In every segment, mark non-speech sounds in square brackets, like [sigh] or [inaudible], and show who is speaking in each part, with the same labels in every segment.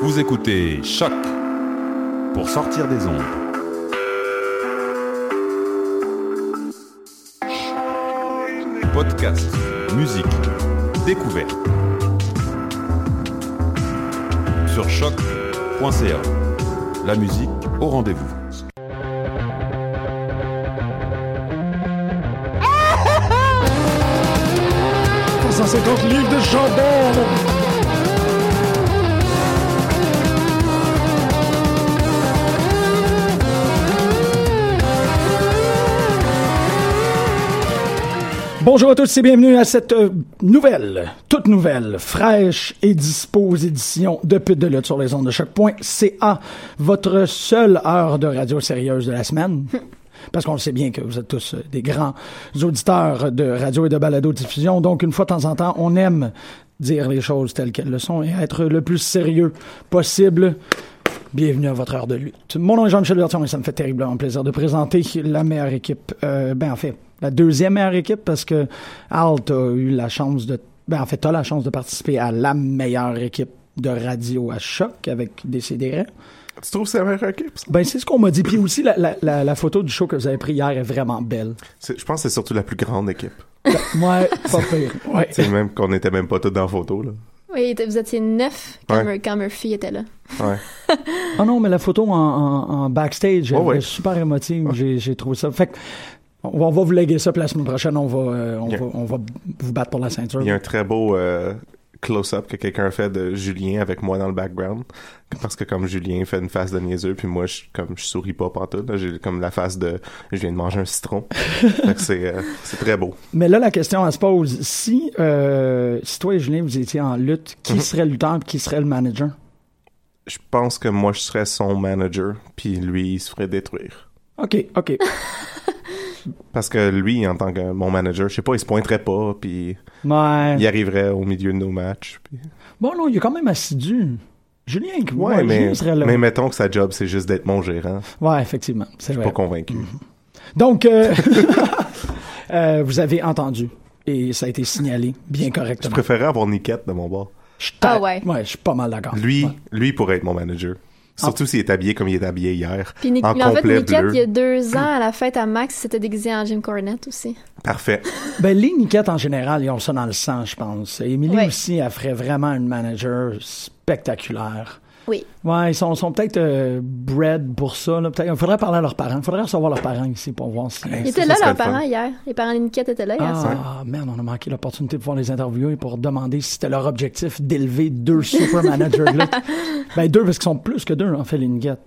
Speaker 1: Vous écoutez Choc pour sortir des ondes. Podcast, musique, découverte. Sur choc.ca. La musique au rendez-vous.
Speaker 2: Pour 150 livres de chandelle Bonjour à tous et bienvenue à cette euh, nouvelle, toute nouvelle, fraîche et dispose édition de Pute de lutte sur les ondes de choc.ca, votre seule heure de radio sérieuse de la semaine. Parce qu'on le sait bien que vous êtes tous euh, des grands auditeurs de radio et de balado-diffusion. Donc, une fois de temps en temps, on aime dire les choses telles qu'elles le sont et être le plus sérieux possible. Bienvenue à votre heure de lutte. Mon nom est Jean-Michel Berton et ça me fait terriblement plaisir de présenter la meilleure équipe. Euh, ben, en fait, la deuxième meilleure équipe parce que Al, t'as eu la chance de. Ben, en fait, t'as la chance de participer à la meilleure équipe de radio à choc avec des CDR.
Speaker 3: Tu trouves que c'est la meilleure équipe, ça?
Speaker 2: Ben, c'est ce qu'on m'a dit. Puis aussi, la, la, la, la photo du show que vous avez pris hier est vraiment belle.
Speaker 3: C'est- Je pense que c'est surtout la plus grande équipe. [laughs]
Speaker 2: Ouais, pas pire. Ouais.
Speaker 3: C'est même qu'on n'était même pas tous dans la photo, là.
Speaker 4: Oui, t- vous étiez neuf quand,
Speaker 3: Ouais.
Speaker 4: Mur- quand Murphy était là.
Speaker 3: Ouais.
Speaker 2: Ah non, mais la photo en, en- en backstage, elle
Speaker 3: Oh ouais.
Speaker 2: est super émotive. J'ai, j'ai trouvé ça. Fait que, on va, on va vous léguer ça, puis la semaine prochaine, on va, euh, on,
Speaker 3: Yeah.
Speaker 2: va, on va vous battre pour la ceinture.
Speaker 3: Il y a un très beau euh, close-up que quelqu'un a fait de Julien avec moi dans le background. Parce que comme Julien fait une face de niaiseux, puis moi, je, comme je souris pas partout, là, j'ai comme la face de « je viens de manger un [laughs] citron ». Fait que c'est euh, c'est très beau.
Speaker 2: Mais là, la question, elle se pose. Si, euh, si toi et Julien, vous étiez en lutte,
Speaker 3: Mhm.
Speaker 2: qui serait le lutteur et qui serait le manager?
Speaker 3: Je pense que moi, je serais son manager, puis lui, il se ferait détruire.
Speaker 2: OK,
Speaker 3: [laughs]
Speaker 2: OK.
Speaker 3: Parce que lui, en tant que mon manager, je sais pas, il se pointerait pas, puis
Speaker 2: Mais...
Speaker 3: il arriverait au milieu de nos matchs. puis-
Speaker 2: Bon, non, il est quand même assidu. Julien, qui-
Speaker 3: Ouais,
Speaker 2: ouais,
Speaker 3: mais,
Speaker 2: Julien serait là.
Speaker 3: mais mettons que sa job, c'est juste d'être mon gérant.
Speaker 2: Ouais, Mhm. effectivement. C'est vrai.
Speaker 3: Pas convaincu.
Speaker 2: Donc,
Speaker 3: [laughs]
Speaker 2: euh, [laughs] euh, vous avez entendu. Et ça a été signalé bien
Speaker 3: Je
Speaker 2: correctement.
Speaker 3: préférais avoir Niquette de mon bord.
Speaker 2: Je suis ta-
Speaker 4: Ah ouais.
Speaker 2: Ouais, je suis pas mal d'accord.
Speaker 3: Lui,
Speaker 2: Ah, Ouais. Ah.
Speaker 3: lui pourrait être mon manager. Surtout s'il est habillé comme il est habillé hier.
Speaker 4: Puis Nic-
Speaker 3: en
Speaker 4: mais en fait,
Speaker 3: complet
Speaker 4: Niquette,
Speaker 3: bleu.
Speaker 4: il y
Speaker 3: [clears throat]
Speaker 4: a deux ans, à la fête à Max, il s'était déguisé en Jim Cornette aussi.
Speaker 3: Parfait.
Speaker 2: Ben, les niquettes, en général, ils ont ça dans le sang, je pense. Émilie
Speaker 4: Ouais.
Speaker 2: aussi, elle ferait vraiment une manager spectaculaire.
Speaker 4: Oui.
Speaker 2: Ouais, ils sont, sont peut-être euh, bred pour ça. Là. Peut-être, faudrait parler à leurs parents. faudrait recevoir leurs parents ici pour voir si...
Speaker 4: Ils
Speaker 3: ça,
Speaker 4: étaient
Speaker 3: ça
Speaker 4: là,
Speaker 3: serait
Speaker 4: leurs
Speaker 3: le fun.
Speaker 4: parents, hier. Les parents de Niquette étaient là hier. soir.
Speaker 2: Ah, merde, on a manqué l'opportunité de pouvoir les interviewer et pour demander si c'était leur objectif d'élever deux super managers.
Speaker 4: [laughs]
Speaker 2: là. ben, deux, parce qu'ils sont plus que deux, en fait, les niquettes.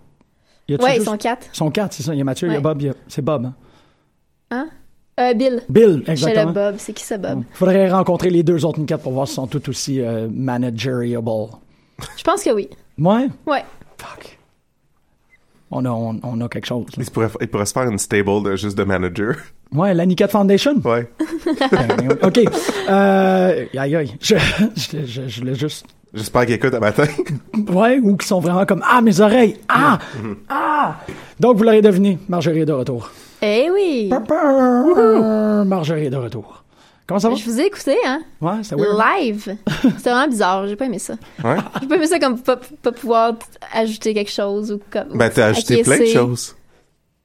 Speaker 2: Y a-tu
Speaker 4: Ouais, ils
Speaker 2: juste-
Speaker 4: sont quatre.
Speaker 2: sont quatre, c'est ça. Il y a Mathieu, il y a
Speaker 4: Ouais.
Speaker 2: Bob, il y a- c'est Bob. hein?
Speaker 4: Hein? Euh, Bill.
Speaker 2: Bill,
Speaker 4: Chez le
Speaker 2: exactement.
Speaker 4: Bob. C'est qui ça,
Speaker 3: Mm.
Speaker 4: Bob?
Speaker 2: Faudrait rencontrer les deux autres niquettes pour voir si sont tout aussi euh, manageriable.
Speaker 4: Je pense que oui.
Speaker 2: Ouais?
Speaker 4: Ouais.
Speaker 2: Fuck. On a, on, on a quelque chose. là.
Speaker 3: Il pourrait, il pourrait se faire une stable de, juste de manager. [laughs]
Speaker 2: Ouais, la Niquette Foundation.
Speaker 3: Ouais.
Speaker 2: Ben, OK. Euh, aïe, aïe. Je, je, je, je l'ai juste...
Speaker 3: J'espère qu'il écoute à matin. [laughs]
Speaker 2: Ouais, ou qui sont vraiment comme Ah, mes oreilles! Ah!
Speaker 4: Mm-hmm.
Speaker 2: Ah! Donc, vous l'aurez deviné, Marjorie est de retour.
Speaker 4: Eh oui!
Speaker 2: Marjorie est de retour. Comment ça va?
Speaker 4: Je vous ai écouté, hein?
Speaker 2: Ouais, c'est weird.
Speaker 4: Live! C'était vraiment bizarre. J'ai pas aimé ça.
Speaker 3: Ouais.
Speaker 4: J'ai pas aimé ça comme pas, pas pouvoir t- ajouter quelque chose ou comme.
Speaker 3: Ben, t'as ajouté plein de
Speaker 4: acquiescer.
Speaker 3: choses.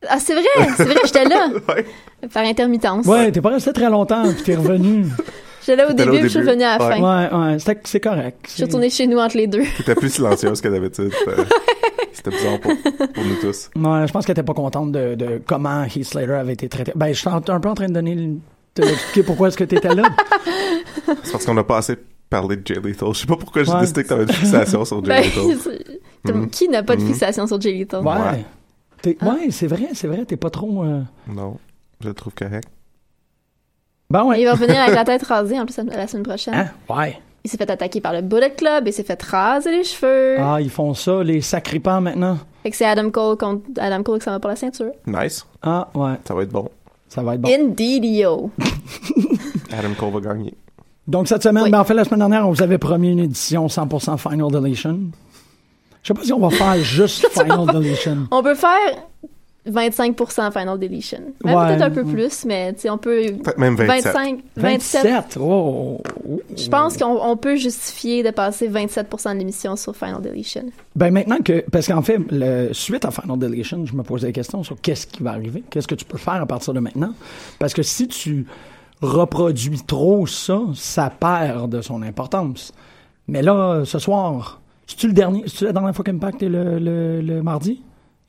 Speaker 4: Ah, c'est vrai! C'est vrai, j'étais là!
Speaker 3: Ouais.
Speaker 4: Par intermittence.
Speaker 2: Ouais, t'es pas resté très longtemps, puis t'es
Speaker 4: [laughs]
Speaker 2: revenu.
Speaker 4: J'étais là au
Speaker 3: T'étais là
Speaker 4: début,
Speaker 3: au
Speaker 4: puis je suis
Speaker 3: début.
Speaker 4: revenue à la
Speaker 3: Ouais.
Speaker 4: fin.
Speaker 2: Ouais, ouais, c'est c'est correct.
Speaker 4: Je suis retournée chez nous entre les deux.
Speaker 3: T'étais plus silencieuse que d'habitude.
Speaker 4: [laughs]
Speaker 3: Euh, C'était bizarre pour, pour nous tous.
Speaker 2: Ouais, je pense qu'elle était pas contente de, de comment Heath Slater avait été traité. Ben, je suis en- un peu en train de donner le- de l'expliquer pourquoi est-ce que t'étais là.
Speaker 3: C'est parce qu'on n'a pas assez parlé de Jay Lethal. Je sais pas pourquoi j'ai
Speaker 2: Ouais.
Speaker 3: décidé que t'avais une fixation sur Jay
Speaker 4: [laughs] Ben,
Speaker 3: Lethal.
Speaker 4: c'est- tout le- Qui n'a pas de fixation sur Jay Lethal?
Speaker 2: Ouais.
Speaker 3: Ouais.
Speaker 2: T'es- Ouais, c'est vrai, c'est vrai, t'es pas trop. euh,
Speaker 3: Non. Je le trouve correct.
Speaker 2: Ben
Speaker 4: Il
Speaker 2: ouais.
Speaker 4: va
Speaker 2: [laughs]
Speaker 4: venir avec la tête rasée en plus la- la semaine prochaine.
Speaker 2: Hein? Ouais.
Speaker 4: Il s'est fait attaquer par le Bullet Club, il s'est fait raser les cheveux.
Speaker 2: Ah, ils font ça, les sacripants maintenant.
Speaker 4: Fait que c'est Adam Cole contre Adam Cole qui s'en va pour la ceinture.
Speaker 3: Nice.
Speaker 2: Ah, ouais,
Speaker 3: Ça va être bon.
Speaker 2: ça va être bon.
Speaker 4: Indeedio.
Speaker 3: Adam Cole va gagner.
Speaker 2: Donc cette semaine,
Speaker 4: Oui.
Speaker 2: ben, en fait la semaine dernière, on vous avait promis une édition 100% Final Deletion. Je sais pas si on va faire juste Final Deletion.
Speaker 4: On peut faire 25% Final Deletion. Même
Speaker 2: Ouais.
Speaker 4: peut-être un peu plus, mais tu sais, on peut.
Speaker 3: Peut-être même 27.
Speaker 4: 25, 27.
Speaker 2: 27. Oh, oh, oh.
Speaker 4: Je pense qu'on on peut justifier de passer 27% de l'émission sur Final Deletion.
Speaker 2: Ben maintenant que parce qu'en fait, le, suite à Final Deletion, je me posais des questions sur qu'est-ce qui va arriver, qu'est-ce que tu peux faire à partir de maintenant, parce que si tu reproduis trop ça, ça perd de son importance. Mais là, ce soir, c'est-tu le dernier, c'est-tu la dernière fois qu'Impact est le, le, le mardi?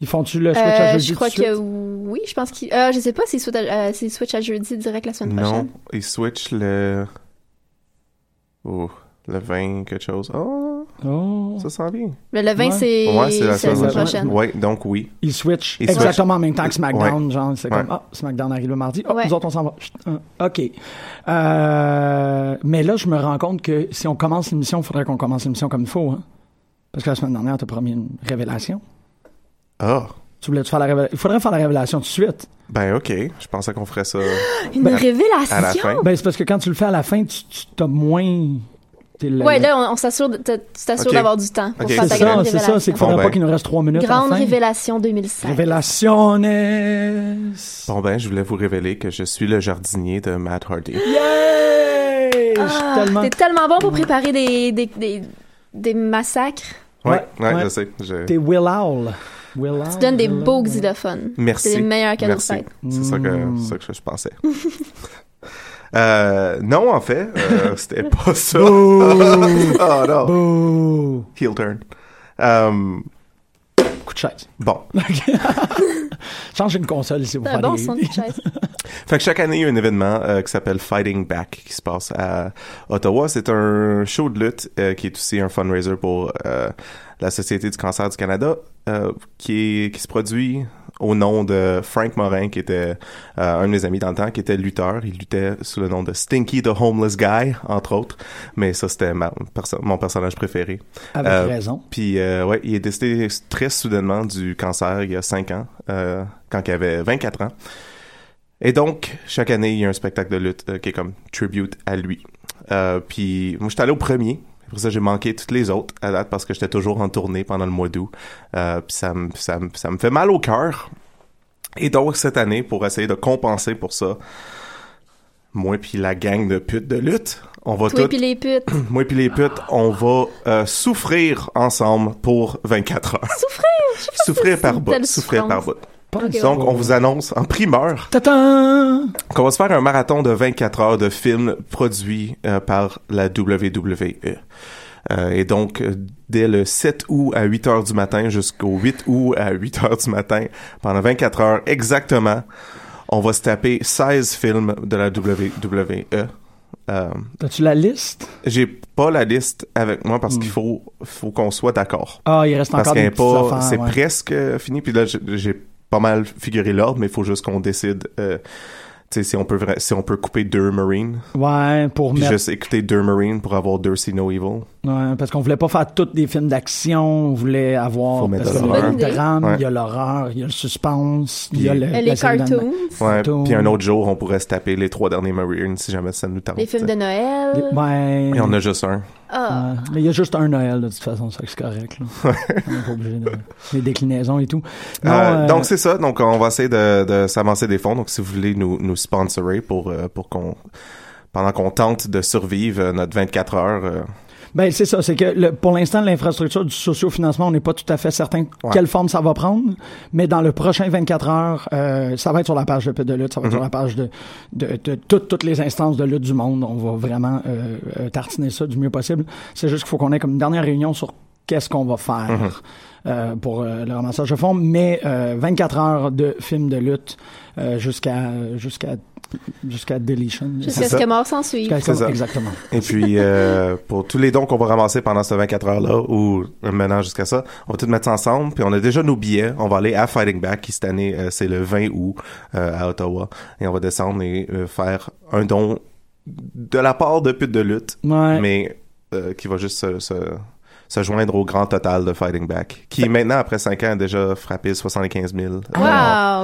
Speaker 2: Ils font-tu le switch à
Speaker 4: Euh,
Speaker 2: jeudi
Speaker 4: je
Speaker 2: tout
Speaker 4: crois
Speaker 2: de suite?
Speaker 4: que oui, je pense qu'il. Euh, je sais pas s'il switch, à- euh, s'il switch à jeudi direct la semaine
Speaker 3: Non,
Speaker 4: prochaine.
Speaker 3: il switch le. Oh, le 20, quelque chose. Oh,
Speaker 2: Oh.
Speaker 3: ça sent bien.
Speaker 4: Mais le 20,
Speaker 2: Ouais.
Speaker 4: c'est
Speaker 3: Ouais, c'est la
Speaker 4: c'est la
Speaker 3: semaine
Speaker 4: prochaine.
Speaker 3: Ouais, donc oui.
Speaker 2: Ils switchent
Speaker 3: Ils
Speaker 2: exactement en même temps que SmackDown. Genre, c'est
Speaker 3: Ouais.
Speaker 2: comme, ah, SmackDown arrive le mardi. Ah,
Speaker 4: Ouais.
Speaker 2: nous autres, on s'en va. Chut, ah, OK. Euh, mais là, je me rends compte que si on commence l'émission, il faudrait qu'on commence l'émission comme il faut. Hein? Parce que la semaine dernière, t'as promis une révélation.
Speaker 3: Ah,
Speaker 2: Tu voulais faire la révélation. Il faudrait faire la révélation tout de suite.
Speaker 3: ben ok. Je pensais qu'on ferait ça
Speaker 4: Une
Speaker 2: Ben,
Speaker 4: révélation!
Speaker 3: à la fin.
Speaker 2: Ben, c'est parce que quand tu le fais à la fin, tu, tu t'as moins. t'es le-
Speaker 4: Ouais, là, on, on s'assure de- t'as- tu t'assures
Speaker 3: Ok.
Speaker 4: d'avoir du temps pour
Speaker 3: Ok,
Speaker 4: faire
Speaker 2: c'est
Speaker 4: ta
Speaker 3: c'est
Speaker 4: grande
Speaker 2: ça, c'est
Speaker 4: révélation.
Speaker 2: ça. C'est qu'il faudrait
Speaker 3: Bon,
Speaker 2: pas
Speaker 3: ben.
Speaker 2: qu'il nous reste trois minutes. à la
Speaker 4: grande
Speaker 2: fin.
Speaker 4: révélation 2007.
Speaker 2: Révélation.
Speaker 3: Bon ben, je voulais vous révéler que je suis le jardinier de Matt Hardy.
Speaker 2: Yay! je suis
Speaker 4: Ah,
Speaker 2: tellement.
Speaker 4: T'es tellement bon pour préparer des, des, des, des massacres.
Speaker 3: Ouais, ouais,
Speaker 2: ouais.
Speaker 3: je sais. je-
Speaker 2: T'es Will Owl. Will Owl.
Speaker 4: Tu donnes des
Speaker 2: Will Owl.
Speaker 4: beaux xylophones.
Speaker 3: Merci.
Speaker 4: C'est les meilleurs cadeaux de
Speaker 3: Merci.
Speaker 4: fête.
Speaker 3: C'est ça que, c'est ça que je pensais. [laughs] Euh, non, en fait, euh, c'était pas ça. oh non.
Speaker 2: Bouh.
Speaker 3: Heel turn. Euh,
Speaker 2: Coup de chaise.
Speaker 3: bon.
Speaker 2: Change une console si vous
Speaker 4: C'est un
Speaker 2: voulez.
Speaker 4: bon son de chaise.
Speaker 3: Fait que chaque année, il y a un événement euh, qui s'appelle Fighting Back qui se passe à Ottawa. C'est un show de lutte euh, qui est aussi un fundraiser pour euh, la Société du cancer du Canada euh, qui, est- qui se produit au nom de Frank Morin, qui était euh, un de mes amis dans le temps, qui était lutteur. Il luttait sous le nom de Stinky the Homeless Guy, entre autres. Mais ça, c'était ma perso- mon personnage préféré.
Speaker 2: Avec
Speaker 3: Euh,
Speaker 2: raison.
Speaker 3: Puis, euh, ouais, il est décédé très soudainement du cancer il y a 5 ans, euh, quand il avait 24 ans. Et donc, chaque année, il y a un spectacle de lutte euh, qui est comme tribute à lui. Euh, puis, moi, j'étais allé au premier. Pour ça, j'ai manqué toutes les autres à date parce que j'étais toujours en tournée pendant le mois d'août. Euh, puis, ça me ça me- ça me fait mal au cœur. Et donc, cette année, pour essayer de compenser pour ça, moi puis la gang de putes de lutte, on va
Speaker 4: Toi
Speaker 3: tout
Speaker 4: pis les putes.
Speaker 3: moi puis les putes, on va euh, souffrir ensemble pour 24 heures.
Speaker 4: Souffrir! Je sais pas si
Speaker 3: souffrir
Speaker 4: c'est
Speaker 3: par
Speaker 4: une
Speaker 3: bout,
Speaker 4: telle
Speaker 3: souffrir par
Speaker 4: souffrance.
Speaker 3: bout.
Speaker 2: Pas
Speaker 4: Ok.
Speaker 3: Donc, on vous annonce en primeur
Speaker 2: Tatan!
Speaker 3: qu'on va se faire un marathon de 24 heures de films produits euh, par la WWE. Euh, et donc, euh, dès le 7 août à 8 heures du matin jusqu'au 8 août à 8 heures du matin, pendant 24 heures exactement, on va se taper 16 films de la WWE. Euh,
Speaker 2: T'as-tu la liste?
Speaker 3: j'ai pas la liste avec moi parce qu'il faut, faut qu'on soit d'accord.
Speaker 2: Ah, il reste
Speaker 3: Parce
Speaker 2: Hmm. encore
Speaker 3: qu'elle
Speaker 2: des
Speaker 3: est
Speaker 2: petites
Speaker 3: pas,
Speaker 2: affaires.
Speaker 3: c'est
Speaker 2: ouais.
Speaker 3: presque fini. Puis là, j'ai- j'ai pas mal figuré l'ordre, mais il faut juste qu'on décide, euh, tu sais, si on peut, vra- si on peut couper deux Marines.
Speaker 2: Ouais, pour
Speaker 3: Puis
Speaker 2: mettre...
Speaker 3: juste écouter deux Marines pour avoir deux See No Evil.
Speaker 2: ouais, parce qu'on voulait pas faire tous des films d'action, on voulait avoir...
Speaker 3: Faut mettre
Speaker 2: parce
Speaker 3: de
Speaker 2: qu'il y a
Speaker 4: l'horreur.
Speaker 2: le drame,
Speaker 3: Ouais.
Speaker 2: il y a l'horreur, il y a le suspense, il y a
Speaker 3: Puis-
Speaker 2: le...
Speaker 4: Euh,
Speaker 2: la
Speaker 4: Les
Speaker 2: scène d'animation.
Speaker 4: cartoons,
Speaker 3: Ouais.
Speaker 2: Photo.
Speaker 3: Puis un autre jour, on pourrait se taper les trois derniers Marines si jamais ça nous tente.
Speaker 4: les films de Noël.
Speaker 2: Ouais.
Speaker 3: Et on a juste un.
Speaker 4: Ah.
Speaker 2: Ouais. Euh, Mais il y a juste un Noël, de toute façon, ça c'est correct. Là. on n'est pas obligé de... Les déclinaisons et tout. Non,
Speaker 3: Euh,
Speaker 2: euh,
Speaker 3: Donc c'est ça. Donc on va essayer de, de s'avancer des fonds. Donc si vous voulez nous, nous sponsorer pour euh, pour qu'on pendant qu'on tente de survivre euh, notre 24 heures. euh,
Speaker 2: Ben, c'est ça. C'est que le- pour l'instant, l'infrastructure du sociofinancement, on n'est pas tout à fait certain
Speaker 3: Ouais.
Speaker 2: quelle forme ça va prendre. Mais dans le prochain 24 heures, euh, ça va être sur la page de Pute de lutte, ça va être
Speaker 3: Mhm.
Speaker 2: sur la page de, de, de toutes- toutes les instances de lutte du monde. On va vraiment euh, euh, tartiner ça du mieux possible. C'est juste qu'il faut qu'on ait comme une dernière réunion sur qu'est-ce qu'on va faire
Speaker 3: Mhm.
Speaker 2: euh, pour euh, le ramassage de fonds. Mais euh, 24 heures de films de lutte euh, jusqu'à jusqu'à Jusqu'à deletion.
Speaker 4: Jusqu'à ce
Speaker 3: ça.
Speaker 4: que mort s'en suive.
Speaker 2: Jusqu'à-
Speaker 3: C'est ça.
Speaker 2: Exactement.
Speaker 3: Et puis, euh, pour tous les dons qu'on va ramasser pendant ces 24 heures-là, ou maintenant jusqu'à ça, on va tout mettre ça ensemble. Puis on a déjà nos billets. On va aller à Fighting Back, qui cette année, euh, c'est le 20 août euh, à Ottawa. Et on va descendre et euh, faire un don de la part de pute de lutte,
Speaker 2: Ouais.
Speaker 3: mais euh, qui va juste se, se- se joindre au grand total de Fighting Back, qui maintenant, après 5 ans, a déjà frappé 75 000
Speaker 4: Ah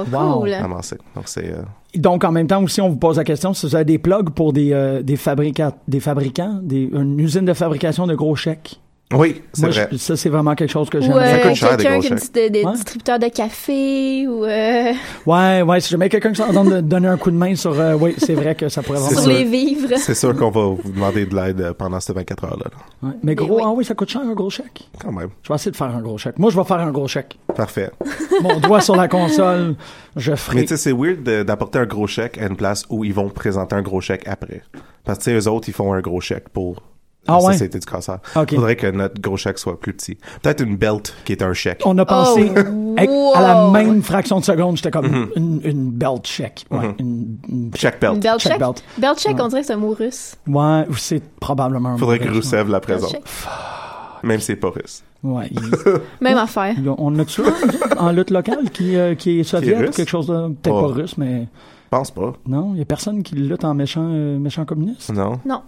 Speaker 3: euh,
Speaker 2: Ah,
Speaker 4: Wow,
Speaker 2: Wow.
Speaker 4: cool.
Speaker 3: ramassés. Donc c'est... euh,
Speaker 2: Donc, en même temps, aussi, on vous pose la question si vous avez des plugs pour des, euh, des, fabrica- des fabricants, des, une usine de fabrication de gros chèques.
Speaker 3: Oui, c'est
Speaker 2: Moi,
Speaker 3: vrai.
Speaker 2: je- ça, c'est vraiment quelque chose que
Speaker 4: Ou
Speaker 2: j'aime.
Speaker 4: euh,
Speaker 3: coûte cher, des
Speaker 4: quelqu'un
Speaker 3: gros
Speaker 4: qui
Speaker 3: chèques.
Speaker 4: est des, des
Speaker 2: Ouais.
Speaker 4: distributeurs de café ou euh,
Speaker 2: Ouais, ouais, si jamais quelqu'un qui s'en donne de donner un coup de main sur. euh, oui, c'est vrai que ça pourrait
Speaker 3: C'est
Speaker 2: vraiment.
Speaker 4: sur
Speaker 3: sûr.
Speaker 4: les vivres.
Speaker 3: C'est sûr qu'on va vous demander de l'aide euh, pendant ces 24 heures-là. là.
Speaker 2: Ouais. Mais gros,
Speaker 4: oui.
Speaker 2: ah oui, ça coûte cher un gros chèque.
Speaker 3: Quand même.
Speaker 2: Je vais essayer de faire un gros chèque. Moi, je vais faire un gros chèque.
Speaker 3: Parfait.
Speaker 2: Mon doigt sur la console, je ferai.
Speaker 3: Mais tu sais, c'est weird de- d'apporter un gros chèque à une place où ils vont présenter un gros chèque après. Parce que tu sais, eux autres, ils font un gros chèque pour
Speaker 2: Ah
Speaker 3: la
Speaker 2: ouais?
Speaker 3: Société du cancer.
Speaker 2: Ok.
Speaker 3: faudrait que notre gros chèque soit plus petit. Peut-être une belt qui est un chèque.
Speaker 2: On a pensé
Speaker 4: Oh,
Speaker 2: hey, à la
Speaker 4: wow.
Speaker 2: même fraction de seconde, j'étais comme
Speaker 3: Mm-hmm.
Speaker 2: une, une belt check. Ouais, une, une-
Speaker 3: Chèque belt.
Speaker 4: Une belt
Speaker 2: Check
Speaker 4: check.
Speaker 2: belt.
Speaker 4: Belt check, on dirait que c'est un mot russe.
Speaker 2: ouais, ou c'est probablement un
Speaker 3: Faudrait que
Speaker 2: mauvais choix.
Speaker 3: Rousseff la
Speaker 4: Belt
Speaker 3: présente.
Speaker 4: check.
Speaker 3: Même si c'est pas russe.
Speaker 2: Ouais, il-
Speaker 4: Même affaire.
Speaker 2: il- on a tué un en lutte locale qui, euh, qui est soviète ou
Speaker 3: russe?
Speaker 2: quelque chose de. Peut-être
Speaker 3: Oh.
Speaker 2: pas russe, mais
Speaker 3: Je pense pas.
Speaker 2: non, il n'y a personne qui lutte en méchant, euh, méchant communiste.
Speaker 3: Non.
Speaker 4: Non.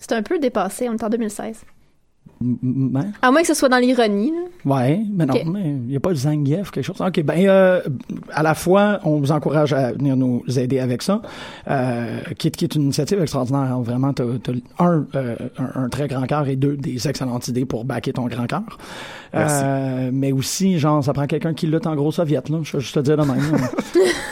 Speaker 4: C'est un peu dépassé, on est en 2016.
Speaker 2: M- m- hein?
Speaker 4: À moins que ce soit dans l'ironie. là.
Speaker 2: Ouais, mais non,
Speaker 4: Ok.
Speaker 2: mais il n'y a pas de Zangief, quelque chose. OK, ben, euh, à la fois, on vous encourage à venir nous aider avec ça, euh, qui, est, qui est une initiative extraordinaire. hein. Vraiment, t'as, t'as, un, euh, un, un très grand cœur et deux, des excellentes idées pour backer ton grand cœur.
Speaker 3: Merci.
Speaker 2: Euh, mais aussi, genre, ça prend quelqu'un qui lutte en gros soviète, là. Je vais juste te dire de même. là.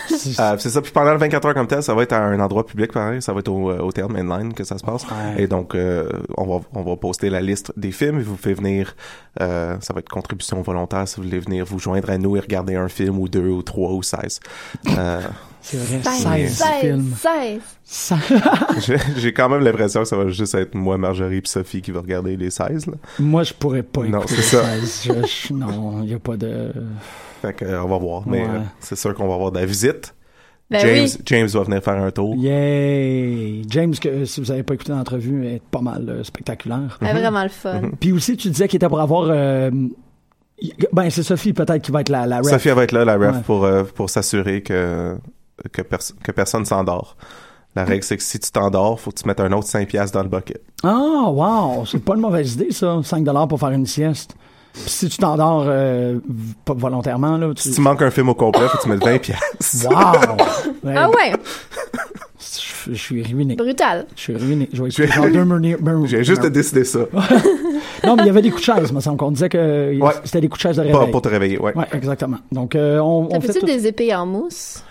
Speaker 2: C'est-
Speaker 3: Euh, c'est ça. Puis pendant le 24 heures comme tel, ça va être à un endroit public pareil. Ça va être au, euh, au théâtre Mainline que ça se passe.
Speaker 2: Ouais.
Speaker 3: Et donc, euh, on, va, on va poster la liste des films. Et vous pouvez venir, euh, ça va être contribution volontaire si vous voulez venir vous joindre à nous et regarder un film ou deux ou trois ou 16. Euh, [laughs]
Speaker 2: c'est vrai,
Speaker 4: 16,
Speaker 2: 16 films.
Speaker 4: 16, 16.
Speaker 2: Ça-
Speaker 3: j'ai j'ai quand même l'impression que ça va juste être moi, Marjorie puis Sophie qui va regarder les 16. Là.
Speaker 2: Moi, je pourrais pas
Speaker 3: Non,
Speaker 2: écouter
Speaker 3: c'est ça.
Speaker 2: 16. Je- je- non, il n'y a pas de...
Speaker 3: Fait que, euh, on va voir. Mais
Speaker 2: Ouais.
Speaker 3: euh, c'est sûr qu'on va avoir de la visite.
Speaker 4: Ben
Speaker 3: James, Mm-hmm.
Speaker 4: oui.
Speaker 3: James va venir faire un tour.
Speaker 2: Yay! James, que, si vous n'avez pas écouté l'entrevue, est pas mal euh, spectaculaire.
Speaker 4: C'est Ben, vraiment le fun.
Speaker 3: Mm-hmm.
Speaker 2: Puis aussi, tu disais qu'il était pour avoir... euh, y- ben, c'est Sophie peut-être qui va être la, la ref.
Speaker 3: Sophie elle va être là, la ref,
Speaker 2: Ouais.
Speaker 3: pour, euh, pour s'assurer que, que, pers- que personne s'endort. La règle, c'est que si tu t'endors, faut que tu mettes un autre 5 piastres dans le bucket.
Speaker 2: Ah, wow! C'est pas une mauvaise idée, ça. 5 pour faire une sieste. Puis si tu t'endors euh, v- pas volontairement, là, tu...
Speaker 3: Si tu manques un film au complet, faut que tu mettes 20 piastres.
Speaker 2: Wow! Ouais,
Speaker 4: [coughs] Ah ouais,
Speaker 2: je, je suis ruiné.
Speaker 4: brutal.
Speaker 2: Je suis ruiné. Je vais écouter genre deux Murnir- Mur-
Speaker 3: [laughs] J'ai juste
Speaker 2: Mur-
Speaker 3: décidé ça.
Speaker 2: Non, mais il y avait des coups de chaise, me semble. On disait que il-
Speaker 3: Ouais.
Speaker 2: c'était des coups de chaise de réveil.
Speaker 3: Pas pour te réveiller, ouais.
Speaker 2: Ouais, exactement. Donc, euh, on,
Speaker 4: T'as
Speaker 2: on fait
Speaker 4: peut-être
Speaker 2: tout...
Speaker 4: des épées en mousse?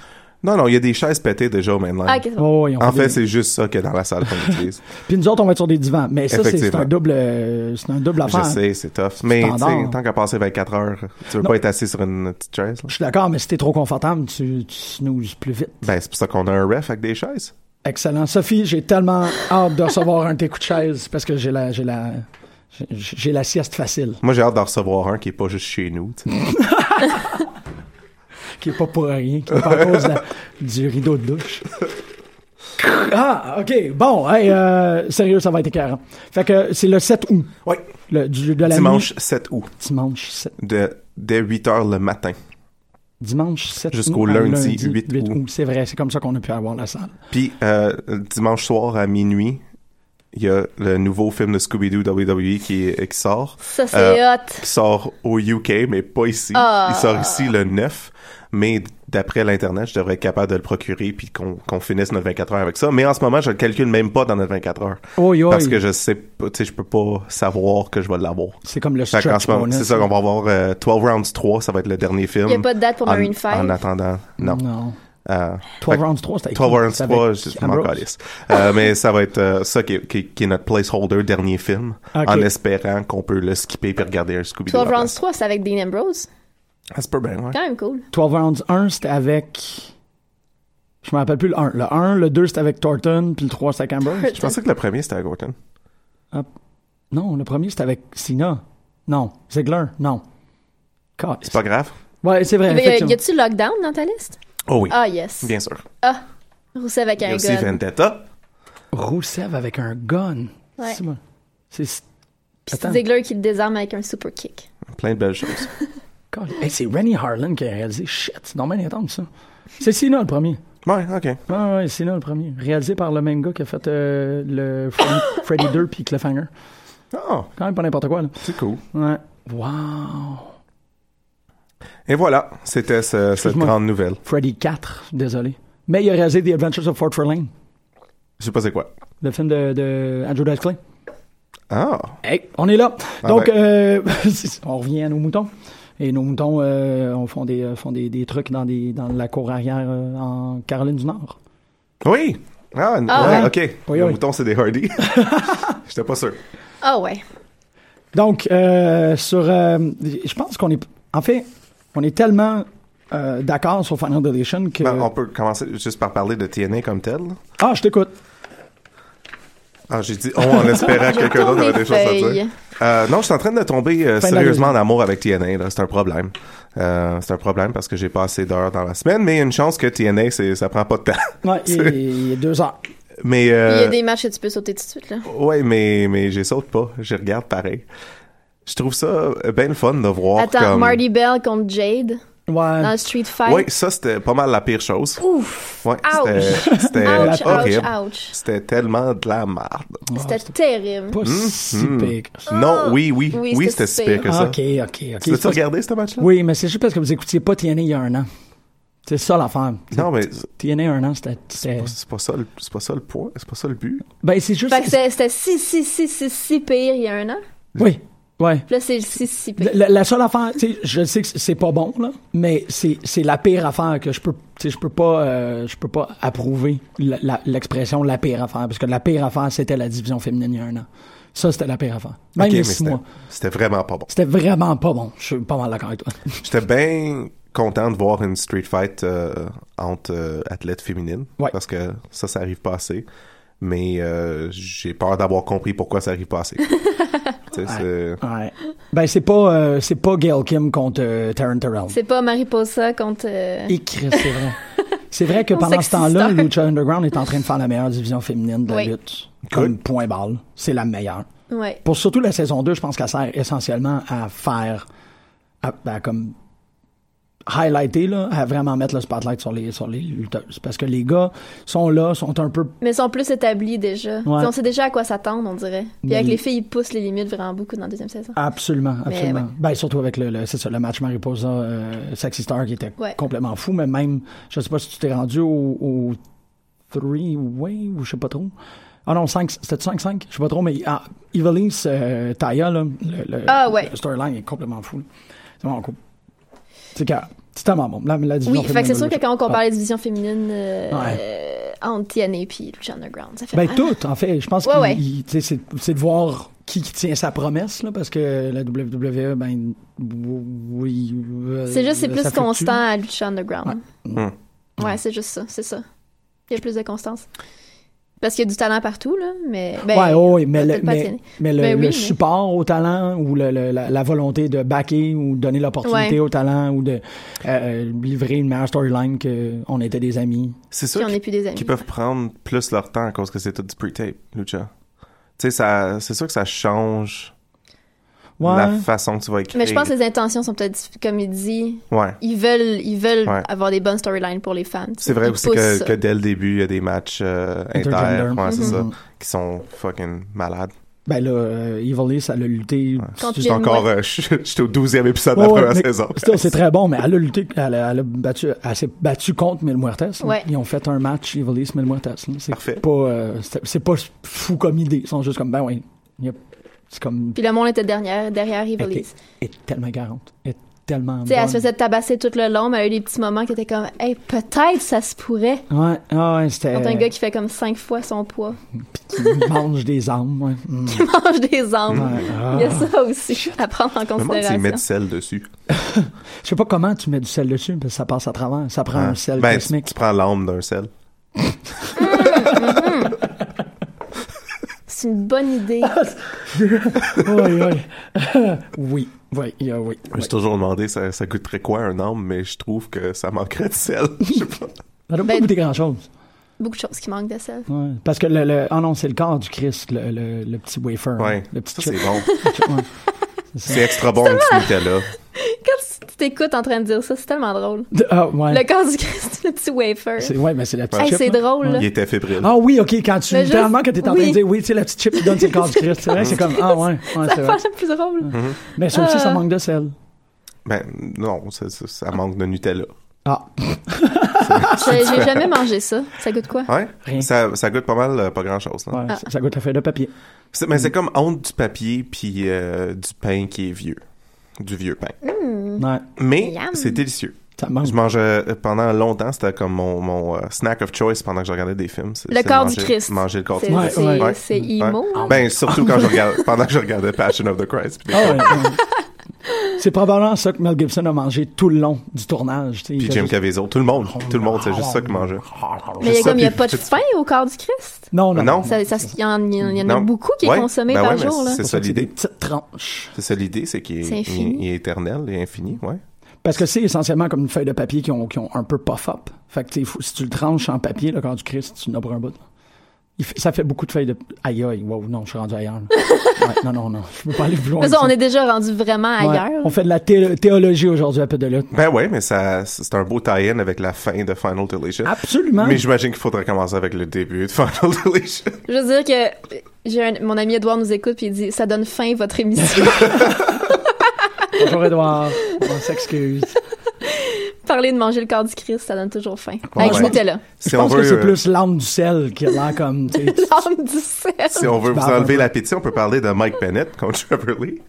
Speaker 3: Non, non, il y a des chaises pétées déjà au mainline.
Speaker 4: Ah, ok, c'est bon.
Speaker 2: Oh, oui, on
Speaker 3: En
Speaker 2: des-
Speaker 3: fait, c'est juste ça qu'il y a dans la salle
Speaker 2: [laughs]
Speaker 3: qu'on utilise.
Speaker 2: Puis nous autres, on va être sur des divans. Mais ça, c'est- c'est
Speaker 3: Effectivement.
Speaker 2: un double, euh, c'est un double
Speaker 3: Je
Speaker 2: affaire.
Speaker 3: sais, c'est tough. Mais tu sais,
Speaker 2: t'endors.
Speaker 3: tant qu'à passer 24 heures, tu veux
Speaker 2: Non.
Speaker 3: pas être assis sur une petite chaise. là.
Speaker 2: Je suis d'accord, mais si t'es trop confortable, tu, tu snoozes plus vite.
Speaker 3: Ben, c'est pour ça qu'on a un ref avec des chaises.
Speaker 2: Excellent. Sophie, j'ai tellement hâte de recevoir un de tes coups de chaise parce que j'ai la, j'ai la, j'ai- j'ai la sieste facile,
Speaker 3: Moi, j'ai hâte d'en recevoir un qui est pas juste chez nous. tu
Speaker 2: Mm.
Speaker 3: sais.
Speaker 2: qui est pas pour rien, qui est pas à cause de la- du rideau de douche. Ah, OK. Bon, hey, euh, sérieux, ça va être écœurant. Fait que c'est le 7 août,
Speaker 3: Oui,
Speaker 2: le, du, de la
Speaker 3: dimanche
Speaker 2: nuit.
Speaker 3: 7 août,
Speaker 2: Dimanche 7
Speaker 3: de, dès 8 heures le matin.
Speaker 2: Dimanche 7
Speaker 3: Jusqu'au
Speaker 2: août à
Speaker 3: lundi 8
Speaker 2: 8
Speaker 3: août.
Speaker 2: C'est vrai, c'est comme ça qu'on a pu avoir la salle.
Speaker 3: Puis euh, dimanche soir à minuit, il y a le nouveau film de Scooby-Doo WWE qui, est- qui sort.
Speaker 4: Ça, c'est
Speaker 3: Euh,
Speaker 4: hot.
Speaker 3: Qui sort au UK, mais pas ici.
Speaker 4: Ah.
Speaker 3: Il sort ici le 9, mais d'après l'Internet, je devrais être capable de le procurer puis qu'on qu'on finisse notre 24 heures avec ça. Mais en ce moment, je le calcule même pas dans notre 24 heures.
Speaker 2: Oi, oi.
Speaker 3: Parce que je sais pas, tu sais, je peux pas savoir que je vais l'avoir.
Speaker 2: C'est comme le
Speaker 3: Fait qu'en
Speaker 2: stretch
Speaker 3: ce moment,
Speaker 2: bonus.
Speaker 3: c'est ça qu'on va avoir euh, 12 Rounds 3, ça va être le dernier film.
Speaker 4: Il n'y a pas de date pour
Speaker 3: um, en,
Speaker 4: Marine 5.
Speaker 3: en attendant, non.
Speaker 2: Non.
Speaker 3: Euh,
Speaker 2: 12
Speaker 3: fait-
Speaker 2: rounds 3, c'était
Speaker 3: 12 Rounds
Speaker 2: c'était
Speaker 3: 3,
Speaker 2: avec
Speaker 3: je m'en
Speaker 2: Ambrose.
Speaker 3: calisse. Euh, mais ça va être euh, ça qui est, qui est- qui est notre placeholder dernier film,
Speaker 2: Ok.
Speaker 3: en espérant qu'on peut le skipper puis regarder un Scooby-Doo.
Speaker 4: 12
Speaker 3: à la
Speaker 4: Rounds
Speaker 3: place.
Speaker 4: 3, c'est avec Dean Ambrose.
Speaker 3: Ah, c'est pas bien, ouais.
Speaker 4: Quand même cool.
Speaker 2: 12 rounds 1, c'était avec. Je me rappelle plus le 1. Le 1, le 2, c'était avec Thornton, puis le 3, c'était avec
Speaker 3: [laughs]
Speaker 2: Ambrose.
Speaker 3: Je pensais que le premier, c'était à Gorton.
Speaker 2: Non, le premier, c'était avec Cena. Non. Ziggler, non. God.
Speaker 3: C'est pas grave?
Speaker 2: Ouais, c'est vrai.
Speaker 4: Mais euh, y a- y
Speaker 2: effectivement.
Speaker 4: a-tu Lockdown dans ta liste?
Speaker 3: Oh oui,
Speaker 4: Ah, yes.
Speaker 3: bien sûr.
Speaker 4: Ah, Rousseff avec
Speaker 3: Il y a
Speaker 4: un
Speaker 3: aussi
Speaker 4: gun.
Speaker 3: Vendetta.
Speaker 2: Rousseff avec un gun.
Speaker 4: Ouais.
Speaker 2: C'est moi. C'est.
Speaker 4: Puis
Speaker 2: Attends.
Speaker 4: c'est Ziegler qui le désarme avec un super kick.
Speaker 3: Plein de belles choses.
Speaker 2: Colin. Hey, c'est Rennie Harlan qui a réalisé. Shit, c'est normal intense, ça. C'est Sina le premier.
Speaker 3: ouais, ok.
Speaker 2: Ouais, ouais, Sina le premier. Réalisé par le même gars qui a fait euh, le Fred- Freddy 2 puis Cliffhanger.
Speaker 3: Oh,
Speaker 2: Quand même pas n'importe quoi, là.
Speaker 3: c'est cool.
Speaker 2: Ouais. Wow.
Speaker 3: Et voilà, c'était ce- cette
Speaker 2: Excuse-moi.
Speaker 3: grande nouvelle.
Speaker 2: Freddy 4, désolé. Mais il a réalisé The Adventures of Fort Fairlane,
Speaker 3: Je sais pas c'est quoi.
Speaker 2: le film de, de Andrew Dice Clay.
Speaker 3: Ah,
Speaker 2: Hey, on est là.
Speaker 3: Ah
Speaker 2: Donc,
Speaker 3: ben.
Speaker 2: euh, [laughs] on revient à nos moutons. Et nos moutons euh, on font, des, euh, font des, des trucs dans, des, dans la cour arrière euh, en Caroline du Nord.
Speaker 3: oui! Ah, n-
Speaker 4: Ah,
Speaker 3: ouais,
Speaker 2: ouais.
Speaker 3: ok.
Speaker 2: Oui,
Speaker 3: le
Speaker 2: oui.
Speaker 3: mouton, c'est des Hardy. J'étais pas sûr.
Speaker 4: Ah ouais.
Speaker 2: Donc, euh, sur, euh, je pense qu'on est, en fait, on est tellement euh, d'accord sur Final Deletion que.
Speaker 3: Ben, on peut commencer juste par parler de TNA comme tel.
Speaker 2: Ah, je t'écoute.
Speaker 3: Ah, j'ai dit on en espérant que quelqu'un d'autre
Speaker 4: Tourne
Speaker 3: avait
Speaker 4: les
Speaker 3: des choses à
Speaker 4: feuilles.
Speaker 3: dire. Euh, non, je suis en train de tomber euh,
Speaker 2: Fin de la
Speaker 3: sérieusement en amour avec TNA. là. C'est un problème. Euh, c'est un problème parce que j'ai pas assez d'heures dans la semaine, mais il y a une chance que TNA, c'est- ça prend pas de temps. [laughs]
Speaker 2: Ouais, il,
Speaker 3: C'est-
Speaker 2: il est deux heures.
Speaker 3: Mais
Speaker 4: Puis Il y
Speaker 3: euh,
Speaker 4: a des matchs que tu peux sauter tout de suite, là.
Speaker 3: ouais, mais mais je saute pas. Je regarde pareil. Je trouve ça euh, bien le fun de voir.
Speaker 4: Attends,
Speaker 3: comme...
Speaker 4: Marty Bell contre Jade
Speaker 2: Ouais.
Speaker 4: dans le Street Fight.
Speaker 3: Oui, ça c'était pas mal la pire chose.
Speaker 4: Ouf!
Speaker 3: Ouais,
Speaker 4: Ouch. [laughs]
Speaker 3: c'était-
Speaker 4: Ouch,
Speaker 3: c'était
Speaker 4: ouch,
Speaker 3: horrible.
Speaker 4: ouch.
Speaker 3: C'était tellement de la merde.
Speaker 4: C'était terrible.
Speaker 3: Mhm.
Speaker 2: Pas si pire que ça.
Speaker 3: Non, oui, oui,
Speaker 4: Ah! Oui,
Speaker 3: oui, c'était
Speaker 4: c'était si
Speaker 3: si pire que ça.
Speaker 2: Ah, Ok, ok, ok.
Speaker 3: Tu l'as-tu
Speaker 2: C'est-
Speaker 3: regardé ce match-là?
Speaker 2: Oui, mais c'est juste parce que vous écoutiez pas TNA il y a un an. C'est ça l'affaire.
Speaker 3: Non, mais
Speaker 2: TNA il y a un an, c'était- c'était.
Speaker 3: c'est pas ça, le- c'est pas ça le point, c'est pas ça le but.
Speaker 2: Ben, c'est juste.
Speaker 4: Fait que c'était- c'était si, si, si, si, si pire il y a un an.
Speaker 2: Oui, ouais.
Speaker 4: Puis là, c'est si, si pire.
Speaker 2: La, la seule affaire, tu sais, je sais que c'est pas bon là, mais c'est c'est la pire affaire que je peux, tu sais, je peux pas, euh, je peux pas approuver la- la- l'expression la, pire affaire parce que la pire affaire c'était la division féminine il y a un an. Ça c'était la pire affaire. Même
Speaker 3: Ok,
Speaker 2: les Ben,
Speaker 3: mais
Speaker 2: six
Speaker 3: c'était-
Speaker 2: mois,
Speaker 3: c'était vraiment pas bon.
Speaker 2: c'était vraiment pas bon. Je suis pas mal d'accord avec toi.
Speaker 3: J'étais bien content de voir une street fight euh, entre euh, athlètes féminines.
Speaker 2: Ouais.
Speaker 3: Parce que ça, ça arrive pas assez. Mais euh, j'ai peur d'avoir compris pourquoi ça arrive pas
Speaker 4: [laughs]
Speaker 3: assez. Tu sais, c'est-
Speaker 2: Ouais. Ben c'est pas, euh, c'est pas Gail Kim contre euh, Taryn Terrell.
Speaker 4: C'est pas Mariposa contre. euh,
Speaker 2: Et Chris, c'est vrai. C'est vrai que
Speaker 4: Mon
Speaker 2: pendant ce temps-là,
Speaker 4: sexisteur.
Speaker 2: Lucha Underground est en train de faire la meilleure division féminine de la
Speaker 4: Oui.
Speaker 2: lutte.
Speaker 3: Good.
Speaker 2: Comme point balle, c'est la meilleure.
Speaker 4: Ouais.
Speaker 2: Pour surtout la saison 2, je pense qu'elle sert essentiellement à faire, à, à comme highlighter, là, à vraiment mettre le spotlight sur les, sur les lutteuses. Parce que les gars sont là, sont un peu.
Speaker 4: Mais ils sont plus établis déjà.
Speaker 2: Ouais.
Speaker 4: T'sais, On sait déjà à quoi s'attendre, on dirait. Puis
Speaker 2: Mais Ah,
Speaker 4: avec
Speaker 2: les-
Speaker 4: les filles, ils poussent les limites vraiment beaucoup dans la deuxième saison.
Speaker 2: Absolument,
Speaker 4: Mais
Speaker 2: absolument.
Speaker 4: ouais.
Speaker 2: Ben, surtout avec le, le- c'est ça, le match Mariposa euh, Sexy Star qui était
Speaker 4: Ouais.
Speaker 2: complètement fou, mais même, je sais pas si tu t'es rendu au, au three way ou je sais pas trop. Ah non, 5, c'était 5-5, je sais pas trop, mais ah, Evilise euh, Taya, là, le, le-
Speaker 4: Ah ouais.
Speaker 2: le storyline est complètement fou. là. C'est vraiment cool. C'est que c'est tellement bon. La, la division
Speaker 4: Oui, fait que c'est
Speaker 2: féminine
Speaker 4: sûr
Speaker 2: de
Speaker 4: que
Speaker 2: Lucha.
Speaker 4: quand on compare
Speaker 2: Ah.
Speaker 4: les divisions féminines euh,
Speaker 2: Ouais.
Speaker 4: euh, entre TNA et Lucha Underground, ça fait
Speaker 2: Ben,
Speaker 4: mal.
Speaker 2: tout, en fait. Je pense
Speaker 4: Ah. Ouais,
Speaker 2: qu'il-
Speaker 4: ouais.
Speaker 2: il- tu sais, c'est, c'est de voir qui, qui tient sa promesse, là, parce que la WWE, ben, oui. euh,
Speaker 4: C'est juste, c'est
Speaker 2: ça
Speaker 4: plus
Speaker 2: fluctue.
Speaker 4: constant à Lucha Underground.
Speaker 3: Hmm.
Speaker 4: Ouais, c'est juste ça, c'est ça. Il y a plus de constance. Parce qu'il y a du talent partout, là, mais... Ben,
Speaker 2: ouais, oh, oui, mais, le,
Speaker 4: peut-être pas
Speaker 2: mais,
Speaker 4: TNA.
Speaker 2: mais le,
Speaker 4: Ben oui,
Speaker 2: le
Speaker 4: mais-
Speaker 2: support au talent ou le- le- la, la volonté de backer ou donner l'opportunité
Speaker 4: Ouais.
Speaker 2: au talent ou de euh, euh, livrer une meilleure storyline qu'on était des amis.
Speaker 3: C'est
Speaker 4: Puis
Speaker 3: sûr
Speaker 4: on n'est plus des amis.
Speaker 3: qu'ils peuvent prendre plus leur temps à cause que c'est tout du pre-tape, Lucha. Tu sais, ça- c'est sûr que ça change
Speaker 2: Ouais.
Speaker 3: la façon que tu vas écrire.
Speaker 4: Mais je pense que les intentions sont peut-être, diff- comme il dit,
Speaker 3: Ouais.
Speaker 4: ils veulent, ils veulent
Speaker 3: Ouais.
Speaker 4: avoir des bonnes storylines pour les fans.
Speaker 3: C'est vrai
Speaker 4: Ils
Speaker 3: aussi
Speaker 4: poussent
Speaker 3: que,
Speaker 4: ça.
Speaker 3: que dès le début, il y a des matchs euh, inter,
Speaker 2: Intergender.
Speaker 3: ouais,
Speaker 4: Mm-hmm.
Speaker 3: c'est ça,
Speaker 2: Mhm.
Speaker 3: qui sont fucking malades.
Speaker 2: Ben là, euh, Evil Lee, ça l'a lutté.
Speaker 4: Quand
Speaker 2: Tu-
Speaker 4: il y
Speaker 3: J'étais
Speaker 4: Jim
Speaker 3: encore,
Speaker 4: White.
Speaker 3: euh, je- j'étais au 12e épisode
Speaker 2: Ouais,
Speaker 3: de
Speaker 2: ouais,
Speaker 3: la première
Speaker 2: mais
Speaker 3: saison.
Speaker 2: still, c'est très bon, mais elle a lutté, elle a, elle a battu, elle s'est battue contre Mil Muertes. là.
Speaker 4: Ouais.
Speaker 2: Ils ont fait un match Evil East, Mil Muertes. là. C'est
Speaker 3: [laughs] Parfait.
Speaker 2: pas, euh, c'est c'est pas fou comme idée. Ils sont juste comme, ben oui, yep. c'est comme,
Speaker 4: Puis le monde était derrière, derrière
Speaker 2: elle
Speaker 4: Evil
Speaker 2: est,
Speaker 4: East.
Speaker 2: est tellement garante, elle est tellement
Speaker 4: Tu sais, elle se
Speaker 2: bonne.
Speaker 4: faisait tabasser tout le long, mais elle a eu des petits moments qui étaient comme, hey, peut-être ça se pourrait.
Speaker 2: Ouais, ah ouais, c'était.
Speaker 4: Quand t'as un gars qui fait comme cinq fois son poids, [laughs]
Speaker 2: qui mange des âmes, ouais. Mm.
Speaker 4: qui mange des arbres.
Speaker 2: Ouais, ah.
Speaker 4: Il y a ça aussi [laughs] à prendre en
Speaker 3: Je me demande s'ils mettent du
Speaker 4: considération.
Speaker 3: sel dessus.
Speaker 2: Je sais pas comment tu mets du sel dessus, parce que ça passe à travers. Ça prend
Speaker 3: Hein?
Speaker 2: un sel
Speaker 3: ben, tu,
Speaker 2: cosmique.
Speaker 3: tu prends l'âme d'un sel.
Speaker 4: C'est une bonne idée.
Speaker 2: oui, oui. [laughs] oui, oui, il y a- oui.
Speaker 3: Je me suis toujours demandé ça, ça coûterait quoi un âme, mais je trouve que ça manquerait de sel. Je sais
Speaker 2: Ça
Speaker 3: pas.
Speaker 2: doit pas
Speaker 4: Ben-
Speaker 2: goûter grand-chose.
Speaker 4: beaucoup de choses qui manquent de sel.
Speaker 2: Ouais, Parce que le, le- ah non, c'est le corps du Christ, le, le- le petit wafer. hein,
Speaker 3: [laughs] Ouais.
Speaker 2: Le petit
Speaker 3: Ça,
Speaker 2: chip.
Speaker 3: c'est bon.
Speaker 2: Ouais.
Speaker 3: [laughs] C'est extra bon, le petit Nutella.
Speaker 4: Quand tu t'écoutes en train de dire ça, c'est tellement drôle.
Speaker 2: De- Ah, ouais.
Speaker 4: Le corps du Christ, [laughs] le petit wafer.
Speaker 2: C'est, ouais, mais c'est la petite
Speaker 4: Hey,
Speaker 2: chip.
Speaker 4: c'est
Speaker 2: là.
Speaker 4: drôle, là.
Speaker 3: Il était fébrile.
Speaker 2: Ah oui, ok, quand tu,
Speaker 4: Mais juste-
Speaker 2: littéralement, quand t'es en train de
Speaker 4: oui.
Speaker 2: dire oui, tu sais, la petite chip qui donne c'est le corps du Christ, c'est vrai, c'est comme, ah ouais, ouais, c'est
Speaker 4: C'est
Speaker 2: vrai.
Speaker 4: pas le plus drôle.
Speaker 2: Mais ça aussi, ça
Speaker 4: Ah.
Speaker 2: manque de sel.
Speaker 3: Mhm. Ben, non, ça, ça- ça manque de Nutella.
Speaker 2: Ah,
Speaker 3: Ah,
Speaker 4: J'ai j'ai jamais mangé ça. Ça goûte quoi?
Speaker 3: Ouais?
Speaker 2: Rien.
Speaker 3: Ça, ça goûte pas mal, euh, pas grand-chose. non?
Speaker 2: ouais,
Speaker 4: Ah.
Speaker 2: ça- ça goûte la feuille de papier.
Speaker 3: C'est- Mais c'est comme honte du papier puis euh, du pain qui est vieux. Du vieux pain.
Speaker 4: Hmm.
Speaker 2: Ouais,
Speaker 3: Mais
Speaker 4: Yum.
Speaker 3: c'est délicieux.
Speaker 2: ça manque.
Speaker 3: Je mangeais euh, pendant longtemps, c'était comme mon, mon, euh, snack of choice pendant que je regardais des films. c'est-
Speaker 4: Le
Speaker 3: c'est
Speaker 4: corps du
Speaker 3: manger-
Speaker 4: Christ.
Speaker 3: Manger le corps du
Speaker 4: C'est
Speaker 2: Ouais,
Speaker 3: Christ.
Speaker 4: c'est-
Speaker 2: ouais.
Speaker 4: c'est emo. là.
Speaker 3: Ben, surtout quand je
Speaker 2: [laughs]
Speaker 3: regarde, pendant que je regardais Passion of the Christ. puis des-
Speaker 2: Ah ouais, ouais. C'est probablement ça que Mel Gibson a mangé tout le long du tournage. tu sais, il
Speaker 3: Puis
Speaker 2: a
Speaker 3: Jim
Speaker 2: juste-
Speaker 3: Caviezel. Tout le monde,
Speaker 2: Oh,
Speaker 3: tout le monde, c'est juste ça qu'il mangeait.
Speaker 4: Mais il y a
Speaker 3: ça,
Speaker 4: comme, il n'y a
Speaker 3: puis-
Speaker 4: pas de faim au corps du Christ.
Speaker 2: Non, non.
Speaker 3: Non.
Speaker 4: Ça, ça- il y en, il y en- il y en a
Speaker 3: Non.
Speaker 4: beaucoup qui
Speaker 3: Ouais.
Speaker 4: est consommé
Speaker 3: Ben
Speaker 4: par
Speaker 3: ouais, mais
Speaker 4: jour, là.
Speaker 3: C'est
Speaker 2: Pour
Speaker 3: ça
Speaker 2: que c'est des
Speaker 3: l'idée.
Speaker 2: petites tranches.
Speaker 3: C'est ça l'idée, c'est qu'il est,
Speaker 4: C'est infini.
Speaker 3: il est- il est éternel et infini, ouais.
Speaker 2: Parce que c'est essentiellement comme une feuille de papier qui ont, qui ont un peu puff-up. Fait que tu sais, faut- si tu le tranches en papier, le corps du Christ, tu n'as pas un bout. Il fait- ça fait beaucoup de feuilles de... Aïe, aïe, wow, non, je suis rendu ailleurs.
Speaker 4: [laughs]
Speaker 2: là. Ouais, non, non, non, je peux pas aller plus loin.
Speaker 4: Mais ça,
Speaker 2: que
Speaker 4: on
Speaker 2: ça.
Speaker 4: est déjà rendu vraiment
Speaker 2: Ouais,
Speaker 4: ailleurs.
Speaker 2: on fait de la thé- théologie aujourd'hui à peu de lutte.
Speaker 3: Ben ouais, mais ça, c'est un beau tie-in avec la fin de Final Deletion.
Speaker 2: Absolument.
Speaker 3: Mais j'imagine qu'il faudrait commencer avec le début de Final Deletion.
Speaker 4: Je veux dire que euh, j'ai un- mon ami Edouard nous écoute puis il dit ça donne fin votre émission.
Speaker 3: [laughs]
Speaker 2: Bonjour, Edouard. On s'excuse.
Speaker 4: Parler de manger le corps du Christ, ça donne toujours faim.
Speaker 3: Bon,
Speaker 4: Avec
Speaker 3: ouais.
Speaker 4: Nutella.
Speaker 3: Si
Speaker 2: je
Speaker 3: on
Speaker 2: pense
Speaker 3: veut,
Speaker 2: que [laughs] c'est
Speaker 3: euh,
Speaker 2: plus l'âme du sel qui a l'air comme... tu sais, tu-
Speaker 4: L'âme du sel.
Speaker 3: Si on veut vous
Speaker 2: Bah, bah,
Speaker 3: enlever
Speaker 2: bah.
Speaker 3: l'appétit, on peut parler de Mike Bennett contre Trevor Lee.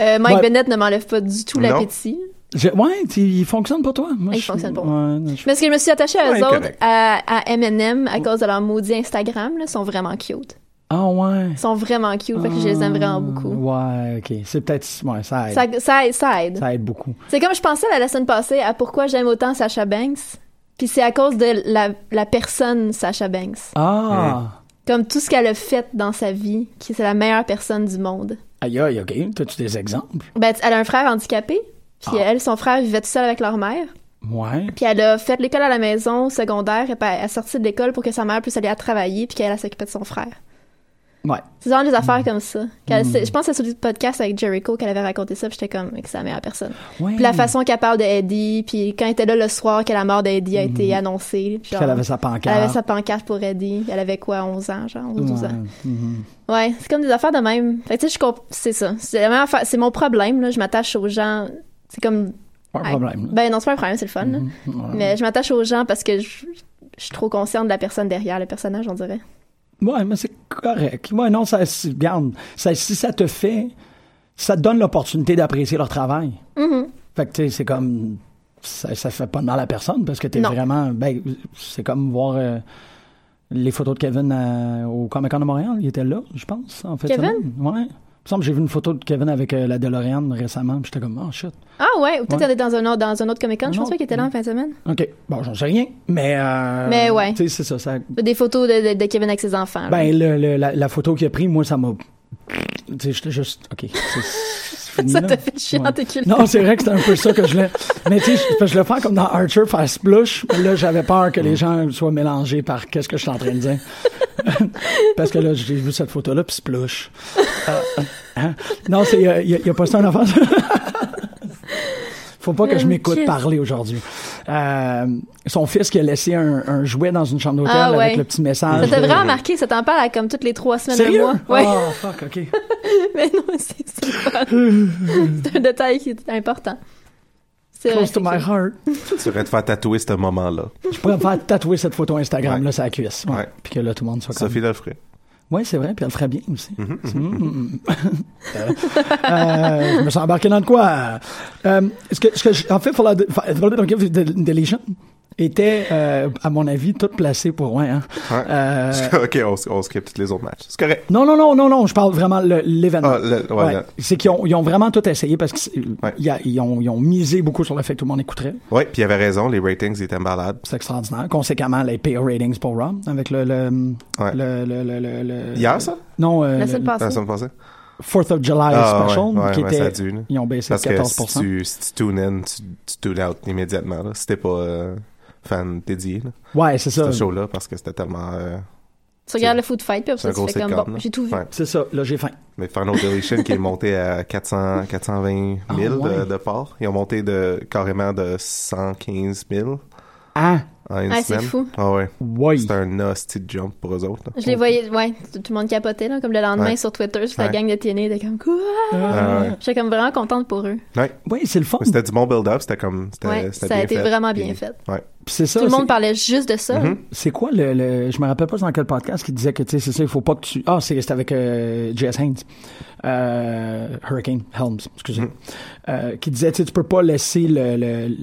Speaker 4: Euh, Mike
Speaker 2: Ouais.
Speaker 4: Bennett ne m'enlève pas du tout
Speaker 3: Non.
Speaker 4: l'appétit.
Speaker 2: Je- ouais, tu- il fonctionne pour toi. Moi,
Speaker 4: Il
Speaker 2: je-
Speaker 4: fonctionne pour
Speaker 2: ouais,
Speaker 4: moi.
Speaker 2: non, je-
Speaker 4: Mais ce que je me suis attachée à
Speaker 3: Ouais,
Speaker 4: eux autres,
Speaker 3: correct.
Speaker 4: à, à M&M, à cause de leur maudit Instagram, là, sont vraiment cute.
Speaker 2: Ah ouais. Ah,
Speaker 4: Ils sont vraiment cute, fait que je les aime vraiment beaucoup.
Speaker 2: Ouais, ok. C'est peut-être... Ouais, ça aide.
Speaker 4: Ça, ça, ça aide.
Speaker 2: Ça aide beaucoup.
Speaker 4: C'est comme je pensais la, la semaine passée à pourquoi j'aime autant Sacha Banks. Puis c'est à cause de la, la personne Sacha Banks.
Speaker 2: Ah!
Speaker 4: Comme tout ce qu'elle a fait dans sa vie, qui c'est la meilleure personne du monde.
Speaker 2: Aïe, aïe, ok. T'as-tu des exemples?
Speaker 4: Ben, t- elle a un frère handicapé. Puis
Speaker 2: Ah.
Speaker 4: elle, son frère vivait tout seul avec leur mère.
Speaker 2: Ouais.
Speaker 4: Puis elle a fait l'école à la maison, au secondaire, et puis elle est sortie de l'école pour que sa mère puisse aller à travailler, puis qu'elle elle s'occupait de son frère.
Speaker 2: Ouais.
Speaker 4: C'est genre des
Speaker 2: Hmm.
Speaker 4: affaires comme ça. Qu'elle- c'est- Je pense que c'est sur le podcast avec Jericho qu'elle avait raconté ça, puis j'étais comme, que c'est la meilleure personne.
Speaker 2: ouais.
Speaker 4: Puis la façon qu'elle parle de Eddie, puis quand elle était là le soir que la mort d'Eddie a été annoncée. puis
Speaker 2: Hmm.
Speaker 4: genre,
Speaker 2: qu'elle avait sa
Speaker 4: elle
Speaker 2: pancarte.
Speaker 4: avait sa pancarte pour Eddie. Elle avait quoi, 11 ans, genre, 11, 12
Speaker 2: Ouais.
Speaker 4: ans.
Speaker 2: Mhm.
Speaker 4: Ouais, c'est comme des affaires de même. Fait que tu sais, je comp- c'est ça. C'est la même affaire- c'est mon problème, là. Je m'attache aux gens. C'est comme.
Speaker 2: Pas de
Speaker 4: Ah,
Speaker 2: problème. là. Mm-hmm.
Speaker 4: Ben non, c'est pas un problème, c'est le fun, là.
Speaker 2: Ouais.
Speaker 4: Ben, Mais je m'attache aux gens parce que je, je suis trop consciente de la personne derrière le personnage, on dirait.
Speaker 2: Ouais, mais c'est correct. Ouais, non, ça, c'est- regarde, ça, si ça te fait, ça te donne l'opportunité d'apprécier leur travail.
Speaker 4: Mm-hmm.
Speaker 2: Fait que, tu sais, c'est comme, ça, ça fait pas de mal à personne parce que t'es
Speaker 4: Non.
Speaker 2: vraiment, ben, c'est comme voir euh, les photos de Kevin à- au Comic-Con de Montréal. Il était là, je pense, en fait.
Speaker 4: Kevin?
Speaker 2: Ouais. Il me semble que j'ai vu une photo de Kevin avec euh, la DeLorean récemment, puis j'étais comme, oh shit.
Speaker 4: Ah ouais, ou peut-être
Speaker 2: Ouais.
Speaker 4: elle est dans un autre, dans un autre Comic Con, je
Speaker 2: Un
Speaker 4: pense pas
Speaker 2: autre,
Speaker 4: qu'il était là en fin de semaine.
Speaker 2: OK. Bon, j'en sais rien, mais. euh,
Speaker 4: Mais ouais.
Speaker 2: Tu sais, c'est ça. ça-
Speaker 4: Des photos de, de- de Kevin avec ses enfants. là.
Speaker 2: Mm. ben, le- le- la, la photo qu'il a prise, moi, ça m'a. Tu sais, j'étais juste. OK. c'est- c'est fini,
Speaker 4: [laughs] ça
Speaker 2: là.
Speaker 4: te fait chier
Speaker 2: Ouais.
Speaker 4: dans tes culottes.
Speaker 2: Non, c'est vrai que c'était un peu ça que je l'ai. Mais tu sais, je- parce que je le fais comme dans Archer, faire splush. mais Là, j'avais peur que les gens soient mélangés par qu'est-ce que je suis en train de dire. [laughs] parce que là, j'ai vu cette photo-là, puis splush. Euh, hein? Non, c'est. Il a, il a- il a posté un enfant. Faut pas que
Speaker 4: Oh,
Speaker 2: je m'écoute
Speaker 4: Ok.
Speaker 2: parler aujourd'hui. Euh, son fils qui a laissé un, un jouet dans une chambre d'hôtel
Speaker 4: Ah, ouais.
Speaker 2: avec le petit message.
Speaker 4: Ça t'a vraiment marqué, ça t'en parle à comme toutes les trois semaines de
Speaker 2: Sérieux?
Speaker 4: mois. Ouais,
Speaker 2: Oh, fuck, OK.
Speaker 4: [laughs] mais non, c'est c'est
Speaker 2: [laughs]
Speaker 4: le fun. C'est un détail qui est important. C'est euh, vrai,
Speaker 2: Close to
Speaker 4: c'est
Speaker 2: my
Speaker 4: cool.
Speaker 2: heart.
Speaker 3: Tu devrais te faire tatouer ce moment-là.
Speaker 2: Je pourrais me faire tatouer cette photo Instagram,
Speaker 3: Ouais.
Speaker 2: là, sur la cuisse. Ouais.
Speaker 3: Ouais.
Speaker 2: Puis que là, tout le monde soit comme...
Speaker 3: Sophie Mm-hmm, Delfray.
Speaker 2: Oui, c'est vrai, puis elle le ferait bien aussi. Mhm. Euh, je me suis embarqué dans de quoi? Euh, ce que, ce que je- en fait, pour la de- fa- Deletion était, euh, à mon avis, toute placée pour ouais, hein.
Speaker 3: Ouais.
Speaker 2: Euh,
Speaker 3: [laughs] ok, on, s- on skip tous les autres matchs. C'est correct.
Speaker 2: non, non, non, non, non, je parle vraiment le- l'événement.
Speaker 3: Ah, le- ouais, le-
Speaker 2: C'est qu'ils ont, ils ont vraiment tout essayé parce qu'ils
Speaker 3: Ouais.
Speaker 2: ont, ils ont misé beaucoup sur le fait que tout le monde écouterait.
Speaker 3: Ouais, puis il avait raison, les ratings étaient malades.
Speaker 2: C'est extraordinaire. Conséquemment, les PO ratings pour Raw avec le... le,
Speaker 3: Ouais.
Speaker 2: le, le, le- le- le-
Speaker 3: Hier, ça?
Speaker 2: Non, euh,
Speaker 4: La
Speaker 2: le-
Speaker 4: semaine
Speaker 3: La
Speaker 4: passée.
Speaker 3: semaine passée?
Speaker 2: 4th of July
Speaker 3: Ah,
Speaker 2: special,
Speaker 3: ouais, ouais,
Speaker 2: qui
Speaker 3: ouais,
Speaker 2: était,
Speaker 3: ça a dû, là.
Speaker 2: ils ont baissé de
Speaker 3: Parce que si
Speaker 2: 14%.
Speaker 3: tu, si tu tune in, tu, tu tune out immédiatement. là. Si t'es pas euh, fan dédié, là,
Speaker 2: Ouais, c'est ça.
Speaker 3: ce show-là, parce que c'était tellement... euh,
Speaker 4: Tu regardes le food fight, puis
Speaker 3: c'est
Speaker 4: après
Speaker 3: un
Speaker 4: ça, tu
Speaker 3: gros
Speaker 4: fais comme,
Speaker 3: sitcom,
Speaker 4: bon,
Speaker 3: là.
Speaker 4: j'ai tout vu.
Speaker 3: Ouais.
Speaker 2: C'est ça. Là, j'ai faim.
Speaker 3: Mais Final Deletion qui est monté à 400, 420 000
Speaker 2: Ah, ouais.
Speaker 3: de, de parts. Ils ont monté de, carrément de 115 000
Speaker 2: Ah,
Speaker 3: en une
Speaker 4: Ah, c'est
Speaker 3: semaine.
Speaker 4: fou.
Speaker 3: Ah ouais.
Speaker 2: oui.
Speaker 3: C'est un hostie de jump pour eux autres. là.
Speaker 4: Je les voyais, ouais, tout tout le monde capotait, là, comme le lendemain
Speaker 3: Ouais.
Speaker 4: sur Twitter, sur la
Speaker 3: Ouais.
Speaker 4: gang de TNA, était comme, quoi?
Speaker 3: Ah, ouais.
Speaker 4: J'étais comme vraiment contente pour eux.
Speaker 2: Oui, c'est le fun.
Speaker 3: C'était du bon build-up, c'était comme. C'était,
Speaker 4: Ouais,
Speaker 3: c'était
Speaker 4: ça a
Speaker 3: bien
Speaker 4: été
Speaker 3: fait.
Speaker 4: vraiment
Speaker 3: Puis-
Speaker 4: bien fait.
Speaker 3: Ouais.
Speaker 2: Puis C'est ça.
Speaker 4: Tout le
Speaker 2: c'est-
Speaker 4: monde parlait juste de ça.
Speaker 3: Mhm.
Speaker 2: C'est quoi le, le- Je me rappelle pas dans quel podcast qui disait que, tu sais, c'est ça, il faut pas que tu. Ah, c'est c'était avec euh, J.S. Haynes. Euh, Hurricane Helms, excusez.
Speaker 4: Mm-hmm.
Speaker 2: Euh, qui disait, tu sais, tu peux pas laisser le, le-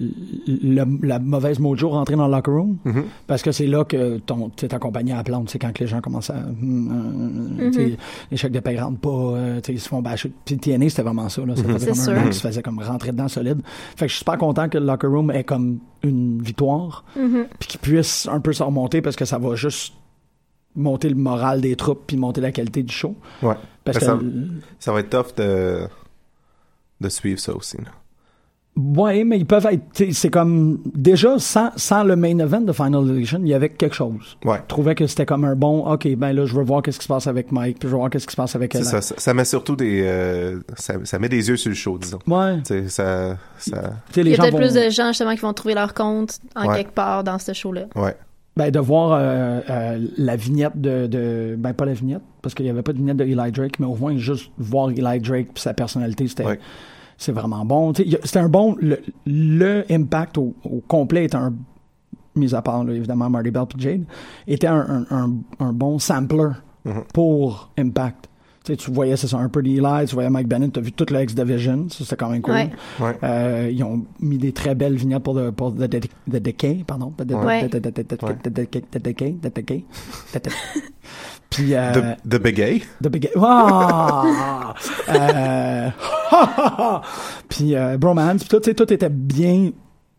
Speaker 2: le- la mauvaise mojo rentrer dans le locker room.
Speaker 4: Mm-hmm.
Speaker 2: Parce que c'est là que ton, tu sais, ta compagnie à la plante, c'est quand que les gens commencent à. hum, hum, tu
Speaker 4: Mm-hmm.
Speaker 2: sais, Les chèques de paie rentrent pas, euh, tu sais, ils se font bâcher. Puis TNA, c'était vraiment ça, là. Ça faisait
Speaker 4: Mm-hmm. C'est
Speaker 2: comme un
Speaker 4: sûr.
Speaker 2: an qui se faisait comme rentrer dedans solide. Fait que je suis super content que le locker room ait comme une victoire puis qu'ils puissent un peu se remonter parce que ça va juste monter le moral des troupes puis monter la qualité du show.
Speaker 3: Ouais.
Speaker 2: Parce que,
Speaker 3: Ben, ça, ça va être tough de, de suivre ça aussi. là.
Speaker 2: ouais, mais ils peuvent être, tu sais, c'est comme, déjà, sans, sans le main event de Final Edition, il y avait quelque chose.
Speaker 3: Ouais.
Speaker 2: Je trouvais que c'était comme un bon, ok, ben là, je veux voir qu'est-ce qui se passe avec Mike, puis je veux voir qu'est-ce qui se passe avec
Speaker 3: C'est
Speaker 2: elle.
Speaker 3: ça, ça. ça met surtout des. euh, ça, ça met des yeux sur le show, disons.
Speaker 2: Ouais,
Speaker 3: Tu sais, ça, ça.
Speaker 2: tu sais,
Speaker 4: Il
Speaker 2: les
Speaker 4: y a
Speaker 2: gens
Speaker 4: peut-être
Speaker 2: vont,
Speaker 4: plus de gens, justement, qui vont trouver leur compte en
Speaker 3: Ouais.
Speaker 4: quelque part dans ce show-là.
Speaker 3: Ouais.
Speaker 2: ben, de voir euh, euh, la vignette de, de, ben pas la vignette, parce qu'il y avait pas de vignette de Eli Drake, mais au moins juste voir Eli Drake puis sa personnalité, c'était
Speaker 3: Ouais.
Speaker 2: c'est vraiment bon. Tu sais, y a- C'était un bon. Le, le impact au, au complet est un. Mis à part, là, évidemment, Marty Bell et Jade, était un, un, un, un bon sampler pour Impact. Tu, sais, tu voyais, c'est ça, un peu d'Eli, tu voyais Mike Bennett, tu as vu toute la X-Division, ça c'était quand même cool.
Speaker 4: Ouais.
Speaker 3: Ouais.
Speaker 2: Euh, ils ont mis des très belles vignettes pour, le, pour the, Dec- the Decay, pardon. The, de-
Speaker 4: Ouais.
Speaker 2: the- the- the- the-
Speaker 3: Ouais.
Speaker 2: the Decay, The Decay, The Decay. The
Speaker 4: [laughs]
Speaker 2: Decay. Puis, euh,
Speaker 3: De, de Begay.
Speaker 2: The Big Ah! Euh, [laughs] Puis euh, Bromance, puis tout, tu sais, tout était bien.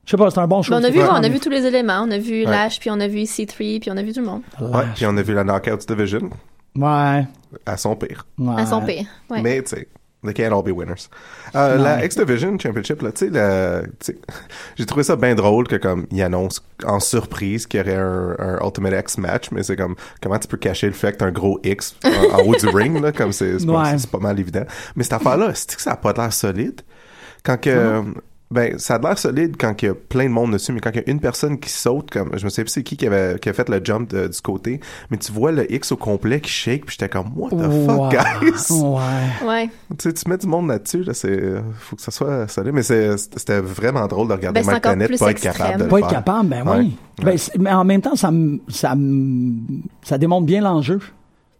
Speaker 2: Je sais pas, c'était un bon show.
Speaker 4: Ben, on a vu,
Speaker 2: C'était
Speaker 4: on a
Speaker 2: vraiment
Speaker 4: vu tous les éléments. On a vu Lash, puis on a vu C3, puis on a vu tout le monde.
Speaker 2: bien.
Speaker 3: Ouais. Puis on a vu la Knockouts Division
Speaker 2: Ouais.
Speaker 3: à son pire.
Speaker 2: ouais.
Speaker 4: À son pire. Ouais.
Speaker 3: Mais, tu sais, they can't all be winners. Euh, la X-Division Championship, là, tu sais, la- tu sais, [laughs] j'ai trouvé ça bien drôle que, comme, ils annoncent en surprise qu'il y aurait un, un Ultimate X match, mais c'est comme, comment tu peux cacher le fait que t'as un gros X en, en haut du ring, là, comme c'est c'est pas,
Speaker 2: Ouais.
Speaker 3: c'est pas mal évident. Mais cette affaire-là, c'est que ça a pas l'air solide? Quand que, ben, ça a l'air solide quand il y a plein de monde dessus, mais quand il y a une personne qui saute, comme, je me sais plus c'est qui qui, avait, qui a fait le jump de- du côté, mais tu vois le X au complet qui shake, puis j'étais comme, what the
Speaker 2: Ouais.
Speaker 3: fuck, guys?
Speaker 2: Ouais.
Speaker 4: Ouais.
Speaker 3: Tu, sais, tu mets du monde là-dessus, là, c'est faut que ça soit solide. Mais c'est- c'était vraiment drôle de regarder
Speaker 4: Ben, c'est
Speaker 3: Mike
Speaker 4: encore
Speaker 3: Bennett
Speaker 4: plus
Speaker 3: pas être
Speaker 4: extrême.
Speaker 3: capable de le
Speaker 2: Pas être
Speaker 3: faire.
Speaker 2: capable, ben
Speaker 3: Ouais.
Speaker 2: oui. Ben, c'est- mais en même temps, ça, me- ça, me- ça démontre bien l'enjeu.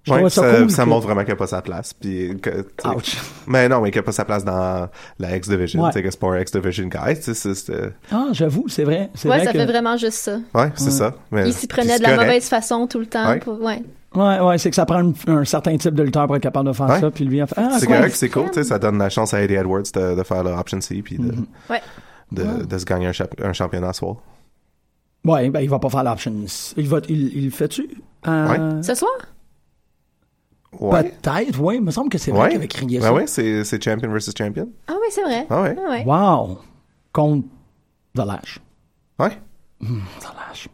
Speaker 2: Je
Speaker 3: Ouais,
Speaker 2: trouvais ça,
Speaker 3: ça,
Speaker 2: cool.
Speaker 3: ça
Speaker 2: que-
Speaker 3: montre vraiment qu'il n'y a pas sa place. Puis que, tu sais,
Speaker 2: Ouch.
Speaker 3: Mais non, mais qu'il n'y a pas sa place dans la X-Division.
Speaker 2: Ouais.
Speaker 3: Tu sais, que c'est pas un X-Division guy. tu sais, c'est- c'est-
Speaker 2: Ah, j'avoue, c'est vrai. C'est
Speaker 4: Ouais,
Speaker 2: vrai
Speaker 4: ça
Speaker 2: que...
Speaker 4: fait vraiment juste ça.
Speaker 3: Ouais,
Speaker 2: Mm.
Speaker 3: c'est ça. Mais,
Speaker 4: Ils
Speaker 3: puis
Speaker 4: s'y prenaient
Speaker 3: Euh, c'est
Speaker 4: de la
Speaker 3: correct.
Speaker 4: mauvaise façon tout le temps.
Speaker 3: Ouais.
Speaker 4: pour- ouais.
Speaker 2: Ouais, ouais, c'est que ça prend une- un certain type de lutteur pour être capable de faire
Speaker 3: Ouais.
Speaker 2: ça. Puis lui, il a fait, ah,
Speaker 3: C'est
Speaker 2: quoi,
Speaker 3: correct, c'est cool. tu sais, Ça donne la chance à Eddie Edwards de, de faire leur option C puis de,
Speaker 2: Mm-hmm.
Speaker 4: Ouais.
Speaker 3: de, de se gagner un, chap- un championnat à soir.
Speaker 2: Ouais, ben, il va pas faire l'option. Il va, il, il le fait-tu? Euh,
Speaker 4: Ce soir?
Speaker 3: Ouais.
Speaker 2: Peut-être, oui. Il me semble que c'est vrai
Speaker 3: Ouais.
Speaker 2: qu'il avait crié
Speaker 3: Ben
Speaker 2: ça.
Speaker 3: ouais, c'est c'est champion versus champion.
Speaker 4: Ah oui, c'est vrai.
Speaker 3: Ah ouais.
Speaker 4: Ah ouais.
Speaker 2: Wow! Contre The Lash.
Speaker 3: Ouais.
Speaker 2: The
Speaker 4: [laughs]
Speaker 2: Lash.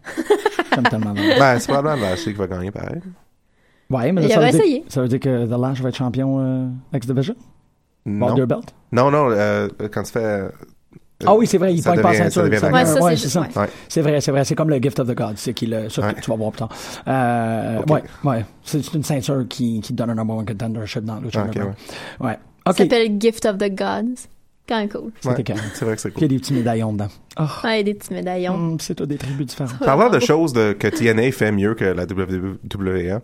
Speaker 2: J'aime tellement The Lash.
Speaker 3: Ben, c'est probablement Lashley qui va gagner pareil.
Speaker 2: Ouais, mais là,
Speaker 4: Il
Speaker 2: ça, veut
Speaker 4: aurait
Speaker 2: dire,
Speaker 4: essayé.
Speaker 2: ça veut dire que The Lash va être champion euh, X-Division?
Speaker 3: Non.
Speaker 2: Border Belt?
Speaker 3: Non, non, euh, quand tu fais. euh,
Speaker 2: Ah oui, c'est vrai, il
Speaker 3: ça
Speaker 2: pointe pas
Speaker 3: devient-
Speaker 2: la
Speaker 3: ça
Speaker 2: ceinture.
Speaker 3: devient
Speaker 2: ça
Speaker 3: vacant.
Speaker 4: Ouais, ça,
Speaker 2: devient- ouais,
Speaker 4: c'est
Speaker 2: c'est ça.
Speaker 4: juste-
Speaker 3: Ouais.
Speaker 2: C'est vrai, c'est vrai. C'est comme le Gift of the God, c'est qu'il le. ça,
Speaker 3: Ouais.
Speaker 2: Tu vas voir plus tard. Euh,
Speaker 3: Ok.
Speaker 2: Ouais, ouais. C'est c'est une ceinture qui, qui donne un number one contendership dans le
Speaker 3: Ah, ok, ouais.
Speaker 2: Ouais.
Speaker 4: Ça
Speaker 2: Ok.
Speaker 4: s'appelle Gift of the Gods. Quand même cool.
Speaker 2: C'était
Speaker 3: Ouais,
Speaker 2: carré.
Speaker 3: C'est vrai que c'est
Speaker 2: Il y a
Speaker 3: cool.
Speaker 2: des petits médaillons dedans. Ah,
Speaker 4: Ouais, des petits médaillons.
Speaker 3: Mm.
Speaker 2: hum, c'est tout des tribus différentes.
Speaker 3: Parlant de choses de, que TNA fait mieux que la WWE,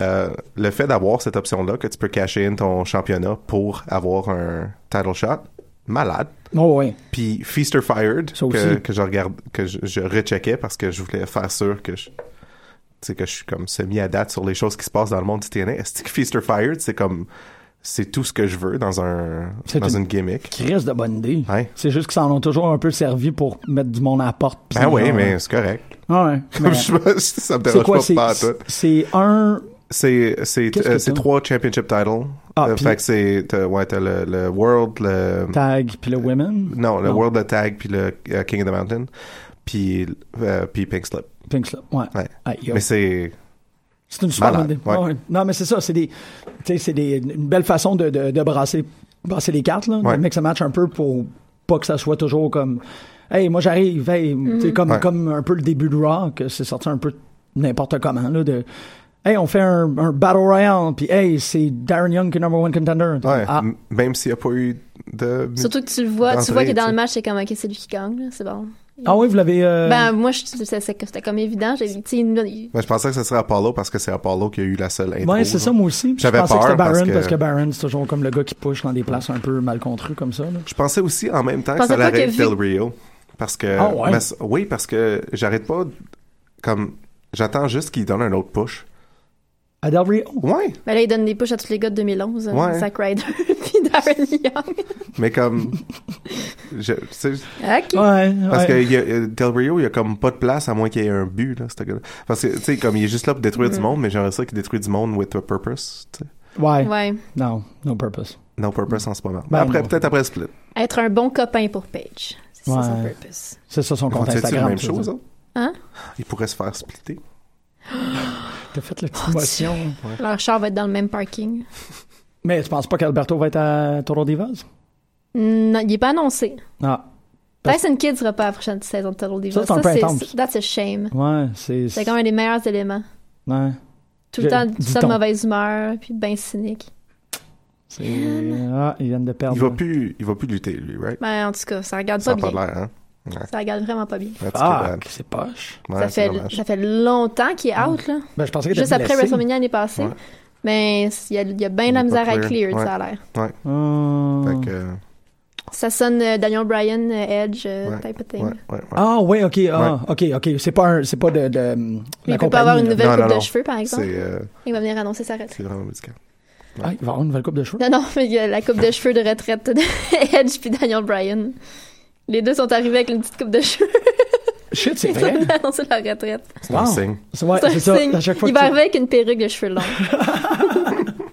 Speaker 3: euh, le fait d'avoir cette option-là, que tu peux cacher in ton championnat pour avoir un title shot, malade.
Speaker 2: Oh, ouais.
Speaker 3: Puis Feaster Fired,
Speaker 2: Ça
Speaker 3: que,
Speaker 2: aussi.
Speaker 3: que je regarde, que je, je recheckais parce que je voulais faire sûr que je, tu sais, que je suis comme semi à date sur les choses qui se passent dans le monde du TNA. Est-ce que Feaster Fired, c'est comme, c'est tout ce que je veux dans un,
Speaker 2: C'est
Speaker 3: dans
Speaker 2: une-
Speaker 3: une gimmick?
Speaker 2: Chris de bonne idée.
Speaker 3: Ouais.
Speaker 2: C'est juste qu'ils s'en ont toujours un peu servi pour mettre du monde à la porte. pis
Speaker 3: Ben
Speaker 2: genre,
Speaker 3: oui, mais c'est correct. [laughs]
Speaker 2: Ah ouais, mais-
Speaker 3: Comme je me- ça
Speaker 2: C'est
Speaker 3: me dérange
Speaker 2: quoi,
Speaker 3: pas
Speaker 2: c'est,
Speaker 3: pas à tout.
Speaker 2: c'est un...
Speaker 3: C'est c'est
Speaker 2: Qu'est-ce
Speaker 3: euh,
Speaker 2: que
Speaker 3: c'est
Speaker 2: t'as?
Speaker 3: trois championship titles.
Speaker 2: Ah,
Speaker 3: Euh,
Speaker 2: puis-
Speaker 3: fait que c'est t'as- ouais t'as le, le world le
Speaker 2: Tag puis le women.
Speaker 3: non le
Speaker 2: Non.
Speaker 3: world le tag puis le euh, king of the mountain. puis, euh, puis Pink Slip.
Speaker 2: Pink Slip, ouais.
Speaker 3: Ouais.
Speaker 2: Aïe, Ah, yo.
Speaker 3: Mais c'est.
Speaker 2: C'est une super
Speaker 3: Malade,
Speaker 2: bonne idée.
Speaker 3: ouais.
Speaker 2: Ouais, ouais. Non, mais c'est ça, c'est des, tu sais, c'est des, une belle façon de, de, de brasser, brasser les cartes, là,
Speaker 3: Ouais.
Speaker 2: de mix and match un peu pour pas que ça soit toujours comme, hey, moi j'arrive, hey, Tu sais, comme,
Speaker 3: Ouais.
Speaker 2: comme un peu le début de Raw, que c'est sorti un peu n'importe comment, là, de, hey, on fait un, un Battle Royale, puis hey, c'est Darren Young qui est number one contender.
Speaker 3: Ouais, Mm.
Speaker 2: Ah,
Speaker 3: m- même s'il n'y a pas eu de.
Speaker 4: Surtout que tu le vois, tu
Speaker 3: D'entrée,
Speaker 4: vois qu'il est dans
Speaker 3: tu sais.
Speaker 4: le match, c'est comme, ok, c'est lui qui gagne, là, c'est bon.
Speaker 2: ah oui, vous l'avez, euh,
Speaker 4: Ben, moi, je- c'est- c'est- c'était comme évident. J'ai dit, tu sais, il nous- il-
Speaker 3: Mais ben, je pensais que ce serait Apollo parce que c'est Apollo qui a eu la seule intro.
Speaker 2: ouais, c'est
Speaker 3: là.
Speaker 2: ça, moi aussi. Je
Speaker 3: J'avais
Speaker 2: pensais que
Speaker 3: peur
Speaker 2: c'était Baron,
Speaker 3: parce
Speaker 2: parce que...
Speaker 3: que-
Speaker 2: Baron, c'est toujours comme le gars qui push dans des places un peu mal contre eux, comme ça, là.
Speaker 3: Je pensais aussi en même temps
Speaker 4: Je
Speaker 3: que ça
Speaker 4: pensais
Speaker 3: allait
Speaker 4: pas que
Speaker 3: être Del
Speaker 4: Vic-
Speaker 3: Rio. Parce que.
Speaker 2: Ah ouais?
Speaker 3: mais c- oui, parce que j'arrête pas. de- Comme. J'attends juste qu'il donne un autre push.
Speaker 2: À Del Rio.
Speaker 3: Ouais!
Speaker 4: ben là, il donne des pushs à tous les gars de 2011. euh,
Speaker 3: Ouais.
Speaker 4: Zack Ryder, [laughs] puis Darren Young.
Speaker 2: [laughs]
Speaker 3: Mais comme. je, tu sais,
Speaker 4: ok.
Speaker 2: Ouais,
Speaker 3: parce
Speaker 2: ouais.
Speaker 3: que il y a- euh, Del Rio, il y a comme pas de place à moins qu'il y ait un but, là, ce gars-là. Parce que, tu sais, comme il est juste là pour détruire
Speaker 2: Mm.
Speaker 3: du monde, mais j'aimerais ça qu'il détruise du monde with a purpose, tu sais.
Speaker 2: Ouais.
Speaker 4: Ouais.
Speaker 2: Non, no purpose.
Speaker 3: No purpose en ce moment.
Speaker 2: Ben
Speaker 3: après,
Speaker 2: non.
Speaker 3: peut-être après Split.
Speaker 4: Être un bon copain pour Paige. C'est ça son
Speaker 2: Ouais.
Speaker 4: purpose.
Speaker 2: C'est ça son compte
Speaker 3: Font-ils la
Speaker 2: Instagram.
Speaker 3: même
Speaker 2: ça,
Speaker 3: chose,
Speaker 2: ça.
Speaker 3: hein?
Speaker 4: Hein?
Speaker 3: Il pourrait se faire splitter. hein?
Speaker 2: T'as fait
Speaker 4: Ah,
Speaker 2: la petite motion.
Speaker 4: Leur char va être dans le même parking.
Speaker 2: Mais tu penses pas qu'Alberto va être à Toro Divas?
Speaker 4: Non, il est pas annoncé.
Speaker 2: Ah, Parce-
Speaker 4: Tyson Kidd sera pas à la prochaine saison de Total Divas.
Speaker 2: Ça, c'est un peu intense.
Speaker 4: That's a shame.
Speaker 2: ouais, c'est.
Speaker 4: C'est quand même un des meilleurs éléments.
Speaker 2: Ouais.
Speaker 4: Tout le
Speaker 2: Je-
Speaker 4: temps, tout le temps de
Speaker 2: dit-on.
Speaker 4: mauvaise humeur, puis ben cynique.
Speaker 2: c'est- Ah, ils viennent de perdre.
Speaker 3: Il va plus, il va plus lutter, lui, right?
Speaker 4: Ben, en tout cas, ça regarde
Speaker 3: Ça
Speaker 4: pas
Speaker 3: a pas
Speaker 4: bien.
Speaker 3: l'air, hein?
Speaker 4: Ça regarde vraiment pas bien.
Speaker 3: That's too
Speaker 2: Ah,
Speaker 3: bad.
Speaker 2: c'est poche.
Speaker 3: Ouais,
Speaker 4: ça,
Speaker 3: c'est
Speaker 4: fait,
Speaker 3: dommage. Mm.
Speaker 4: ça fait longtemps qu'il est out, là.
Speaker 2: Ben, je pensais que
Speaker 4: Juste après WrestleMania l'année passée.
Speaker 3: Ouais.
Speaker 4: Mais il y a, il y a bien
Speaker 3: Il
Speaker 4: la
Speaker 3: est pas
Speaker 4: misère à
Speaker 3: clear.
Speaker 4: clear,
Speaker 3: Ouais.
Speaker 4: ça a l'air.
Speaker 3: Fait que, euh,
Speaker 4: Ça sonne euh, Daniel Bryan, euh, Edge, euh,
Speaker 3: Ouais.
Speaker 4: type of
Speaker 3: ouais,
Speaker 4: thing.
Speaker 3: ouais, ouais.
Speaker 2: Ah, ouais, ok, ah, ok, ok. C'est pas, un- c'est pas de. de hum,
Speaker 4: Mais
Speaker 2: la
Speaker 4: il peut pas avoir
Speaker 2: compagnie,
Speaker 4: une
Speaker 2: là.
Speaker 4: nouvelle
Speaker 3: Non,
Speaker 4: coupe
Speaker 3: non,
Speaker 4: de
Speaker 3: non.
Speaker 4: cheveux, par exemple.
Speaker 3: C'est, euh,
Speaker 4: Il va venir annoncer sa retraite. [laughs]
Speaker 3: c'est vraiment musical.
Speaker 2: Ah, il va avoir une nouvelle coupe de cheveux.
Speaker 4: Non, non, mais il y a la coupe de cheveux de [laughs] retraite de Edge puis Daniel Bryan. Les deux sont arrivés avec une petite coupe de cheveux.
Speaker 2: Shit, c'est
Speaker 4: [laughs] Ils
Speaker 2: vrai.
Speaker 4: ont annoncé leur retraite.
Speaker 3: C'est un
Speaker 2: Wow.
Speaker 3: signe.
Speaker 2: C'est- Ouais,
Speaker 4: C'est
Speaker 2: c'est
Speaker 4: un
Speaker 2: ça.
Speaker 4: signe.
Speaker 2: À chaque fois
Speaker 4: il
Speaker 2: que
Speaker 4: va
Speaker 2: tu-
Speaker 4: arriver avec une perruque de cheveux longs.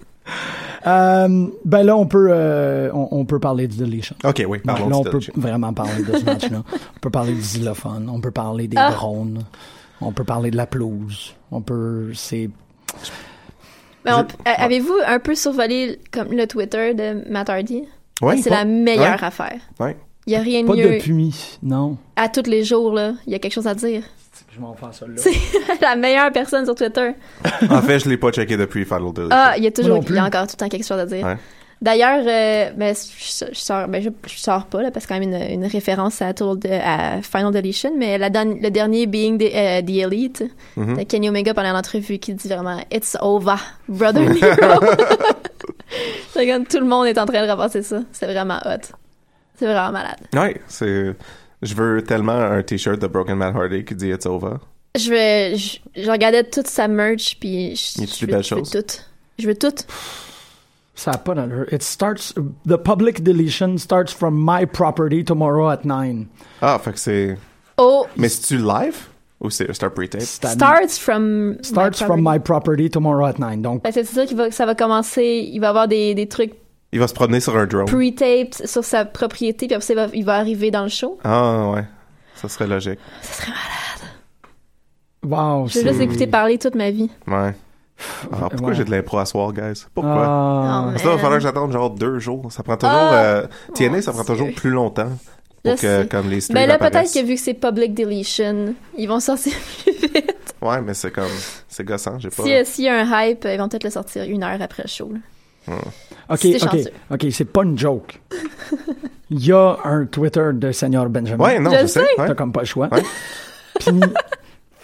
Speaker 2: Euh, ben là, on peut, euh, on, on peut parler du Deletion.
Speaker 3: Ok, oui,
Speaker 2: Ouais,
Speaker 3: pardon.
Speaker 2: là, on
Speaker 3: c'est
Speaker 2: peut
Speaker 3: touché.
Speaker 2: vraiment parler de ce [laughs] match-là. on peut parler du xylophone, on peut parler des
Speaker 4: Ah.
Speaker 2: drones, on peut parler de la pelouse, on peut. C'est.
Speaker 4: Mais on- a- Avez-vous un peu survolé comme le Twitter de Matt Hardy?
Speaker 3: Ouais,
Speaker 4: c'est
Speaker 3: ouais,
Speaker 4: la meilleure
Speaker 3: ouais.
Speaker 4: affaire.
Speaker 3: Ouais.
Speaker 4: Il n'y a rien de
Speaker 2: Pas
Speaker 4: mieux.
Speaker 2: depuis, non.
Speaker 4: À tous les jours, là, il y a quelque chose à dire. [laughs]
Speaker 2: Je m'en fais ça là.
Speaker 4: C'est la meilleure personne sur Twitter.
Speaker 3: En fait, je l'ai pas checké depuis Final Deletion.
Speaker 4: Ah, il y a
Speaker 2: Moi
Speaker 4: toujours,
Speaker 2: non plus.
Speaker 4: il y a encore tout le temps quelque chose à dire.
Speaker 3: Ouais.
Speaker 4: D'ailleurs, euh, ben, je, je sors, ben, je, je sors pas là, parce que quand même une, une référence à, Total de- à Final Deletion, mais la dan- le dernier Being the, euh, the Elite,
Speaker 3: Mm-hmm.
Speaker 4: de
Speaker 3: Hmm.
Speaker 4: Kenny Omega pendant l'entrevue qui dit vraiment It's over,
Speaker 3: [laughs]
Speaker 4: brother [laughs] Nero. Regarde, tout le monde est en train de repasser ça. C'est vraiment hot. C'est vraiment malade.
Speaker 3: Ouais, c'est. Je veux tellement un t-shirt de Broken Matt Hardy qui dit It's over.
Speaker 4: Je vais, je, je regardais toute sa merch puis je,
Speaker 3: Y a-t-il
Speaker 4: je
Speaker 3: des
Speaker 4: veux-
Speaker 3: belles
Speaker 4: je veux
Speaker 3: choses?
Speaker 4: tout. Je veux tout.
Speaker 2: Ça n'a pas d'allure. It starts. The public deletion starts from my property tomorrow at 9.
Speaker 3: Ah, fait que c'est.
Speaker 4: Oh,
Speaker 3: Mais c'est-tu live ou c'est c'est un pre-tape?
Speaker 2: Stab-
Speaker 4: starts from
Speaker 2: starts
Speaker 4: my
Speaker 2: from
Speaker 4: property.
Speaker 2: my property tomorrow at 9. Donc,
Speaker 4: Parce que Ben, c'est ça qui va, ça va commencer. Il va avoir des, des trucs
Speaker 3: Il va se promener sur un drone.
Speaker 4: pre-taped sur sa propriété, puis après ça, il va, il va arriver dans le show.
Speaker 3: Ah, ouais. Ça serait logique.
Speaker 2: wow.
Speaker 4: Je vais juste écouter parler toute ma vie.
Speaker 3: Ouais. Ah, pourquoi
Speaker 2: Ouais.
Speaker 3: j'ai de l'impro à soir, guys? Pourquoi?
Speaker 2: Ah.
Speaker 4: Non, mais-
Speaker 3: Parce que là, il va falloir que j'attende genre deux jours. Ça prend toujours.
Speaker 4: Ah!
Speaker 3: euh, TNA, ça
Speaker 4: Mon
Speaker 3: prend toujours
Speaker 4: Dieu.
Speaker 3: plus longtemps pour
Speaker 4: Je
Speaker 3: que
Speaker 4: sais.
Speaker 3: comme les streams
Speaker 4: Ben là,
Speaker 3: apparaissent.
Speaker 4: peut-être que vu que c'est public deletion, ils vont sortir [laughs] plus vite.
Speaker 3: Ouais, mais c'est comme. C'est gossant, j'ai pas.
Speaker 4: Si- euh, S'il y a un hype, ils vont peut-être le sortir une heure après le show. là.
Speaker 2: Ok,
Speaker 4: C'était
Speaker 2: ok,
Speaker 4: chanceux.
Speaker 2: ok, c'est pas une
Speaker 4: [laughs]
Speaker 2: joke. Il y a un Twitter de Seigneur Benjamin.
Speaker 3: Ouais, non,
Speaker 4: Je
Speaker 3: je,
Speaker 4: le
Speaker 3: sais.
Speaker 4: sais.
Speaker 3: ouais.
Speaker 2: T'as comme pas le choix.
Speaker 3: Ouais.
Speaker 2: [laughs] Puis,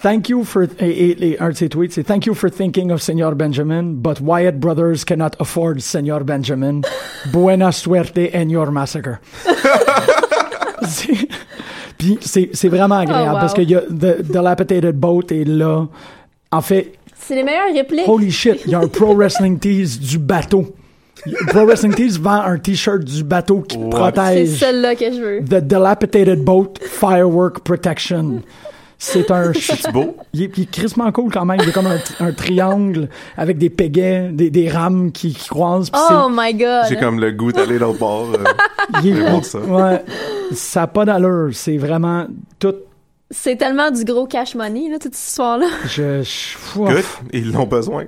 Speaker 2: thank you for. Et, et- et un de ses tweets, c'est Thank you for thinking of Senor Benjamin, but Wyatt Brothers cannot afford Senor Benjamin.
Speaker 3: [laughs]
Speaker 2: Buena suerte and your massacre. C'est- Puis, c'est c'est vraiment agréable
Speaker 4: Oh, wow.
Speaker 2: parce que y a the, Dilapidated Boat est là. En fait,
Speaker 4: C'est les meilleures répliques.
Speaker 2: Holy shit, il y a un Pro Wrestling Tees du bateau. Pro Wrestling Tees vend un t-shirt du bateau qui
Speaker 4: C'est
Speaker 2: protège
Speaker 4: celle-là que je veux.
Speaker 2: The Dilapidated Boat Firework Protection. C'est
Speaker 3: [laughs]
Speaker 2: un.
Speaker 3: C'est beau.
Speaker 2: Il est, il est crissement cool quand même. Il est comme un, un triangle avec des pégais, des, des rames qui, qui croisent. pis
Speaker 4: Oh my god.
Speaker 3: J'ai comme le goût d'aller dans le
Speaker 4: [laughs]
Speaker 3: bord. euh.
Speaker 2: c'est- il est-
Speaker 3: bon, ça.
Speaker 2: Ouais. Ça a pas d'allure. C'est vraiment tout.
Speaker 4: C'est tellement du gros cash money, là, toute cette histoire-là. [laughs]
Speaker 2: Je, je- fou,
Speaker 3: Good, ils l'ont besoin.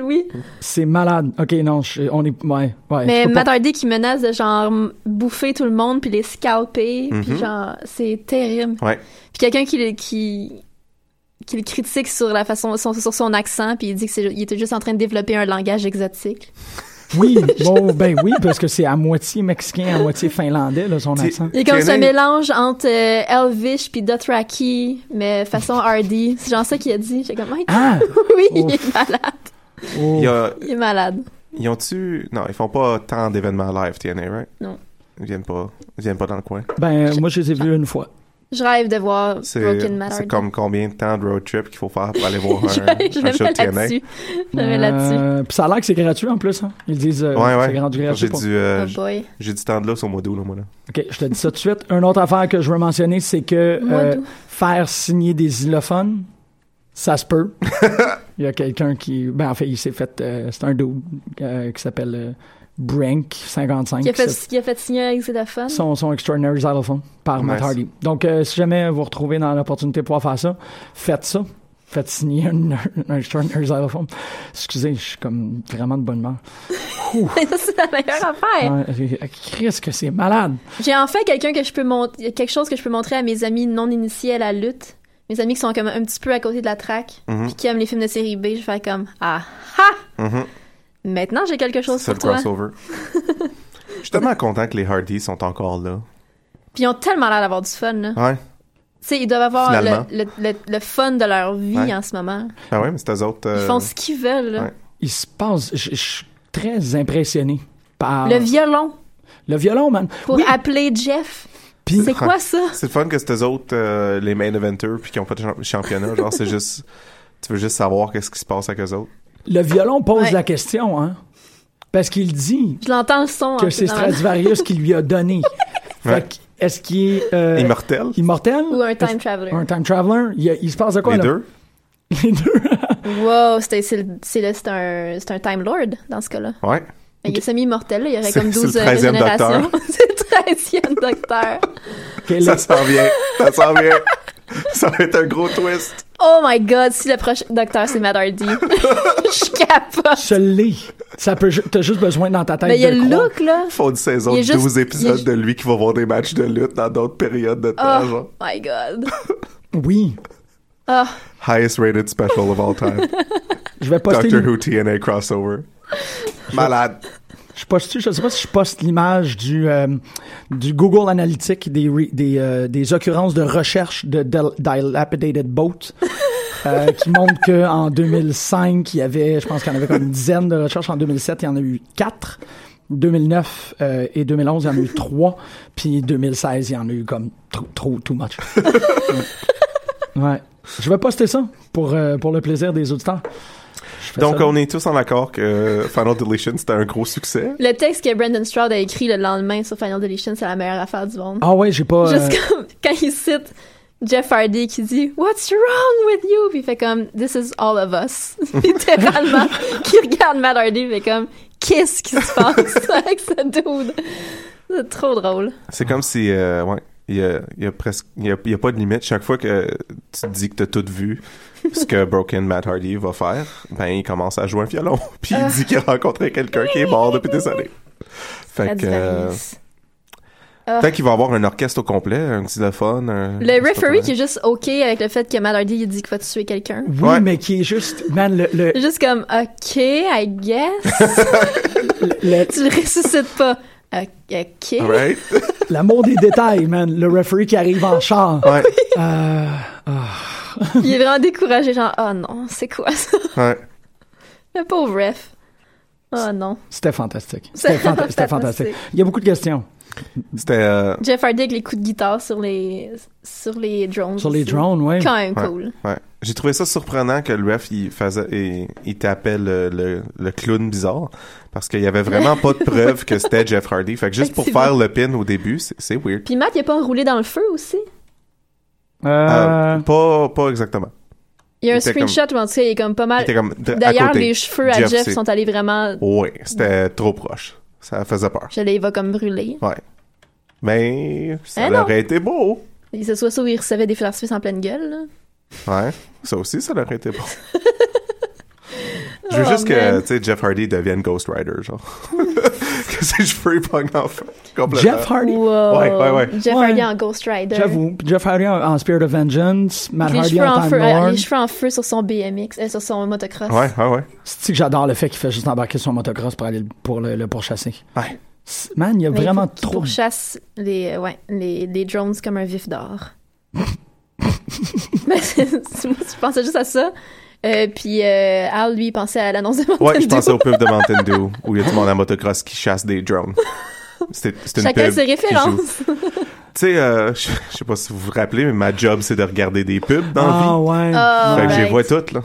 Speaker 4: oui.
Speaker 2: c'est malade. Ok, non, je- on est, ouais, ouais. je
Speaker 4: Mais
Speaker 2: peux pas-
Speaker 4: Matt Hardy qui menace de genre m- bouffer tout le monde puis les scalper,
Speaker 3: Mm-hmm.
Speaker 4: puis genre c'est terrible.
Speaker 3: Ouais.
Speaker 4: Puis quelqu'un qui le qui qui le critique sur la façon son, sur son accent puis il dit que c'est il était juste en train de développer un langage exotique.
Speaker 2: Oui, bon, ben oui, parce que c'est à moitié mexicain, à moitié finlandais, là, son
Speaker 3: C'est-
Speaker 2: accent.
Speaker 4: Il y a comme
Speaker 3: Kenny-
Speaker 4: ce mélange entre euh, Elvish puis Dothraki mais façon Hardy. C'est genre ça qu'il a dit. J'ai comme Ouais,
Speaker 2: Ah!
Speaker 4: [laughs] oui, il
Speaker 2: Ouf.
Speaker 4: est malade.
Speaker 2: Oh.
Speaker 3: Il y a-
Speaker 4: Il est malade.
Speaker 3: Ils ont-tu. Non, ils font pas tant d'événements live, TNA, right?
Speaker 4: Non.
Speaker 3: Ils viennent pas, ils viennent pas dans le coin.
Speaker 2: Ben, moi, je les ai vus une fois.
Speaker 4: Je rêve de voir
Speaker 3: C'est
Speaker 4: Broken Matter.
Speaker 3: c'est comme combien de temps de road trip qu'il faut faire pour aller voir un,
Speaker 4: [laughs] je je
Speaker 3: un
Speaker 4: le
Speaker 3: show de
Speaker 4: mets
Speaker 3: TNA?
Speaker 4: là-dessus. Je le mets là-dessus.
Speaker 2: Euh, puis ça a l'air que c'est gratuit en plus. Hein. Ils disent euh,
Speaker 3: Ouais,
Speaker 2: c'est rendu
Speaker 3: ouais.
Speaker 2: gratuit.
Speaker 3: J'ai
Speaker 2: Pour...
Speaker 3: du, euh,
Speaker 4: Oh boy.
Speaker 3: j'ai du temps de là sur mois d'août, là, moi, là.
Speaker 2: Ok, je te dis ça tout de suite. Une autre affaire que je veux mentionner, c'est que
Speaker 4: Moi,
Speaker 2: euh,
Speaker 4: d'où?
Speaker 2: faire signer des xylophones, ça se
Speaker 3: [laughs]
Speaker 2: peut. Il y a quelqu'un qui, ben en fait, il s'est fait. euh, c'est un dude euh, qui s'appelle euh, Brank 55.
Speaker 4: Qui a
Speaker 2: qui s'est
Speaker 4: fait, qui a fait signer avec Xylophone.
Speaker 2: son, son Extraordinary Xylophone par Matt
Speaker 3: Nice.
Speaker 2: Hardy. Donc, euh, si jamais vous retrouvez dans l'opportunité de pouvoir faire ça, faites ça. Faites signer un, [laughs] un Extraordinary Xylophone. Excusez, je suis comme vraiment de bonne humeur.
Speaker 4: Ça, [laughs] c'est la meilleure affaire.
Speaker 2: Ah, euh, Christ, que c'est malade!
Speaker 4: J'ai enfin quelqu'un que je peux mont- quelque chose que je peux montrer à mes amis non initiés à la lutte. Mes amis qui sont comme un petit peu à côté de la traque,
Speaker 3: Mhm.
Speaker 4: puis qui aiment les films de série B, je fais comme ah ha.
Speaker 3: Mhm.
Speaker 4: Maintenant, j'ai quelque chose
Speaker 3: C'est
Speaker 4: pour
Speaker 3: le
Speaker 4: toi.
Speaker 3: crossover. Je suis tellement content que les Hardy sont encore là.
Speaker 4: Puis ils ont tellement l'air d'avoir du fun là.
Speaker 3: Ouais.
Speaker 4: Tu sais, ils doivent avoir
Speaker 3: Finalement.
Speaker 4: le, le, le, le fun de leur vie
Speaker 3: Ouais.
Speaker 4: en ce moment.
Speaker 3: Ah ouais, mais c'est eux autres.
Speaker 4: Ils
Speaker 3: euh,
Speaker 4: font ce qu'ils veulent. là.
Speaker 3: ouais.
Speaker 2: Il se passe, je je suis très impressionné par
Speaker 4: Le violon
Speaker 2: le violon, man.
Speaker 4: pour
Speaker 2: Ah. Oui,
Speaker 4: appeler Jeff.
Speaker 2: Puis-
Speaker 4: C'est quoi ça
Speaker 3: C'est le fun que c'est eux autres, euh, les main eventers, puis qui ont pas de champ- championnat. Genre,
Speaker 4: [laughs]
Speaker 3: c'est juste. Tu veux juste savoir qu'est-ce qui se passe avec eux autres.
Speaker 2: le violon pose
Speaker 4: Ouais.
Speaker 2: la question, hein. Parce qu'il dit
Speaker 4: Je l'entends le son. en
Speaker 2: que
Speaker 4: plus
Speaker 2: c'est
Speaker 4: dans ma- [laughs]
Speaker 2: Stradivarius qui lui a donné.
Speaker 3: Ouais.
Speaker 2: Fait que, est-ce qu'il est euh,
Speaker 3: Immortel,
Speaker 2: immortel?
Speaker 4: Ou un time
Speaker 2: Est-ce-
Speaker 4: traveler.
Speaker 2: Un time traveler? Il, y a- il se passe de quoi,
Speaker 3: les
Speaker 2: là?
Speaker 3: deux.
Speaker 2: [laughs] Les deux.
Speaker 3: [laughs]
Speaker 4: Wow, c'est c'est le- c'est le- c'est un, c'est un Time Lord dans ce cas-là.
Speaker 3: Ouais.
Speaker 4: Mais Ben, Il est semi-mortel, là, il y aurait
Speaker 3: C'est-
Speaker 4: comme
Speaker 3: c'est
Speaker 4: 12
Speaker 3: le
Speaker 4: euh,
Speaker 3: 13e
Speaker 4: régénérations. [laughs] C'est le 13e docteur.
Speaker 2: Ok, là,
Speaker 3: Ça s'en vient. Ça s'en vient. Ça va être un gros twist.
Speaker 4: Oh my god, si le prochain docteur c'est Matt Hardy. [laughs] Je capote.
Speaker 2: se l'est. Ça peut, ju- t'as juste besoin dans ta tête
Speaker 4: Mais Ben, il y a
Speaker 2: de
Speaker 4: le
Speaker 2: croire.
Speaker 4: look, là.
Speaker 3: Faut une saison
Speaker 4: Il est
Speaker 3: de 12
Speaker 4: juste- il est
Speaker 3: épisodes
Speaker 4: ju-
Speaker 3: de lui qui va voir des matchs de lutte dans d'autres périodes de temps.
Speaker 4: Oh
Speaker 3: genre.
Speaker 4: my god.
Speaker 2: Oui.
Speaker 4: Ah,
Speaker 3: Highest rated special of all time.
Speaker 2: Je vais poster...
Speaker 3: Doctor
Speaker 2: l'im-
Speaker 3: Who TNA crossover. Malade.
Speaker 2: Je poste, je sais pas si je poste l'image du euh, du Google Analytics des re- des, euh, des occurrences de recherche de dil- dilapidated boat euh, qui montre que en 2005 il y avait, je pense qu'il y en avait comme une dizaine de recherches en 2007, il y en a eu quatre. 2009 euh, et 2011, il y en a eu trois. Puis 2016, il y en a eu comme trop, trop, too much. ouais. Ouais. Je vais poster ça pour, euh, pour le plaisir des auditeurs. Je fais
Speaker 3: Donc,
Speaker 2: ça.
Speaker 3: on est tous en accord que euh, Final Deletion, c'était un gros succès.
Speaker 4: le texte que Brandon Stroud a écrit le lendemain sur Final Deletion, c'est la meilleure affaire du monde.
Speaker 2: Ah ouais, j'ai pas... euh,
Speaker 4: Juste comme [laughs] quand il cite Jeff Hardy qui dit What's wrong with you? Puis il fait comme This is all of us. [laughs]
Speaker 3: [laughs]
Speaker 4: Littéralement, qui regarde Matt Hardy, il fait comme Qu'est-ce qui se passe [laughs] avec ce dude? C'est trop drôle.
Speaker 3: C'est comme si, euh, ouais, il y a, il y a presque, il y a, il y a pas de limite. Chaque fois que tu te dis que t'as tout vu, ce que Broken Matt Hardy va faire, ben, il commence à jouer un violon. [laughs] Puis il dit qu'il a rencontré quelqu'un qui est mort depuis des années. Fait
Speaker 4: La
Speaker 3: que, euh,
Speaker 4: différence.
Speaker 3: peut-être qu'il va avoir un orchestre au complet, un xylophone. un- je sais
Speaker 4: Le
Speaker 3: pas
Speaker 4: referee
Speaker 3: comment.
Speaker 4: qui est juste OK avec le fait que Matt Hardy il dit qu'il va tuer quelqu'un.
Speaker 2: Oui,
Speaker 3: Ouais.
Speaker 2: mais qui est juste, man, le, le,
Speaker 4: C'est Juste comme OK, I guess.
Speaker 3: [laughs]
Speaker 2: le-
Speaker 4: tu le ressuscites pas. Ok. ok.
Speaker 3: Right?
Speaker 2: l'amour des détails, man. Le referee qui arrive en char.
Speaker 4: [laughs]
Speaker 3: Ouais,
Speaker 2: Euh,
Speaker 4: Il est vraiment découragé, genre, oh non, c'est quoi ça?
Speaker 3: ouais.
Speaker 4: Le pauvre ref. Oh non.
Speaker 2: c'était fantastique. C'était
Speaker 4: C'était
Speaker 2: fanta- c'était fantastique.
Speaker 4: fantastique.
Speaker 2: Il y a beaucoup de questions
Speaker 3: C'était, euh,
Speaker 4: Jeff Hardy avec les coups de guitare sur les sur les drones.
Speaker 2: sur les
Speaker 4: aussi.
Speaker 2: drones, ouais.
Speaker 4: Quand même
Speaker 3: Ouais.
Speaker 4: cool.
Speaker 3: ouais. J'ai trouvé ça surprenant que le ref, il faisait, il, il tapait le, le, le clown bizarre. Parce qu'il y avait vraiment pas de preuve que c'était Jeff Hardy. Fait que juste pour
Speaker 4: Effectivement.
Speaker 3: faire le pin au début, c'est c'est weird.
Speaker 4: Puis Matt, il a pas enroulé dans le feu aussi.
Speaker 2: Euh,
Speaker 3: Euh, pas, pas exactement.
Speaker 4: Il y a
Speaker 3: Il
Speaker 4: un
Speaker 3: était comme-
Speaker 4: screenshot où en tout cas il est comme pas
Speaker 3: Il
Speaker 4: mal.
Speaker 3: était comme d- à
Speaker 4: D'ailleurs,
Speaker 3: côté.
Speaker 4: les cheveux à Jeff,
Speaker 3: c'est-
Speaker 4: sont allés vraiment.
Speaker 3: Ouais, c'était trop proche. Ça faisait peur.
Speaker 4: Je les vois comme brûler.
Speaker 3: Ouais. Mais ça
Speaker 4: Eh non.
Speaker 3: aurait été beau.
Speaker 4: Et ce soit ça où il recevait des fleurs suisses en pleine gueule. là.
Speaker 3: Ouais. Ça aussi, ça aurait été
Speaker 4: [laughs]
Speaker 3: bon. Je veux
Speaker 4: Oh,
Speaker 3: juste que,
Speaker 4: man.
Speaker 3: tu sais, Jeff Hardy devienne Ghost Rider,
Speaker 4: [laughs]
Speaker 3: genre. que ses cheveux ils pognent en feu. Complètement.
Speaker 2: Jeff Hardy.
Speaker 4: Wow.
Speaker 3: Ouais, ouais, ouais.
Speaker 4: euh, Jeff
Speaker 2: Ouais.
Speaker 4: Hardy en Ghost Rider.
Speaker 2: J'avoue. Jeff Hardy en, en Spirit of Vengeance, Matt
Speaker 4: Les
Speaker 2: Hardy
Speaker 4: cheveux,
Speaker 2: en
Speaker 4: en
Speaker 2: Time
Speaker 4: feu, euh,
Speaker 2: Lord.
Speaker 4: les cheveux en feu sur son BMX, euh, sur son motocross.
Speaker 3: Ouais, ouais, ouais.
Speaker 2: C'est que j'adore le fait qu'il fait juste embarquer son motocross pour aller le- pour le, le pourchasser.
Speaker 3: Ouais.
Speaker 2: C'est- Man, il y a
Speaker 4: Mais il
Speaker 2: vraiment
Speaker 4: faut qu'il
Speaker 2: trop.
Speaker 4: pourchasse les, euh, ouais, les, les drones comme un vif d'or.
Speaker 2: [laughs]
Speaker 4: Mais c'est- c'est- [laughs] moi, je pensais juste à ça. Euh, puis euh, Al, lui, il pensait à l'annonce de Mountain
Speaker 3: Ouais, je
Speaker 4: Dew.
Speaker 3: pensais au pub de Mountain Dew où il y a du monde en motocross qui chasse des drones. C'était c'était une
Speaker 4: Chacun
Speaker 3: pub
Speaker 4: ses
Speaker 3: qui joue.
Speaker 4: références.
Speaker 3: Tu sais, euh, je je sais pas si vous vous rappelez, mais ma job, c'est de regarder des pubs dans la
Speaker 2: Ah
Speaker 3: vie.
Speaker 2: ouais.
Speaker 4: Ah,
Speaker 3: Fait que je les
Speaker 4: right.
Speaker 3: vois toutes, là.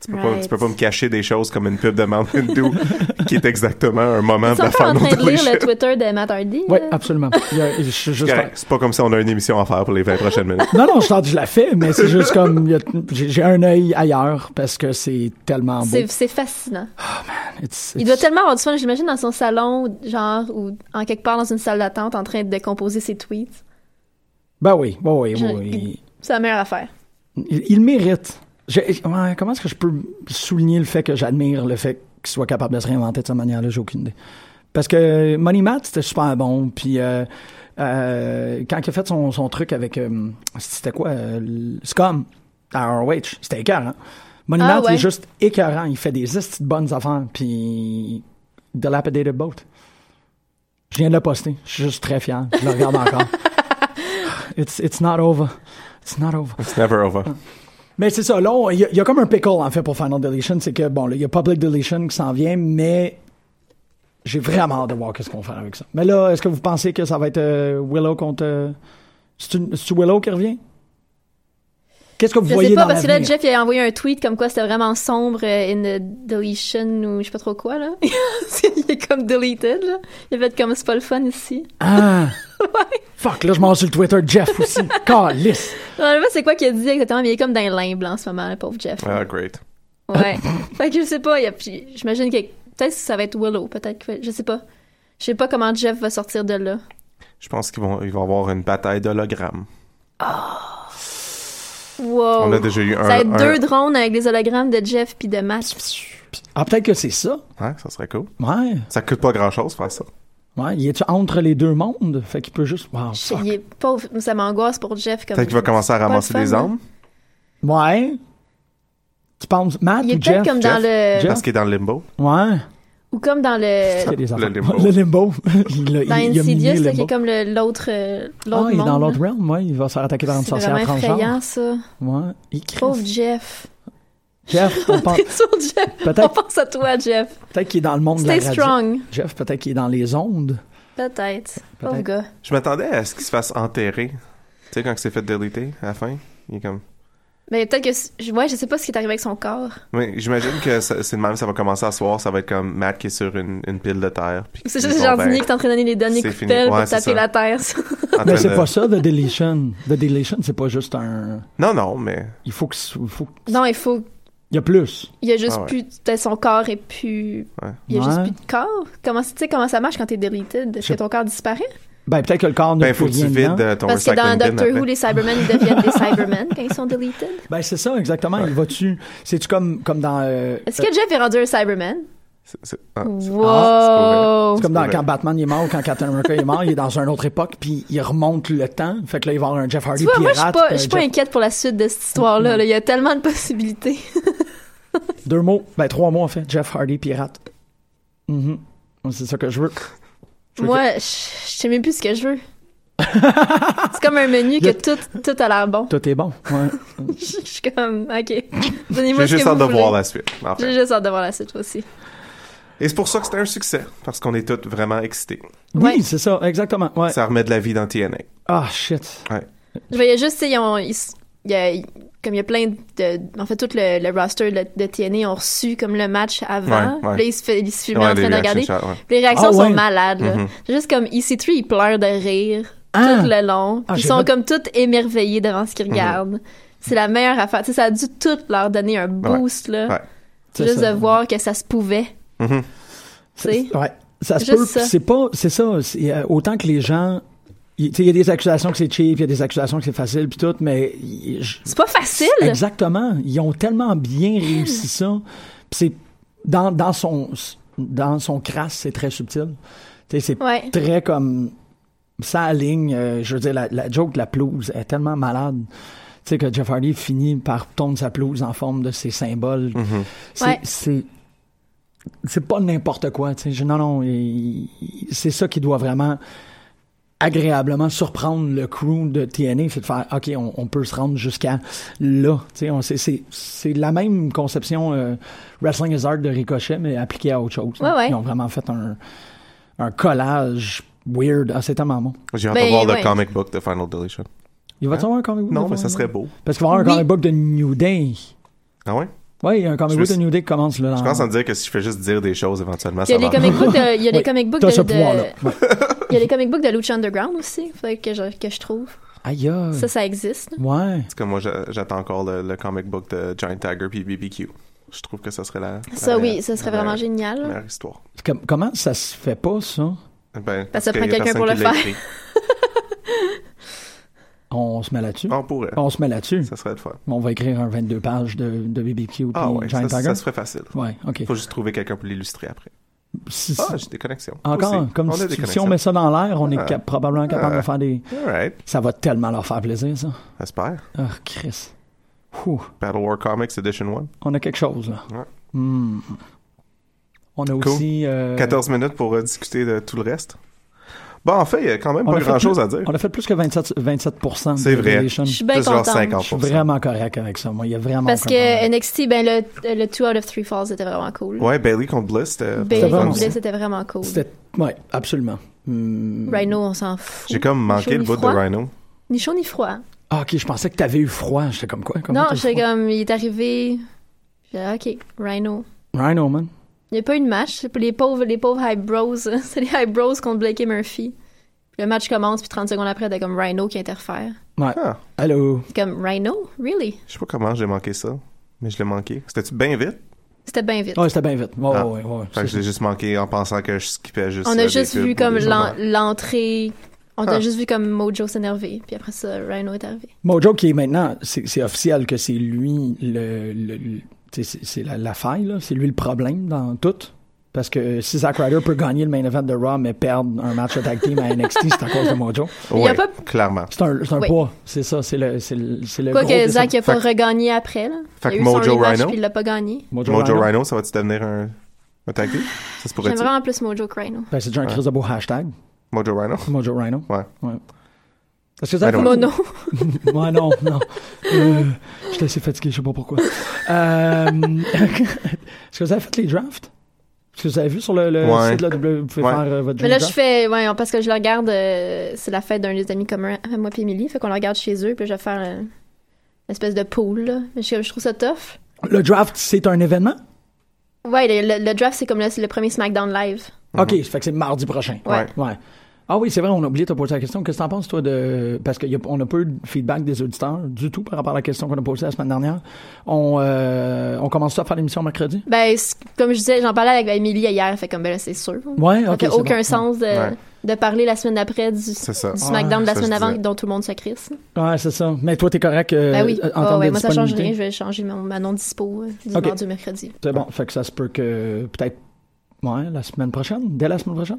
Speaker 3: Tu peux, pas,
Speaker 4: Right.
Speaker 3: tu peux pas me cacher des choses comme une pub de Mountain Dew qui est exactement un moment
Speaker 4: Ils
Speaker 3: de
Speaker 4: sont
Speaker 3: la
Speaker 4: encore
Speaker 3: fin
Speaker 4: en
Speaker 3: de
Speaker 4: train de lire le
Speaker 3: l'échelle.
Speaker 4: Twitter de Matt Hardy.
Speaker 2: Oui,
Speaker 4: là.
Speaker 2: absolument. Il y a- je suis juste-
Speaker 3: Correct. C'est pas comme si on a une émission à faire pour les 20 prochaines
Speaker 4: [laughs]
Speaker 3: minutes.
Speaker 2: Non, non, je t'en- je la fais, mais c'est juste comme il y a- j'ai j'ai un œil ailleurs parce que c'est tellement beau.
Speaker 4: C'est c'est fascinant.
Speaker 2: It's-
Speaker 4: Il
Speaker 2: it's-
Speaker 4: doit tellement avoir du fun, j'imagine, dans son salon, genre, ou en quelque part dans une salle d'attente, en train de composer ses tweets.
Speaker 2: Ben oui, ben oui,
Speaker 4: Je-
Speaker 2: oui.
Speaker 4: C'est la meilleure affaire.
Speaker 2: Il, il le mérite. Je- ouais, comment est-ce que je peux souligner le fait que j'admire le fait qu'il soit capable de se réinventer de cette manière-là? J'ai aucune idée. Parce que Money Matt, c'était super bon. Puis euh, euh, quand il a fait son, son truc avec. euh, c'était quoi? euh, le- Scum à ROH, c'était écœurant. Money
Speaker 4: Ah,
Speaker 2: Matt, il est
Speaker 4: ouais.
Speaker 2: juste écœurant. Il fait des estis de bonnes affaires. Puis. Dilapidated Boat. Je viens de le poster. Je suis juste très fier. Je le regarde
Speaker 4: [laughs]
Speaker 2: encore. it's, it's not over. It's not over.
Speaker 3: It's never over.
Speaker 4: Ah.
Speaker 2: Mais c'est ça, là, on- il y, a- il y a comme un pickle, en fait, pour Final Deletion. C'est que, bon, là, il y a Public Deletion qui s'en vient, mais j'ai vraiment hâte de voir qu'est-ce qu'on va faire avec ça. Mais là, est-ce que vous pensez que ça va être euh, Willow contre... euh, c'est une- c'est Willow qui revient? Qu'est-ce que vous
Speaker 4: Je
Speaker 2: voyez
Speaker 4: sais pas,
Speaker 2: dans
Speaker 4: parce que là,
Speaker 2: l'avenir?
Speaker 4: Jeff, il a envoyé un tweet comme quoi c'était vraiment sombre, euh, in the deletion, ou je sais pas trop
Speaker 3: [laughs]
Speaker 4: quoi, là. il est comme deleted, là. Il va être comme, c'est pas le fun ici. [laughs]
Speaker 2: Ah! Fuck, là, je m'en vais sur le Twitter de Jeff aussi. Calisse!
Speaker 4: Je sais pas c'est quoi qu'il a dit exactement, mais il est comme dans les limbes, là, en ce moment, le pauvre Jeff.
Speaker 3: Ah, great.
Speaker 4: Ouais. fait que je sais pas, il y a- puis j'imagine que peut-être que ça va être Willow, peut-être que, je sais pas. Je sais pas comment Jeff va sortir de là.
Speaker 3: Je pense qu'ils vont, ils vont avoir une bataille d'hologrammes.
Speaker 4: Wow.
Speaker 3: On a déjà eu un.
Speaker 4: Oh. Ça va être
Speaker 3: un-
Speaker 4: deux drones avec des hologrammes de Jeff puis de Matt.
Speaker 2: Ah, peut-être que c'est ça.
Speaker 3: Ouais, Hein? ça serait cool.
Speaker 2: Ouais.
Speaker 3: Ça coûte pas grand chose faire ça.
Speaker 2: Ouais, il est entre les deux mondes? Fait qu'il peut juste... Wow,
Speaker 4: Je-
Speaker 2: fuck.
Speaker 4: Il est pauvre, ça m'angoisse pour Jeff. comme-
Speaker 3: Peut-être qu'il va commencer à
Speaker 4: c'est pas
Speaker 3: ramasser
Speaker 4: le fun, hein.
Speaker 3: des
Speaker 4: là.
Speaker 3: armes.
Speaker 2: Ouais. Tu penses Matt
Speaker 4: Il est
Speaker 2: ou
Speaker 4: peut-être
Speaker 2: Jeff?
Speaker 4: comme dans le.
Speaker 2: Jeff?
Speaker 3: Parce qu'il est dans le limbo.
Speaker 2: Ouais.
Speaker 4: Ou comme dans
Speaker 2: Il y
Speaker 4: le.
Speaker 2: a des
Speaker 3: Le
Speaker 2: affaires.
Speaker 3: limbo.
Speaker 2: [laughs] Le limbo. Il a,
Speaker 4: Euh, Dans
Speaker 2: il, il a miné
Speaker 4: Insidious,
Speaker 2: le
Speaker 4: là, qui
Speaker 2: limbo.
Speaker 4: est comme le- l'autre. euh, L'autre
Speaker 2: Ah, il est dans
Speaker 4: monde,
Speaker 2: l'autre
Speaker 4: là.
Speaker 2: realm, ouais. Il va se attaquer par une
Speaker 4: C'est
Speaker 2: sorcière
Speaker 4: vraiment
Speaker 2: transgenre.
Speaker 4: effrayant, ça.
Speaker 2: Ouais. Il crie.
Speaker 4: Pauvre Jeff.
Speaker 2: Jeff,
Speaker 4: [laughs]
Speaker 2: on pense-
Speaker 4: T'es sur Jeff. On
Speaker 2: peut-être
Speaker 4: pense à toi, Jeff.
Speaker 2: peut qu'il est dans le monde
Speaker 4: Stay
Speaker 2: de la radio.
Speaker 4: strong.
Speaker 2: Jeff, peut-être qu'il est dans les ondes.
Speaker 4: Peut-être. Pauvre
Speaker 2: Peut-être.
Speaker 4: gars.
Speaker 3: Je m'attendais à ce qu'il se fasse enterrer. Tu sais, quand il s'est fait deleter à la fin, il est comme.
Speaker 4: Mais peut-être que. c- je- Ouais, je sais pas ce qui est arrivé avec son corps. [laughs]
Speaker 3: Mais j'imagine que ça- c'est de même, ça va commencer à se voir. Ça va être comme Matt qui est sur une, une pile de terre.
Speaker 4: [laughs]
Speaker 3: puis
Speaker 4: C'est
Speaker 3: ils
Speaker 4: juste le
Speaker 3: vont
Speaker 4: jardinier
Speaker 3: vers-
Speaker 4: qui est en train de donner les derniers
Speaker 3: ben, C'est
Speaker 4: coups
Speaker 3: fini.
Speaker 4: de pelle
Speaker 3: Ouais,
Speaker 4: pour
Speaker 3: c'est
Speaker 4: taper
Speaker 3: ça.
Speaker 4: la
Speaker 3: [laughs]
Speaker 4: terre. ça.
Speaker 3: en train
Speaker 2: Mais c'est
Speaker 3: de-
Speaker 2: pas ça, The Deletion. The Deletion, c'est pas juste un.
Speaker 3: Non, non, mais.
Speaker 2: Il faut que. Il, faut...
Speaker 4: Non, il faut.
Speaker 2: il y a plus.
Speaker 4: Il y a juste
Speaker 3: Ah ouais.
Speaker 4: plus. Peut-être son corps est plus.
Speaker 3: Ouais.
Speaker 4: Il y a juste
Speaker 2: Ouais.
Speaker 4: plus de corps. Comment, tu sais comment ça marche quand t'es deleted? Est-ce
Speaker 2: Je-
Speaker 4: que ton corps disparaît?
Speaker 2: Ben, peut-être que le corps ne
Speaker 3: Ben,
Speaker 2: peut
Speaker 3: faut que tu
Speaker 2: rien dedans.
Speaker 3: vides euh, ton
Speaker 4: Parce que dans
Speaker 3: recycling bin
Speaker 4: Doctor Who,
Speaker 3: après.
Speaker 4: les Cybermen ils deviennent des Cybermen quand ils sont deleted.
Speaker 3: [laughs]
Speaker 2: Ben, c'est ça, exactement. Il va-tu. C'est-tu comme, comme dans. euh,
Speaker 4: Est-ce que Jeff est rendu un Cyberman?
Speaker 3: C'est- c'est- ah,
Speaker 4: Wow!
Speaker 2: Ah, C'est comme dans,
Speaker 3: Ouais.
Speaker 2: quand Batman est mort ou quand Captain America est mort, il est dans une autre époque, puis il remonte le temps. Fait que là, il va avoir un Jeff Hardy
Speaker 4: Tu vois, moi, je suis
Speaker 2: pirate.
Speaker 4: pas,
Speaker 2: puis
Speaker 4: je
Speaker 2: un
Speaker 4: suis pas
Speaker 2: Jeff-
Speaker 4: inquiète pour la suite de cette histoire-là. là. Il y a tellement de possibilités.
Speaker 2: Deux mots, ben trois mots en fait. Jeff Hardy pirate. Mhm. C'est ça que je veux. Je veux
Speaker 4: Moi, je je sais même plus ce que je
Speaker 2: [laughs]
Speaker 4: veux. C'est comme un
Speaker 2: Il
Speaker 4: menu
Speaker 2: y
Speaker 4: que
Speaker 2: a-
Speaker 4: tout, tout a l'air bon. [laughs]
Speaker 2: que Tout est bon. Ouais.
Speaker 4: Je suis comme, OK. Donnez-moi
Speaker 3: J'ai juste
Speaker 4: ce que vous
Speaker 3: hâte de voir
Speaker 4: voulez.
Speaker 3: la suite. en fait.
Speaker 4: J'ai juste hâte de voir la suite aussi.
Speaker 3: Et c'est pour ça que c'était un succès, parce qu'on est tous vraiment excités.
Speaker 2: Oui,
Speaker 4: Ouais.
Speaker 2: c'est ça, exactement. Ouais.
Speaker 3: Ça remet de la vie dans TNA.
Speaker 2: Ah shit.
Speaker 4: Je voyais juste, tu sais, ils ont- ils- il y a- comme il y a plein de. En fait, tout le, le roster de, de TNA ont reçu comme le match avant.
Speaker 3: Ouais, ouais.
Speaker 4: Puis Là, ils se, fi- ils se filmaient
Speaker 3: Ouais,
Speaker 4: en train
Speaker 3: les
Speaker 4: de regarder.
Speaker 3: reaction shots, ouais.
Speaker 4: Les réactions
Speaker 2: Ah ouais.
Speaker 4: sont malades. là.
Speaker 3: Mhm.
Speaker 4: C'est Juste comme EC3, ils pleurent de rire
Speaker 2: Ah!
Speaker 4: tout le long.
Speaker 2: Ah,
Speaker 4: ils
Speaker 2: j'ai
Speaker 4: sont
Speaker 2: pas-
Speaker 4: comme tous émerveillés devant ce qu'ils
Speaker 3: Mhm.
Speaker 4: regardent. C'est la meilleure affaire. Tu sais, ça a dû tout leur donner un boost, là.
Speaker 3: Ouais.
Speaker 2: C'est
Speaker 4: Juste
Speaker 2: ça.
Speaker 4: de voir que ça se pouvait.
Speaker 3: Mhm.
Speaker 2: C'est-
Speaker 4: tu sais.
Speaker 2: Ouais. Ça se
Speaker 4: Juste
Speaker 2: peut.
Speaker 4: ça.
Speaker 2: C'est pas. C'est ça. c'est, euh, autant que les gens il tu sais, il y a des accusations que c'est cheap, il y a des accusations que c'est facile, puis tout, mais il- je-
Speaker 4: C'est pas facile. Ah.
Speaker 2: Exactement. Ils ont tellement bien réussi ça. Puis c'est dans, dans son dans son crasse, c'est très subtil. Tu sais, c'est
Speaker 4: Ouais.
Speaker 2: très comme ça aligne. euh, je veux dire, la, la joke de la pelouse est tellement malade. Tu sais que Jeff Hardy finit par tourner sa pelouse en forme de ses symboles. C'est
Speaker 4: Ouais.
Speaker 2: c'est c'est pas n'importe quoi. tu sais. Je- Non, non, il- il- c'est ça qui doit vraiment agréablement surprendre le crew de TNA, c'est de faire OK, on, on peut se rendre jusqu'à là. Tu sais, on- c'est- C'est c'est la même conception euh, Wrestling is Art de Ricochet, mais appliquée à autre chose.
Speaker 4: Ouais, ouais.
Speaker 2: Ils ont vraiment fait un, un collage weird. Ah, c'est tellement bon.
Speaker 3: J'ai hâte
Speaker 4: Ben,
Speaker 3: de voir
Speaker 4: ouais.
Speaker 3: le comic book de Final Deletion.
Speaker 2: Il va y avoir un comic book?
Speaker 3: Hein? Non,
Speaker 2: de
Speaker 3: mais ça
Speaker 2: Final
Speaker 3: serait
Speaker 2: Book?
Speaker 3: beau.
Speaker 2: Parce qu'il va y avoir un
Speaker 4: Oui.
Speaker 2: comic book de New Day.
Speaker 3: Ah ouais?
Speaker 2: Oui, il y a un comic
Speaker 3: Je
Speaker 2: book
Speaker 3: me
Speaker 2: de
Speaker 3: suis-
Speaker 2: New Day qui commence là. Dans...
Speaker 3: Je pense à me dire que si je fais juste dire des choses, éventuellement,
Speaker 4: Ah. Il y
Speaker 3: ça
Speaker 4: a
Speaker 3: va.
Speaker 4: les comic books de, il y a les
Speaker 2: Oui,
Speaker 4: comic books
Speaker 2: t'as
Speaker 4: de,
Speaker 2: ce
Speaker 4: de-
Speaker 2: pouvoir-là.
Speaker 4: [laughs] il y a les comic books de Lucha Underground aussi. Faudrait que je, que je trouve.
Speaker 2: Aïe, aïe.
Speaker 4: Ça, ça existe. là.
Speaker 2: Ouais.
Speaker 3: Parce que moi, j'a- j'attends encore le, le comic book de Giant Tiger puis BBQ. Je trouve que ça serait la. la
Speaker 4: Ça, oui,
Speaker 3: meilleure-
Speaker 4: ça serait
Speaker 3: la
Speaker 4: vraiment
Speaker 3: meilleure-
Speaker 4: génial. là.
Speaker 3: meilleure histoire.
Speaker 2: Com- comment ça se fait pas, ça?
Speaker 3: Ben,
Speaker 4: Parce que ça
Speaker 3: qu'il
Speaker 4: prend
Speaker 3: y a
Speaker 4: quelqu'un pour
Speaker 3: personne
Speaker 4: le
Speaker 3: qui l'a écrit.
Speaker 2: On se met là-dessus.
Speaker 3: On pourrait.
Speaker 2: On se met là-dessus.
Speaker 3: Ah. Ça serait le fun.
Speaker 2: On va écrire un 22 pages de, de BBQ puis
Speaker 3: Ah ouais,
Speaker 2: Giant
Speaker 3: ça,
Speaker 2: Tiger.
Speaker 3: ça serait facile.
Speaker 2: Ouais, OK.
Speaker 3: Faut juste trouver quelqu'un pour l'illustrer après.
Speaker 2: Si- si-
Speaker 3: Ah, j'ai des connexions.
Speaker 2: encore,
Speaker 3: Aussi.
Speaker 2: comme
Speaker 3: on a
Speaker 2: si,
Speaker 3: des
Speaker 2: tu- si
Speaker 3: connexions.
Speaker 2: on met ça dans l'air, on est
Speaker 3: Ah.
Speaker 2: cap- probablement capable de
Speaker 3: Ah.
Speaker 2: faire des...
Speaker 3: Alright,
Speaker 2: Ça va tellement leur faire plaisir, ça.
Speaker 3: j'espère.
Speaker 2: Ah, Chris. Ouh,
Speaker 3: Battle War Comics Edition 1.
Speaker 2: on a quelque chose, là.
Speaker 3: Ouais.
Speaker 2: Hmm. On a
Speaker 3: Cool.
Speaker 2: aussi... euh,
Speaker 3: 14 minutes pour euh, discuter de tout le reste. Bon, en fait, il y a quand même
Speaker 2: on
Speaker 3: pas
Speaker 2: a fait
Speaker 3: grand-chose
Speaker 2: plus-
Speaker 3: à dire.
Speaker 2: On a fait plus que 27, 27% de
Speaker 3: C'est vrai.
Speaker 2: Revelation.
Speaker 4: Je suis bien
Speaker 3: Juste genre
Speaker 4: contente.
Speaker 3: 50%.
Speaker 2: Je suis vraiment correct avec ça, moi. Il y a vraiment...
Speaker 4: Parce
Speaker 2: aucun
Speaker 4: que
Speaker 2: problème.
Speaker 4: NXT, ben, le, le 2 out of 3 Falls était vraiment cool.
Speaker 3: Ouais, Bailey contre Bliss, c'était
Speaker 4: Bailey
Speaker 3: c'était
Speaker 2: vraiment
Speaker 4: contre
Speaker 3: fun.
Speaker 4: Bliss, Ben, c'était vraiment cool.
Speaker 2: C'était... Ouais, absolument. Hmm.
Speaker 4: Rhino, on s'en fout.
Speaker 3: J'ai comme
Speaker 4: Ni chaud,
Speaker 3: manqué le
Speaker 4: ni
Speaker 3: bout de
Speaker 4: froid.
Speaker 3: Rhino.
Speaker 4: Ni chaud ni froid.
Speaker 2: Ah, OK, je pensais que t'avais eu froid. J'étais comme quoi? Comment
Speaker 4: Non,
Speaker 2: t'as eu
Speaker 4: j'étais
Speaker 2: froid?
Speaker 4: comme, il est arrivé. J'ai dit, OK, Rhino.
Speaker 2: Rhino, man.
Speaker 4: Il n'y a pas eu de match. C'est pour Les pauvres, les pauvres high bros. [laughs] C'est les high bros contre Blake et Murphy. Puis le match commence, puis 30 secondes après, t'as comme Rhino qui interfère.
Speaker 2: Ouais.
Speaker 3: Ah,
Speaker 2: Allô?
Speaker 4: C'est Comme, Rhino? Really?
Speaker 3: je sais pas comment j'ai manqué ça, mais je l'ai manqué. C'était-tu bien vite?
Speaker 4: C'était bien vite.
Speaker 2: Ouais, c'était bien vite. Ouais,
Speaker 3: Ah.
Speaker 2: ouais, ouais.
Speaker 3: Fait que je l'ai juste manqué en pensant que je skippais juste.
Speaker 4: On
Speaker 3: euh,
Speaker 4: a
Speaker 3: des
Speaker 4: juste
Speaker 3: pubs ou
Speaker 4: vu comme
Speaker 3: des
Speaker 4: l'en-
Speaker 3: moments.
Speaker 4: l'entrée. On a
Speaker 3: Ah.
Speaker 4: juste vu comme Mojo s'énerver. Puis après ça, Rhino est arrivé.
Speaker 2: Mojo qui est maintenant, c'est c'est officiel que c'est lui le, le- le- tu sais, c'est c'est la, la faille là, c'est lui le problème dans tout. Parce que si Zack Ryder peut gagner le main event de Raw mais perdre un match de tag team à NXT, c'est à cause de Mojo.
Speaker 4: Il y a
Speaker 3: Ouais,
Speaker 4: pas-
Speaker 3: clairement.
Speaker 2: C'est un, c'est un
Speaker 4: Oui.
Speaker 2: poids, c'est ça, c'est le, c'est le, c'est le gros
Speaker 4: Quoique
Speaker 2: déception.
Speaker 4: Zach n'a pas
Speaker 3: Fait que-
Speaker 4: regagné après. Là.
Speaker 3: Fait
Speaker 4: il a
Speaker 3: que
Speaker 4: eu son
Speaker 3: Mojo
Speaker 4: rematch,
Speaker 3: Rhino?
Speaker 4: puis il l'a pas gagné.
Speaker 2: Mojo,
Speaker 3: Mojo
Speaker 2: Rhino.
Speaker 3: Rhino, ça va-tu devenir un, un tag team? Ça se
Speaker 4: J'aime
Speaker 3: pourrait-tu?
Speaker 4: vraiment plus Mojo que Rhino.
Speaker 2: Ben, c'est déjà un crise de beau hashtag,
Speaker 3: Mojo Rhino?
Speaker 2: Mojo Rhino.
Speaker 3: Ouais.
Speaker 2: Parce que Zack
Speaker 3: Ben,
Speaker 2: Ryder-
Speaker 4: Mono.
Speaker 2: Ouais, non, non. Euh, J'étais assez fatigué, je sais pas pourquoi. Euh, [laughs] Est-ce que vous avez fait les drafts? Est-ce que vous avez vu sur le, le
Speaker 3: Ouais.
Speaker 2: site, là, W- vous pouvez
Speaker 3: Ouais.
Speaker 2: faire euh, votre
Speaker 4: Mais là, je
Speaker 2: draft?
Speaker 4: fais. Ouais, parce que je le regarde. euh, c'est la fête d'un des amis communs à moi et Émilie. Fait qu'on le regarde chez eux, puis je vais faire euh, une espèce de pool. là. Mais je, je trouve ça tough.
Speaker 2: Le draft, c'est un événement?
Speaker 4: Ouais, le, le- le draft, c'est comme le, c'est le premier SmackDown Live.
Speaker 3: Mhm.
Speaker 2: OK, ça fait que c'est mardi prochain.
Speaker 4: Ouais.
Speaker 2: Ouais. Ah oui, c'est vrai, on a oublié de te poser la question. Qu'est-ce que t'en penses, toi, de. Parce qu'on a peu de feedback des auditeurs du tout par rapport à la question qu'on a posée la semaine dernière. On, euh, on commence ça à faire l'émission mercredi?
Speaker 4: Ben, c'est- comme je disais, j'en parlais avec Émilie hier. Fait comme, ben là, c'est sûr.
Speaker 2: Ouais,
Speaker 4: Ça
Speaker 2: OK.
Speaker 4: fait
Speaker 2: c'est
Speaker 4: aucun
Speaker 2: bon.
Speaker 4: sens de,
Speaker 3: Ouais.
Speaker 4: de parler la semaine d'après du,
Speaker 3: C'est ça.
Speaker 4: du SmackDown de la
Speaker 3: ça,
Speaker 4: semaine
Speaker 3: je
Speaker 4: avant
Speaker 3: disais.
Speaker 4: dont tout le monde se crisse.
Speaker 2: Ouais, c'est ça. Mais toi, t'es correct. euh,
Speaker 4: Ben oui.
Speaker 2: En
Speaker 4: Ah
Speaker 2: termes
Speaker 4: ouais,
Speaker 2: de
Speaker 4: moi, ça change
Speaker 2: disponibilité?
Speaker 4: rien. Je vais changer mon, ma non-dispo euh, du
Speaker 2: Ok.
Speaker 4: mardi au mercredi.
Speaker 2: C'est bon. Fait que ça se peut que. Peut-être. Ouais, la semaine prochaine? Dès la semaine prochaine?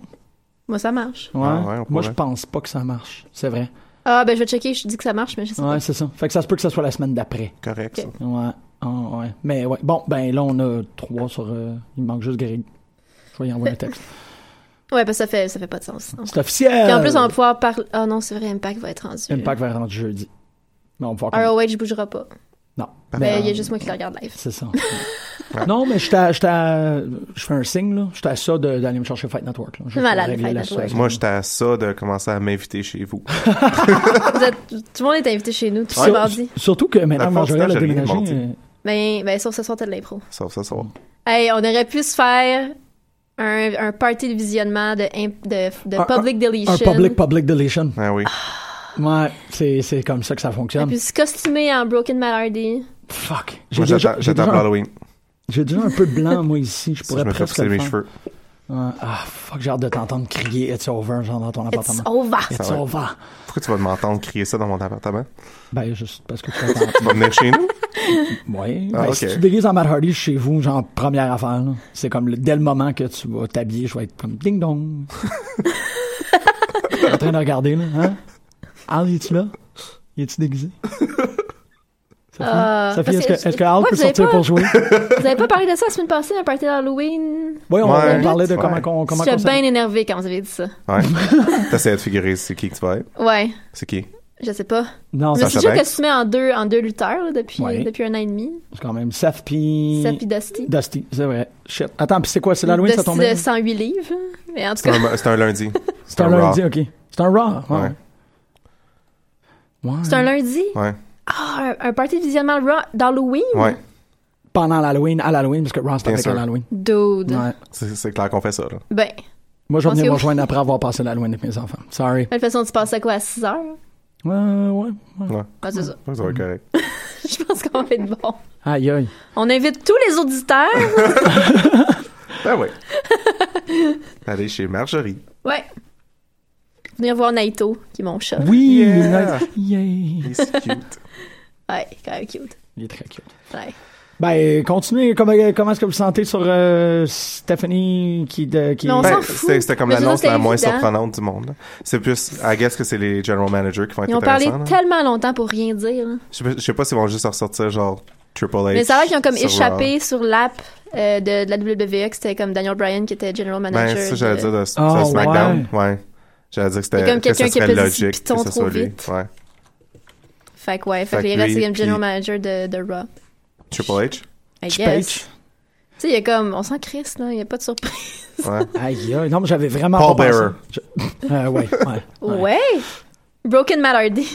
Speaker 4: Moi, ça marche.
Speaker 2: Ouais.
Speaker 3: Ah ouais, on
Speaker 2: Moi,
Speaker 3: pourrait.
Speaker 2: je pense pas que ça marche. C'est vrai.
Speaker 4: Ah, ben, je vais checker. Je dis que ça marche, mais je sais
Speaker 2: Ouais, c'est ça. Fait que ça se peut que ça soit la semaine d'après.
Speaker 3: Correct.
Speaker 4: Ok.
Speaker 3: ça.
Speaker 2: Ouais. Ah, ouais. Mais ouais. Bon, ben là, on a trois sur. euh, il manque juste Greg. Je vais y envoyer un texte.
Speaker 4: pas. Ouais, parce que ça fait, ça fait pas de sens. non.
Speaker 2: C'est officiel!
Speaker 4: Puis en plus, on va pouvoir parler. Ah non, c'est vrai, Impact va être rendu.
Speaker 2: Euh. Impact va rentrer jeudi. Mais on va Ben, pouvoir.
Speaker 4: ROH bougera pas.
Speaker 2: Non.
Speaker 4: Mais
Speaker 2: Mais,
Speaker 4: Ben, il y a juste moi qui le regarde live.
Speaker 2: C'est
Speaker 4: [laughs]
Speaker 2: ça. Non, mais je t'ai- je t'ai- je fais un signe, là. Je t'ai à ça de- d'aller me chercher Fight Network. là. Juste pour
Speaker 4: Malade,
Speaker 2: régler
Speaker 4: Fight
Speaker 2: la
Speaker 4: Network.
Speaker 2: situation.
Speaker 3: Moi, j'étais à ça de commencer à m'inviter chez vous.
Speaker 4: Vous êtes- Tout le monde est invité chez nous, tout
Speaker 2: Sur-
Speaker 4: le mardi.
Speaker 2: Surtout que maintenant,
Speaker 3: force,
Speaker 2: Marjorie
Speaker 3: là,
Speaker 2: a
Speaker 3: je l'ai
Speaker 2: déménagé.
Speaker 3: menti.
Speaker 2: euh,
Speaker 4: Ben, ben, sauf ce soir, t'as de l'impro.
Speaker 3: Sauf ce soir.
Speaker 4: Hey, on aurait pu se faire un, un party de visionnement de, imp- de, de
Speaker 2: Un-
Speaker 4: public deletion.
Speaker 2: Un public, public deletion.
Speaker 3: Ah oui.
Speaker 2: Ouais, c'est c'est comme ça que ça
Speaker 4: On aurait
Speaker 2: fonctionne.
Speaker 4: pu se costumer en Broken Malardy.
Speaker 2: Fuck. J'ai
Speaker 3: Moi,
Speaker 2: déjà,
Speaker 3: j'attends
Speaker 2: j'ai
Speaker 3: j'attends
Speaker 2: déjà
Speaker 3: pour
Speaker 2: un,
Speaker 3: Halloween.
Speaker 2: j'ai déjà un peu de blanc, moi, ici. Je
Speaker 3: Si
Speaker 2: pourrais
Speaker 3: je me fais
Speaker 2: presque
Speaker 3: pousser
Speaker 2: le
Speaker 3: mes
Speaker 2: faire.
Speaker 3: cheveux.
Speaker 2: Ouais. Ah, fuck, j'ai hâte de t'entendre crier It's over, genre dans ton
Speaker 4: It's
Speaker 2: appartement.
Speaker 4: over.
Speaker 2: It's
Speaker 3: Ça va.
Speaker 2: over.
Speaker 3: Pourquoi tu vas m'entendre crier ça dans mon appartement?
Speaker 2: Ben, juste parce que tu t'entends.
Speaker 3: [laughs] Tu vas venir chez nous?
Speaker 2: Oui.
Speaker 3: Ah,
Speaker 2: Ben,
Speaker 3: ok.
Speaker 2: Si tu te déguises en Matt Hardy chez vous, genre première affaire, là, c'est comme le- dès le moment que tu vas t'habiller, je vais être comme ding
Speaker 3: [laughs]
Speaker 2: dong. en train de regarder, là. Hein? Al, es-tu là? Es-tu déguisé? Sophie,
Speaker 4: Ah,
Speaker 2: Sophie,
Speaker 4: parce
Speaker 2: est-ce que,
Speaker 4: que je-
Speaker 2: est-ce que Al
Speaker 4: moi,
Speaker 2: peut
Speaker 4: je savais
Speaker 2: sortir
Speaker 4: pas.
Speaker 2: pour jouer?
Speaker 4: Vous avez pas parlé de ça la semaine passée, un party d'Halloween?
Speaker 2: Oui, on,
Speaker 3: Ouais.
Speaker 2: on parlait de
Speaker 3: Ouais.
Speaker 2: comment qu'on comment
Speaker 4: J'étais
Speaker 2: qu'on s'appelle.
Speaker 4: bien énervée quand vous avez dit ça. [laughs]
Speaker 3: Ouais. T'essaies de figurer c'est qui que tu vas être?
Speaker 4: Ouais,
Speaker 3: C'est qui?
Speaker 4: je sais pas.
Speaker 2: Non,
Speaker 4: Je
Speaker 2: c'est
Speaker 4: me
Speaker 3: Sacha
Speaker 4: suis toujours
Speaker 3: Banks.
Speaker 4: costumée en deux, en deux lutteurs là, depuis,
Speaker 2: Ouais.
Speaker 4: depuis un an et demi.
Speaker 2: c'est quand même Seth puis...
Speaker 4: Ça puis Dusty.
Speaker 2: Dusty, c'est vrai. Shit. Attends, puis c'est quoi? C'est l'Halloween, ça
Speaker 4: Dusty
Speaker 2: tombe?
Speaker 4: de 108 livres. Mais en tout
Speaker 3: C'est
Speaker 4: cas,
Speaker 3: un, c'est un
Speaker 4: [laughs]
Speaker 3: lundi.
Speaker 2: C'est un
Speaker 3: raw.
Speaker 2: lundi, OK. C'est un Raw, ouais.
Speaker 3: Ouais.
Speaker 2: Ouais.
Speaker 4: c'est un lundi.
Speaker 3: Ouais.
Speaker 4: Ah, un, un party de visionnement raw d'Halloween?
Speaker 3: Ouais.
Speaker 2: Pendant l'Halloween, à l'Halloween, parce que Raw, c'était
Speaker 3: Bien
Speaker 2: avec
Speaker 3: sûr.
Speaker 2: l'Halloween.
Speaker 4: Dude.
Speaker 2: Ouais.
Speaker 3: C'est c'est clair qu'on fait ça, là.
Speaker 4: Ben,
Speaker 2: Moi, je vais
Speaker 4: On
Speaker 2: venir
Speaker 4: s'est
Speaker 2: me
Speaker 4: oublié.
Speaker 2: rejoindre après avoir passé l'Halloween avec mes enfants. Sorry.
Speaker 4: de toute façon, tu passes à quoi, à 6 heures?
Speaker 2: Ouais, ouais.
Speaker 3: Ouais.
Speaker 4: Ah, c'est ça. [laughs]
Speaker 3: Ça va être correct.
Speaker 4: Je pense qu'on va être bon.
Speaker 2: Aïe, aïe.
Speaker 4: On invite tous les auditeurs.
Speaker 3: Ben oui.
Speaker 4: [laughs]
Speaker 3: Allez chez Marjorie.
Speaker 4: Ouais. Venir voir Naito, qui est mon chat.
Speaker 2: Oui,
Speaker 3: Yeah.
Speaker 2: nice. Yay.
Speaker 3: He's cute.
Speaker 4: Ouais, quand même cute.
Speaker 2: Il est très cute.
Speaker 4: Ouais.
Speaker 2: Ben, continuez. Comment, comment est-ce que vous sentez sur euh, Stephanie qui... De, qui...
Speaker 4: Mais on
Speaker 3: Ben,
Speaker 4: s'en fout.
Speaker 3: c'était c'était comme
Speaker 4: Mais je veux
Speaker 3: l'annonce
Speaker 4: dire,
Speaker 3: la
Speaker 4: c'était
Speaker 3: moins
Speaker 4: évident.
Speaker 3: surprenante du monde. là. C'est plus, I guess que c'est les general managers qui vont être
Speaker 4: Ils ont parlé
Speaker 3: intéressants. là.
Speaker 4: tellement longtemps pour rien dire. hein.
Speaker 3: Je sais pas- je sais pas s'ils vont juste ressortir genre Triple H.
Speaker 4: Mais ça va qu'ils ont comme
Speaker 3: sur
Speaker 4: échappé sur l'app euh, de, de la WWE, que c'était comme Daniel Bryan qui était General
Speaker 3: Raw. Ben,
Speaker 4: Manager.
Speaker 3: ça,
Speaker 4: de-
Speaker 3: j'allais dire de,
Speaker 2: Ah,
Speaker 3: de SmackDown. Ouais. J'allais dire que
Speaker 4: Il y a comme
Speaker 3: c'était que
Speaker 4: quelqu'un
Speaker 3: ça
Speaker 4: qui a
Speaker 3: serait
Speaker 4: pesé du
Speaker 3: logique
Speaker 4: piton
Speaker 3: que ce
Speaker 4: trop
Speaker 3: soit lui.
Speaker 4: vite.
Speaker 3: Ouais.
Speaker 4: Fait que ouais, fait,
Speaker 3: Fait
Speaker 4: que les
Speaker 3: que
Speaker 4: restes, c'est
Speaker 3: lui,
Speaker 4: comme General
Speaker 3: puis-
Speaker 4: Manager de, de Raw.
Speaker 3: Triple H.
Speaker 4: I
Speaker 2: Page.
Speaker 4: guess. Tu sais, il y a comme, on s'en crisse, là, il n'y a pas de surprise.
Speaker 3: Ouais.
Speaker 4: [laughs]
Speaker 2: Aïe, aïe. Non, mais j'avais vraiment
Speaker 3: Paul
Speaker 2: pas pensé.
Speaker 3: Bearer.
Speaker 2: Je- Euh, ouais, ouais.
Speaker 4: Ouais! Broken Matt Hardy.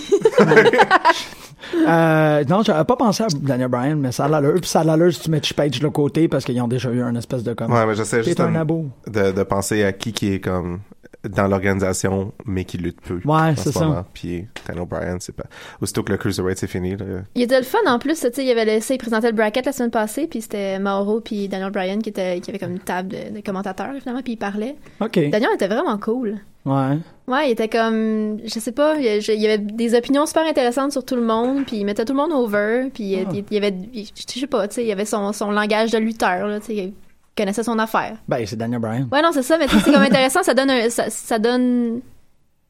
Speaker 2: Euh, non, j'avais pas pensé à Daniel Bryan, mais ça a l'allure. Puis ça a l'allure si tu mets Triple H de l'autre côté, parce qu'ils ont déjà eu un espèce de comme...
Speaker 3: Ouais, mais j'essaie
Speaker 2: T'es
Speaker 3: juste
Speaker 2: un
Speaker 3: de,
Speaker 2: abo.
Speaker 3: de, de penser à qui qui est comme dans l'organisation, mais qui lutte peu.
Speaker 2: Ouais,
Speaker 3: en
Speaker 2: c'est
Speaker 3: ce
Speaker 2: ça.
Speaker 3: moment. Puis Daniel Bryan, c'est pas. Aussitôt que le Cruiserweight c'est fini, là,
Speaker 4: Il était le fun en plus, tu sais, il avait laissé, il présentait le bracket la semaine passée, puis c'était Mauro puis Daniel Bryan qui, était, qui avait comme une table de, de commentateurs, finalement, puis il parlait.
Speaker 2: OK.
Speaker 4: Daniel était vraiment cool.
Speaker 2: Ouais.
Speaker 4: Ouais, il était comme, je sais pas, il y a- je- il y avait des opinions super intéressantes sur tout le monde, puis il mettait tout le monde over, puis
Speaker 2: Ah.
Speaker 4: il, il y avait, il- je sais pas, tu sais, il y avait son, son langage de lutteur, là, tu sais, il connaissait son affaire.
Speaker 2: Ben, c'est Daniel Bryan.
Speaker 4: Ouais, non, c'est ça, mais tu sais, c'est comme intéressant, ça donne, un- ça, ça donne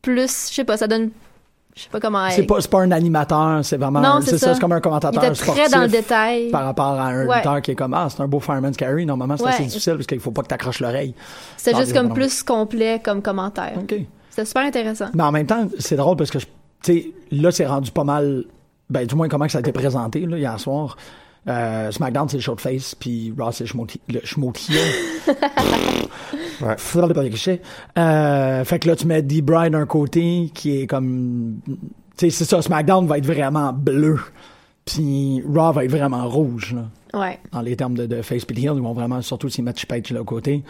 Speaker 4: plus, je sais pas, ça donne, je sais pas comment.
Speaker 2: C'est pas, c'est pas un animateur, c'est vraiment...
Speaker 4: Non,
Speaker 2: un-
Speaker 4: c'est
Speaker 2: c'est ça.
Speaker 4: ça.
Speaker 2: C'est comme un
Speaker 4: il
Speaker 2: commentateur
Speaker 4: était
Speaker 2: sportif.
Speaker 4: très dans le détail.
Speaker 2: par rapport à un
Speaker 4: Ouais.
Speaker 2: lutteur qui est comme ah c'est un beau fireman's carry normalement c'est
Speaker 4: Ouais.
Speaker 2: assez difficile parce qu'il faut pas que t'accroches l'oreille
Speaker 4: C'était
Speaker 2: dans
Speaker 4: juste
Speaker 2: les
Speaker 4: comme
Speaker 2: bonhommes.
Speaker 4: plus complet comme commentaire.
Speaker 2: ok
Speaker 4: C'était super intéressant.
Speaker 2: mais en même temps c'est drôle parce que je- tu sais là c'est rendu pas mal ben du moins comment que ça a été présenté là hier soir Euh, SmackDown c'est le show de face puis Raw c'est le schmoti- le schmotier
Speaker 3: Ouais.
Speaker 2: euh, fait que là tu mets Dee Bride d'un côté qui est comme tu sais c'est ça SmackDown va être vraiment bleu puis Raw va être vraiment rouge là
Speaker 4: Ouais.
Speaker 2: dans les termes de, de face pis de heel, ils vont vraiment, surtout s'ils mettent Page de l'autre côté.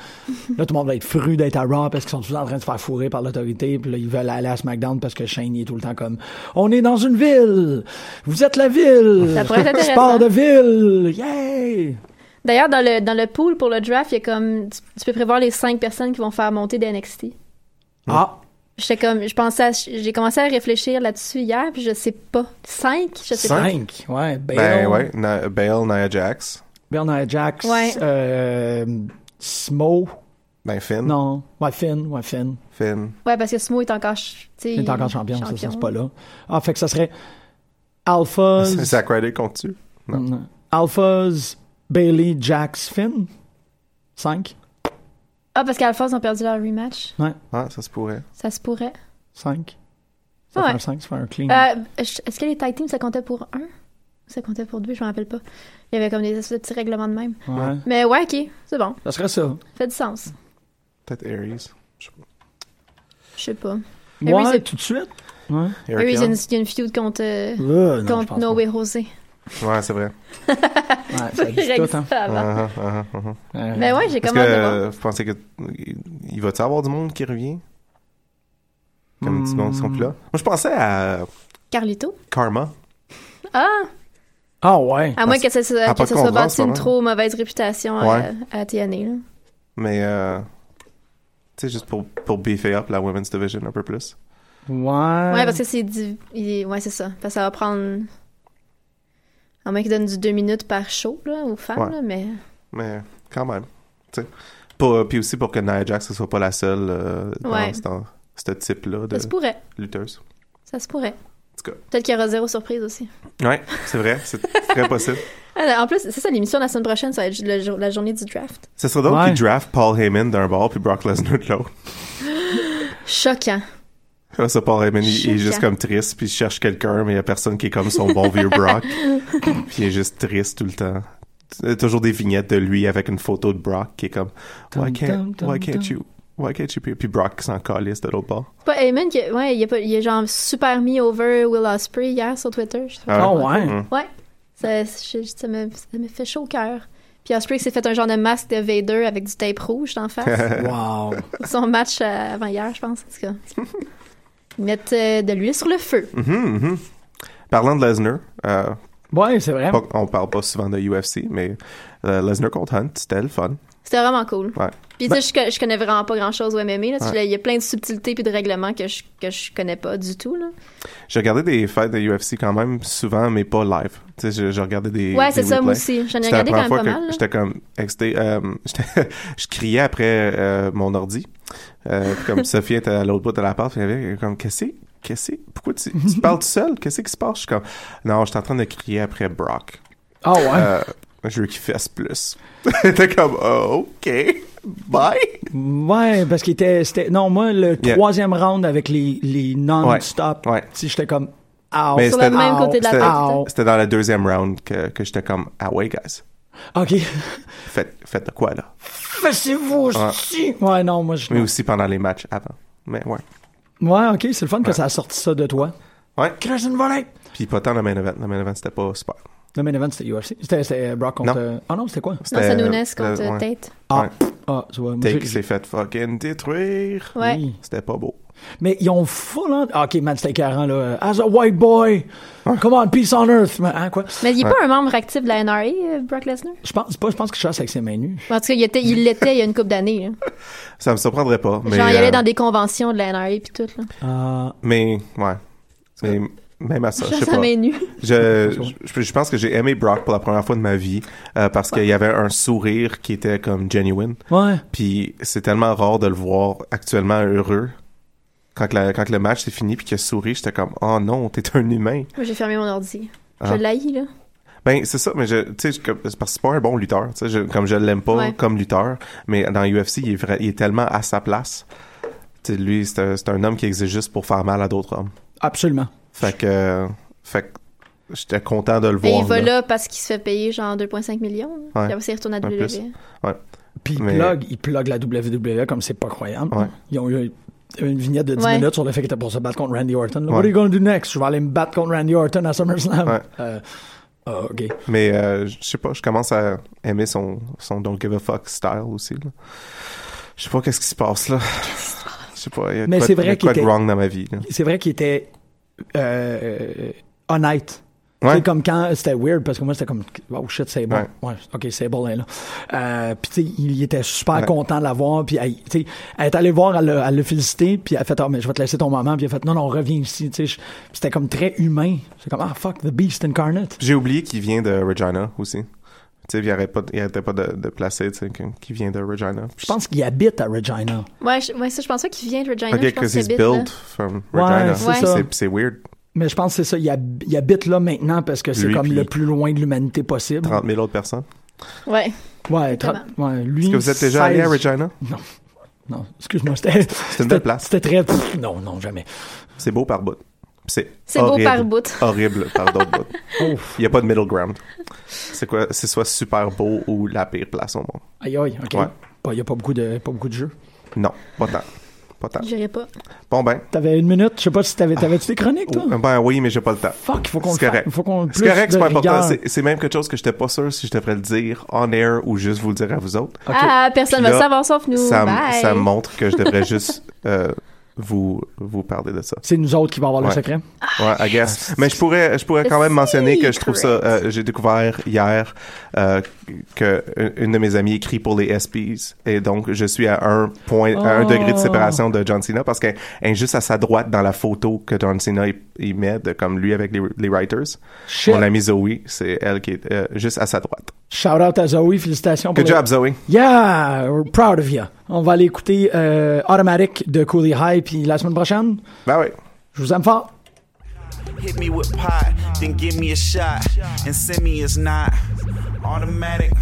Speaker 2: Là, tout le monde va être fru d'être à Raw parce qu'ils sont toujours en train de se faire fourrer par l'autorité, puis là, ils veulent aller à SmackDown parce que Shane il est tout le temps comme « On est dans une ville! Vous êtes la ville!
Speaker 4: Ça pourrait être intéressant.
Speaker 2: Sport de ville! Yay!
Speaker 4: D'ailleurs, dans le, dans le pool pour le draft, il y a comme, tu, tu peux prévoir les cinq personnes qui vont faire monter des NXT. »
Speaker 2: Ah!
Speaker 4: J'étais comme, je pensais, à- j'ai commencé à réfléchir là-dessus hier, puis je sais pas. Cinq, je sais pas.
Speaker 2: Cinq! Ouais, Bale,
Speaker 3: Ben ouais, Na- Bale, Nia Jax,
Speaker 2: Bernard Jax,
Speaker 4: Ouais.
Speaker 2: euh, Smo,
Speaker 3: ben Finn,
Speaker 2: non, ouais, Finn, ouais, Finn.
Speaker 3: Finn,
Speaker 4: Ouais, parce que Smo est encore, ch- tu sais,
Speaker 2: Il est encore champion, ça, ça, c'est pas là. Ah, fait que ça serait Alpha...
Speaker 3: [laughs] Zack Ryder compte tu Non.
Speaker 2: Mm. Alphas, Bailey, Jax, Finn. 5.
Speaker 4: Ah, parce qu'Alphonse ont perdu leur rematch.
Speaker 3: Ah, ça se pourrait.
Speaker 4: Ça se pourrait.
Speaker 2: 5. Ça fait
Speaker 4: Ah Ouais.
Speaker 2: un 5, ça fait un clean.
Speaker 4: Euh, je- Est-ce que les tag teams, ça comptait pour un? Ou Ça comptait pour deux? Je m'en rappelle pas. Il y avait comme des espèces de petits règlements de même.
Speaker 2: ouais.
Speaker 4: Mais ouais, ok, c'est bon.
Speaker 2: Ça serait ça.
Speaker 4: Ça fait du sens.
Speaker 3: Peut-être Aries. Je sais pas.
Speaker 4: Je sais pas. Harry,
Speaker 2: Ouais,
Speaker 4: Eh c'est-
Speaker 2: tout de suite. Ouais.
Speaker 4: Eux,
Speaker 3: Eric
Speaker 4: il y a
Speaker 3: Young.
Speaker 4: une, il y a une feud contre, euh,
Speaker 2: Là, non, je
Speaker 4: contre
Speaker 2: pense pas.
Speaker 4: Noé Rosé.
Speaker 3: Ouais, c'est vrai.
Speaker 2: Ouais,
Speaker 4: [laughs]
Speaker 2: ça dit
Speaker 4: Règle
Speaker 2: tout, hein.
Speaker 4: ça avant.
Speaker 3: Ah, ah, ah, ah.
Speaker 2: Euh,
Speaker 4: Mais ouais, j'ai
Speaker 3: Est-ce
Speaker 4: comme
Speaker 3: que
Speaker 4: hâte de voir.
Speaker 3: euh, vous pensez que il va-tu avoir du monde qui revient? Comme
Speaker 2: Hmm.
Speaker 3: du monde qui sont plus là? Moi, je pensais à
Speaker 4: Carlito?
Speaker 3: Karma.
Speaker 4: Ah!
Speaker 2: Ah ouais.
Speaker 4: À moins que ça, se-
Speaker 3: Ah,
Speaker 4: que
Speaker 3: pas
Speaker 4: ça
Speaker 3: de
Speaker 4: soit
Speaker 3: contraste,
Speaker 4: bâti une
Speaker 3: hein.
Speaker 4: trop mauvaise réputation à-
Speaker 3: Ouais.
Speaker 4: à, TNA. là.
Speaker 3: Mais euh, Tu sais, juste pour, pour beefer up la Women's Division un peu plus.
Speaker 2: Ouais.
Speaker 4: Ouais, parce que c'est. div- il est- Ouais, c'est ça. Parce que ça va prendre. À moins qu'ils donnent du 2 minutes par show, là, aux femmes,
Speaker 3: Ouais.
Speaker 4: là, mais.
Speaker 3: Mais quand même, tu sais. Pour- Puis aussi pour que Nia Jax ne soit pas la seule euh, dans,
Speaker 4: Ouais.
Speaker 3: dans ce type-là de
Speaker 4: Ça se pourrait.
Speaker 3: lutteuse.
Speaker 4: Ça se pourrait.
Speaker 3: tout cas.
Speaker 4: Peut-être qu'il y aura zéro surprise aussi.
Speaker 3: Ouais, c'est vrai, c'est
Speaker 2: [laughs]
Speaker 3: très possible.
Speaker 4: Ah, en plus, c'est ça, l'émission de la semaine prochaine, ça va être le jour- la journée du draft.
Speaker 3: Ce serait donc
Speaker 2: Ouais.
Speaker 3: qu'ils draft Paul Heyman d'un bord puis Brock Lesnar de l'autre.
Speaker 4: Choquant.
Speaker 3: Comme Ça, Paul Heyman, il, il est juste
Speaker 4: Choquant.
Speaker 3: comme triste puis il cherche quelqu'un, mais il n'y a personne qui est comme son bon vieux
Speaker 4: [laughs]
Speaker 3: Brock. puis il est juste triste tout le temps. Il y a toujours des vignettes de lui avec une photo de Brock qui est comme Why can't,
Speaker 2: Dum, dum,
Speaker 3: why
Speaker 2: dum, dum.
Speaker 3: can't you? Why can't you? be- Puis Brock s'en calisse de l'autre bord.
Speaker 4: C'est pas Heyman qui. Ouais, il est, pas- il est genre super mis over Will Osprey hier sur Twitter. Je sais pas.
Speaker 3: Ah
Speaker 2: Ah ouais.
Speaker 3: Mm.
Speaker 4: Ouais. Ça, je- je- ça me, ça me fait chaud au cœur. Puis Osprey s'est fait un genre de masque de Vader avec du tape rouge d'en face.
Speaker 3: [laughs]
Speaker 2: Wow.
Speaker 4: pour son match euh, avant hier, je pense. En tout cas. Ils mettent euh, de l'huile sur le feu.
Speaker 3: Mhm, mhm. Parlant de Lesnar, euh,
Speaker 2: Ouais, c'est vrai.
Speaker 3: pas- on parle pas souvent de UFC, mais euh, Lesnar contre Hunt, c'était le fun.
Speaker 4: C'était vraiment cool.
Speaker 3: Ouais. Ben
Speaker 4: Puis tu sais, je co- je, connais vraiment pas grand chose au MMA. Là. Tu sais, Il y a plein de subtilités puis de règlements que je, que je connais pas du tout. Là.
Speaker 3: J'ai regardé des fights de UFC quand même souvent, mais pas live. Tu sais, j'ai- j'ai regardé des.
Speaker 4: ouais,
Speaker 3: des
Speaker 4: c'est ça, moi
Speaker 3: replays.
Speaker 4: aussi. J'en ai
Speaker 3: C'était
Speaker 4: regardé quand
Speaker 3: la
Speaker 4: même pas
Speaker 3: première fois
Speaker 4: mal.
Speaker 3: que
Speaker 4: là.
Speaker 3: j'étais comme excité. Euh, [laughs] j'étais- je criais après euh, mon ordi. Euh, puis
Speaker 4: [laughs]
Speaker 3: comme Sophie était à l'autre bout de l'appart, puis elle avait comme qu'est-ce que c'est? Qu'est-ce que c'est? Pourquoi tu,
Speaker 4: [laughs]
Speaker 3: tu parles tout seul? Qu'est-ce qui se passe? Je suis comme non, j'étais en train de crier après Brock.
Speaker 2: Ah ouais.
Speaker 3: Euh, je veux qu'il fasse plus. [laughs] T'es comme oh, ok, bye.
Speaker 2: Ouais, parce qu'il était, c'était- Non, moi, le
Speaker 3: Yeah.
Speaker 2: troisième round avec les, les non-stop,
Speaker 3: Ouais, ouais.
Speaker 2: si j'étais comme. Ah,
Speaker 3: Mais
Speaker 4: Sur le
Speaker 3: c'était-
Speaker 4: même côté de la hein.
Speaker 3: c'était-
Speaker 4: porte.
Speaker 3: C'était dans la deuxième round que, que j'étais comme ah ouais guys,
Speaker 2: OK.
Speaker 3: faites faites de quoi là?
Speaker 2: Fessez-vous
Speaker 3: Ouais.
Speaker 2: aussi. Ouais, non, moi, je.
Speaker 3: Mais aussi pendant les matchs avant. Mais ouais.
Speaker 2: Ouais, OK, c'est le fun que ça a sorti ça de toi.
Speaker 3: Ouais.
Speaker 2: Crash une volée.
Speaker 3: Puis pas tant le main event. Le main event, c'était pas super.
Speaker 2: Le main event, c'était UFC. C'était- C'était Brock contre.
Speaker 3: Non.
Speaker 2: euh, Ah non, c'était quoi?
Speaker 4: Non,
Speaker 3: C'était-
Speaker 4: c'est Nunes contre
Speaker 3: euh, ouais.
Speaker 4: Tate.
Speaker 2: Ah,
Speaker 3: Ouais.
Speaker 2: ah, tu vois. moi,
Speaker 3: Take
Speaker 2: j'ai-
Speaker 3: s'est fait fucking détruire.
Speaker 4: Ouais.
Speaker 2: Oui.
Speaker 3: C'était pas beau.
Speaker 2: Mais ils ont full on... Ah, OK, man, c'était écœurant, là. As a white boy, come on, peace on earth. Mais, Hein, quoi?
Speaker 4: Mais il est pas un membre actif de la NRA, euh, Brock Lesnar.
Speaker 2: Je pense pas, je pense que je chasse avec ses mains nues.
Speaker 4: En tout cas, il était- il l'était il y a une couple d'années. là.
Speaker 3: Ça me surprendrait pas. Mais,
Speaker 4: genre, il allait
Speaker 3: euh,
Speaker 4: dans des conventions de la NRA puis tout. Là.
Speaker 2: Ah,
Speaker 3: Mais, ouais. Mais, même à ça, je sais
Speaker 4: ça
Speaker 3: pas.
Speaker 4: m'est nu.
Speaker 3: Je, je, je pense que j'ai aimé Brock pour la première fois de ma vie euh, parce qu'il y avait un sourire qui était comme genuine.
Speaker 2: ouais.
Speaker 3: Puis c'est tellement rare de le voir actuellement heureux. Quand, que la- quand que le match s'est fini puis qu'il a souri, j'étais comme « Oh non, t'es un humain!
Speaker 4: Moi, j'ai fermé mon ordi.
Speaker 3: Ah.
Speaker 4: Je l'haïs, là. »
Speaker 3: Ben, c'est ça, mais je, tu sais, je- comme- c'est parce que c'est pas un bon lutteur. Tu sais, je- comme je l'aime pas
Speaker 4: Ouais.
Speaker 3: comme lutteur, mais dans UFC, il est, vrai- il est tellement à sa place. Tu sais, lui, c'est un, c'est un homme qui existe juste pour faire mal à d'autres hommes.
Speaker 2: Absolument.
Speaker 3: Fait que, euh, fait que j'étais content de le
Speaker 4: Et
Speaker 3: voir.
Speaker 4: il va
Speaker 3: là.
Speaker 4: là parce qu'il se fait payer genre 2,5 millions. là.
Speaker 3: Ouais.
Speaker 4: Puis après, ça, il retourne à
Speaker 3: En
Speaker 4: WWE.
Speaker 3: plus.
Speaker 2: Puis ils
Speaker 3: Mais-
Speaker 2: plug, ils plug la WWE comme c'est pas croyable.
Speaker 3: Ouais.
Speaker 2: Ils ont eu une vignette de 10
Speaker 4: Ouais.
Speaker 2: minutes sur le fait qu'ils étaient pour se battre contre Randy Orton. là. What
Speaker 3: Ouais.
Speaker 2: are you gonna do next? Je vais aller me battre contre Randy Orton à SummerSlam.
Speaker 3: Ouais.
Speaker 2: Euh, ah, OK.
Speaker 3: Mais euh, je sais pas, je commence à aimer son, son Don't Give a Fuck style aussi. là. Je sais pas qu'est-ce qui se passe là. Je sais pas, il y a de
Speaker 2: Mais
Speaker 3: quoi,
Speaker 2: c'est
Speaker 3: de-
Speaker 2: vrai
Speaker 3: il y a de
Speaker 2: qu'il
Speaker 3: quoi de
Speaker 2: était-
Speaker 3: wrong dans ma vie. là.
Speaker 2: C'est vrai qu'il était euh, honnête.
Speaker 3: Ouais.
Speaker 2: C'est comme quand c'était weird parce que moi c'était comme oh shit c'est bon. Ouais. OK, c'est bon là. Euh, puis tu sais, il était super
Speaker 3: Ouais.
Speaker 2: content de la voir puis elle, tu sais, elle est allée le voir, elle l'a elle l'a félicité puis elle a fait "Ah mais je vais te laisser ton moment." Puis elle a fait "Non non, reviens ici." Tu sais, je- c'était comme très humain. C'est comme "Ah fuck the beast incarnate."
Speaker 3: J'ai oublié qu'il vient de Regina aussi. Tu sais, il arrêtait pas, il arrêtait pas de, de placer, tu sais, que- qu'il vient de Regina.
Speaker 2: Je pense qu'il habite à Regina.
Speaker 4: E. Ouais, je, ouais, ça, je pense pas qu'il vient de Regina.
Speaker 3: Ok,
Speaker 4: je pense
Speaker 3: because
Speaker 4: qu'il
Speaker 3: he's
Speaker 4: habite
Speaker 3: built
Speaker 4: là.
Speaker 3: from
Speaker 2: Ouais,
Speaker 3: Regina.
Speaker 2: c'est
Speaker 4: Ouais.
Speaker 2: ça.
Speaker 3: C'est- C'est weird.
Speaker 2: Mais je pense que c'est ça, il, hab- il habite là maintenant parce que c'est
Speaker 3: Lui,
Speaker 2: comme
Speaker 3: puis-
Speaker 2: le plus loin de l'humanité possible.
Speaker 3: 30 000 autres personnes.
Speaker 4: Ouais.
Speaker 2: Ouais, tra- ouais, lui
Speaker 3: Est-ce que vous êtes déjà allé à
Speaker 2: 16.
Speaker 3: Regina?
Speaker 2: Non, excuse-moi, c'était
Speaker 3: C'est une belle place.
Speaker 2: C'était très pff, non, non, jamais.
Speaker 3: C'est beau par bout. C'est
Speaker 4: C'est beau
Speaker 3: horrible.
Speaker 4: par bout.
Speaker 3: Horrible par d'autres bouts.
Speaker 2: Ouf.
Speaker 3: Il n'y a pas de middle ground. C'est quoi? C'est soit super beau ou la pire place au monde.
Speaker 2: Aïe aïe, OK.
Speaker 3: Ouais.
Speaker 2: Bah, il y a pas beaucoup de pas beaucoup de jeux.
Speaker 3: Non, pas tant. Pas tant.
Speaker 4: J'irai pas.
Speaker 3: Bon ben.
Speaker 2: T'avais une minute, je sais pas si t'avais, t'avais-tu des chroniques, toi?
Speaker 3: Ah. Oh, ben oui, mais j'ai pas le temps.
Speaker 2: Ah. Fuck, il faut qu'on le
Speaker 3: C'est correct.
Speaker 2: fasse. Faut qu'on
Speaker 3: C'est
Speaker 2: plus
Speaker 3: correct,
Speaker 2: de
Speaker 3: c'est pas important.
Speaker 2: rigueur.
Speaker 3: C'est- C'est même quelque chose que j'étais pas sûr si je devrais le dire on air ou juste vous le dire à vous autres.
Speaker 2: Ok.
Speaker 4: Ah, personne
Speaker 3: Puis
Speaker 4: va
Speaker 3: là,
Speaker 4: savoir sauf nous.
Speaker 3: Ça, m-
Speaker 4: Bye.
Speaker 3: ça me montre que je devrais [laughs] juste euh, vous, vous parler de ça.
Speaker 2: C'est nous autres qui va avoir le
Speaker 3: Ouais.
Speaker 2: secret.
Speaker 3: Ouais, I
Speaker 2: Ah,
Speaker 3: guess. Mais je pourrais, je pourrais quand même mentionner que je trouve ça. euh, J'ai découvert hier euh, que une de mes amies écrit pour les SPs et donc je suis à un point, à un
Speaker 2: Oh.
Speaker 3: degré de séparation de John Cena parce qu'elle elle est juste à sa droite dans la photo que John Cena il, il met de, comme lui avec les, les writers.
Speaker 2: Shit.
Speaker 3: Mon amie Zoe, c'est elle qui est euh, juste à sa droite.
Speaker 2: Shout out à Zoé, félicitations.
Speaker 3: Good
Speaker 2: pour le-
Speaker 3: job Zoe.
Speaker 2: Yeah, we're proud of you. On va aller écouter euh, Automatic de Cooley High, puis la semaine prochaine,
Speaker 3: Ben oui.
Speaker 2: je vous aime fort.
Speaker 5: Hit me with pot, then give me a shot, and send me is not automatic.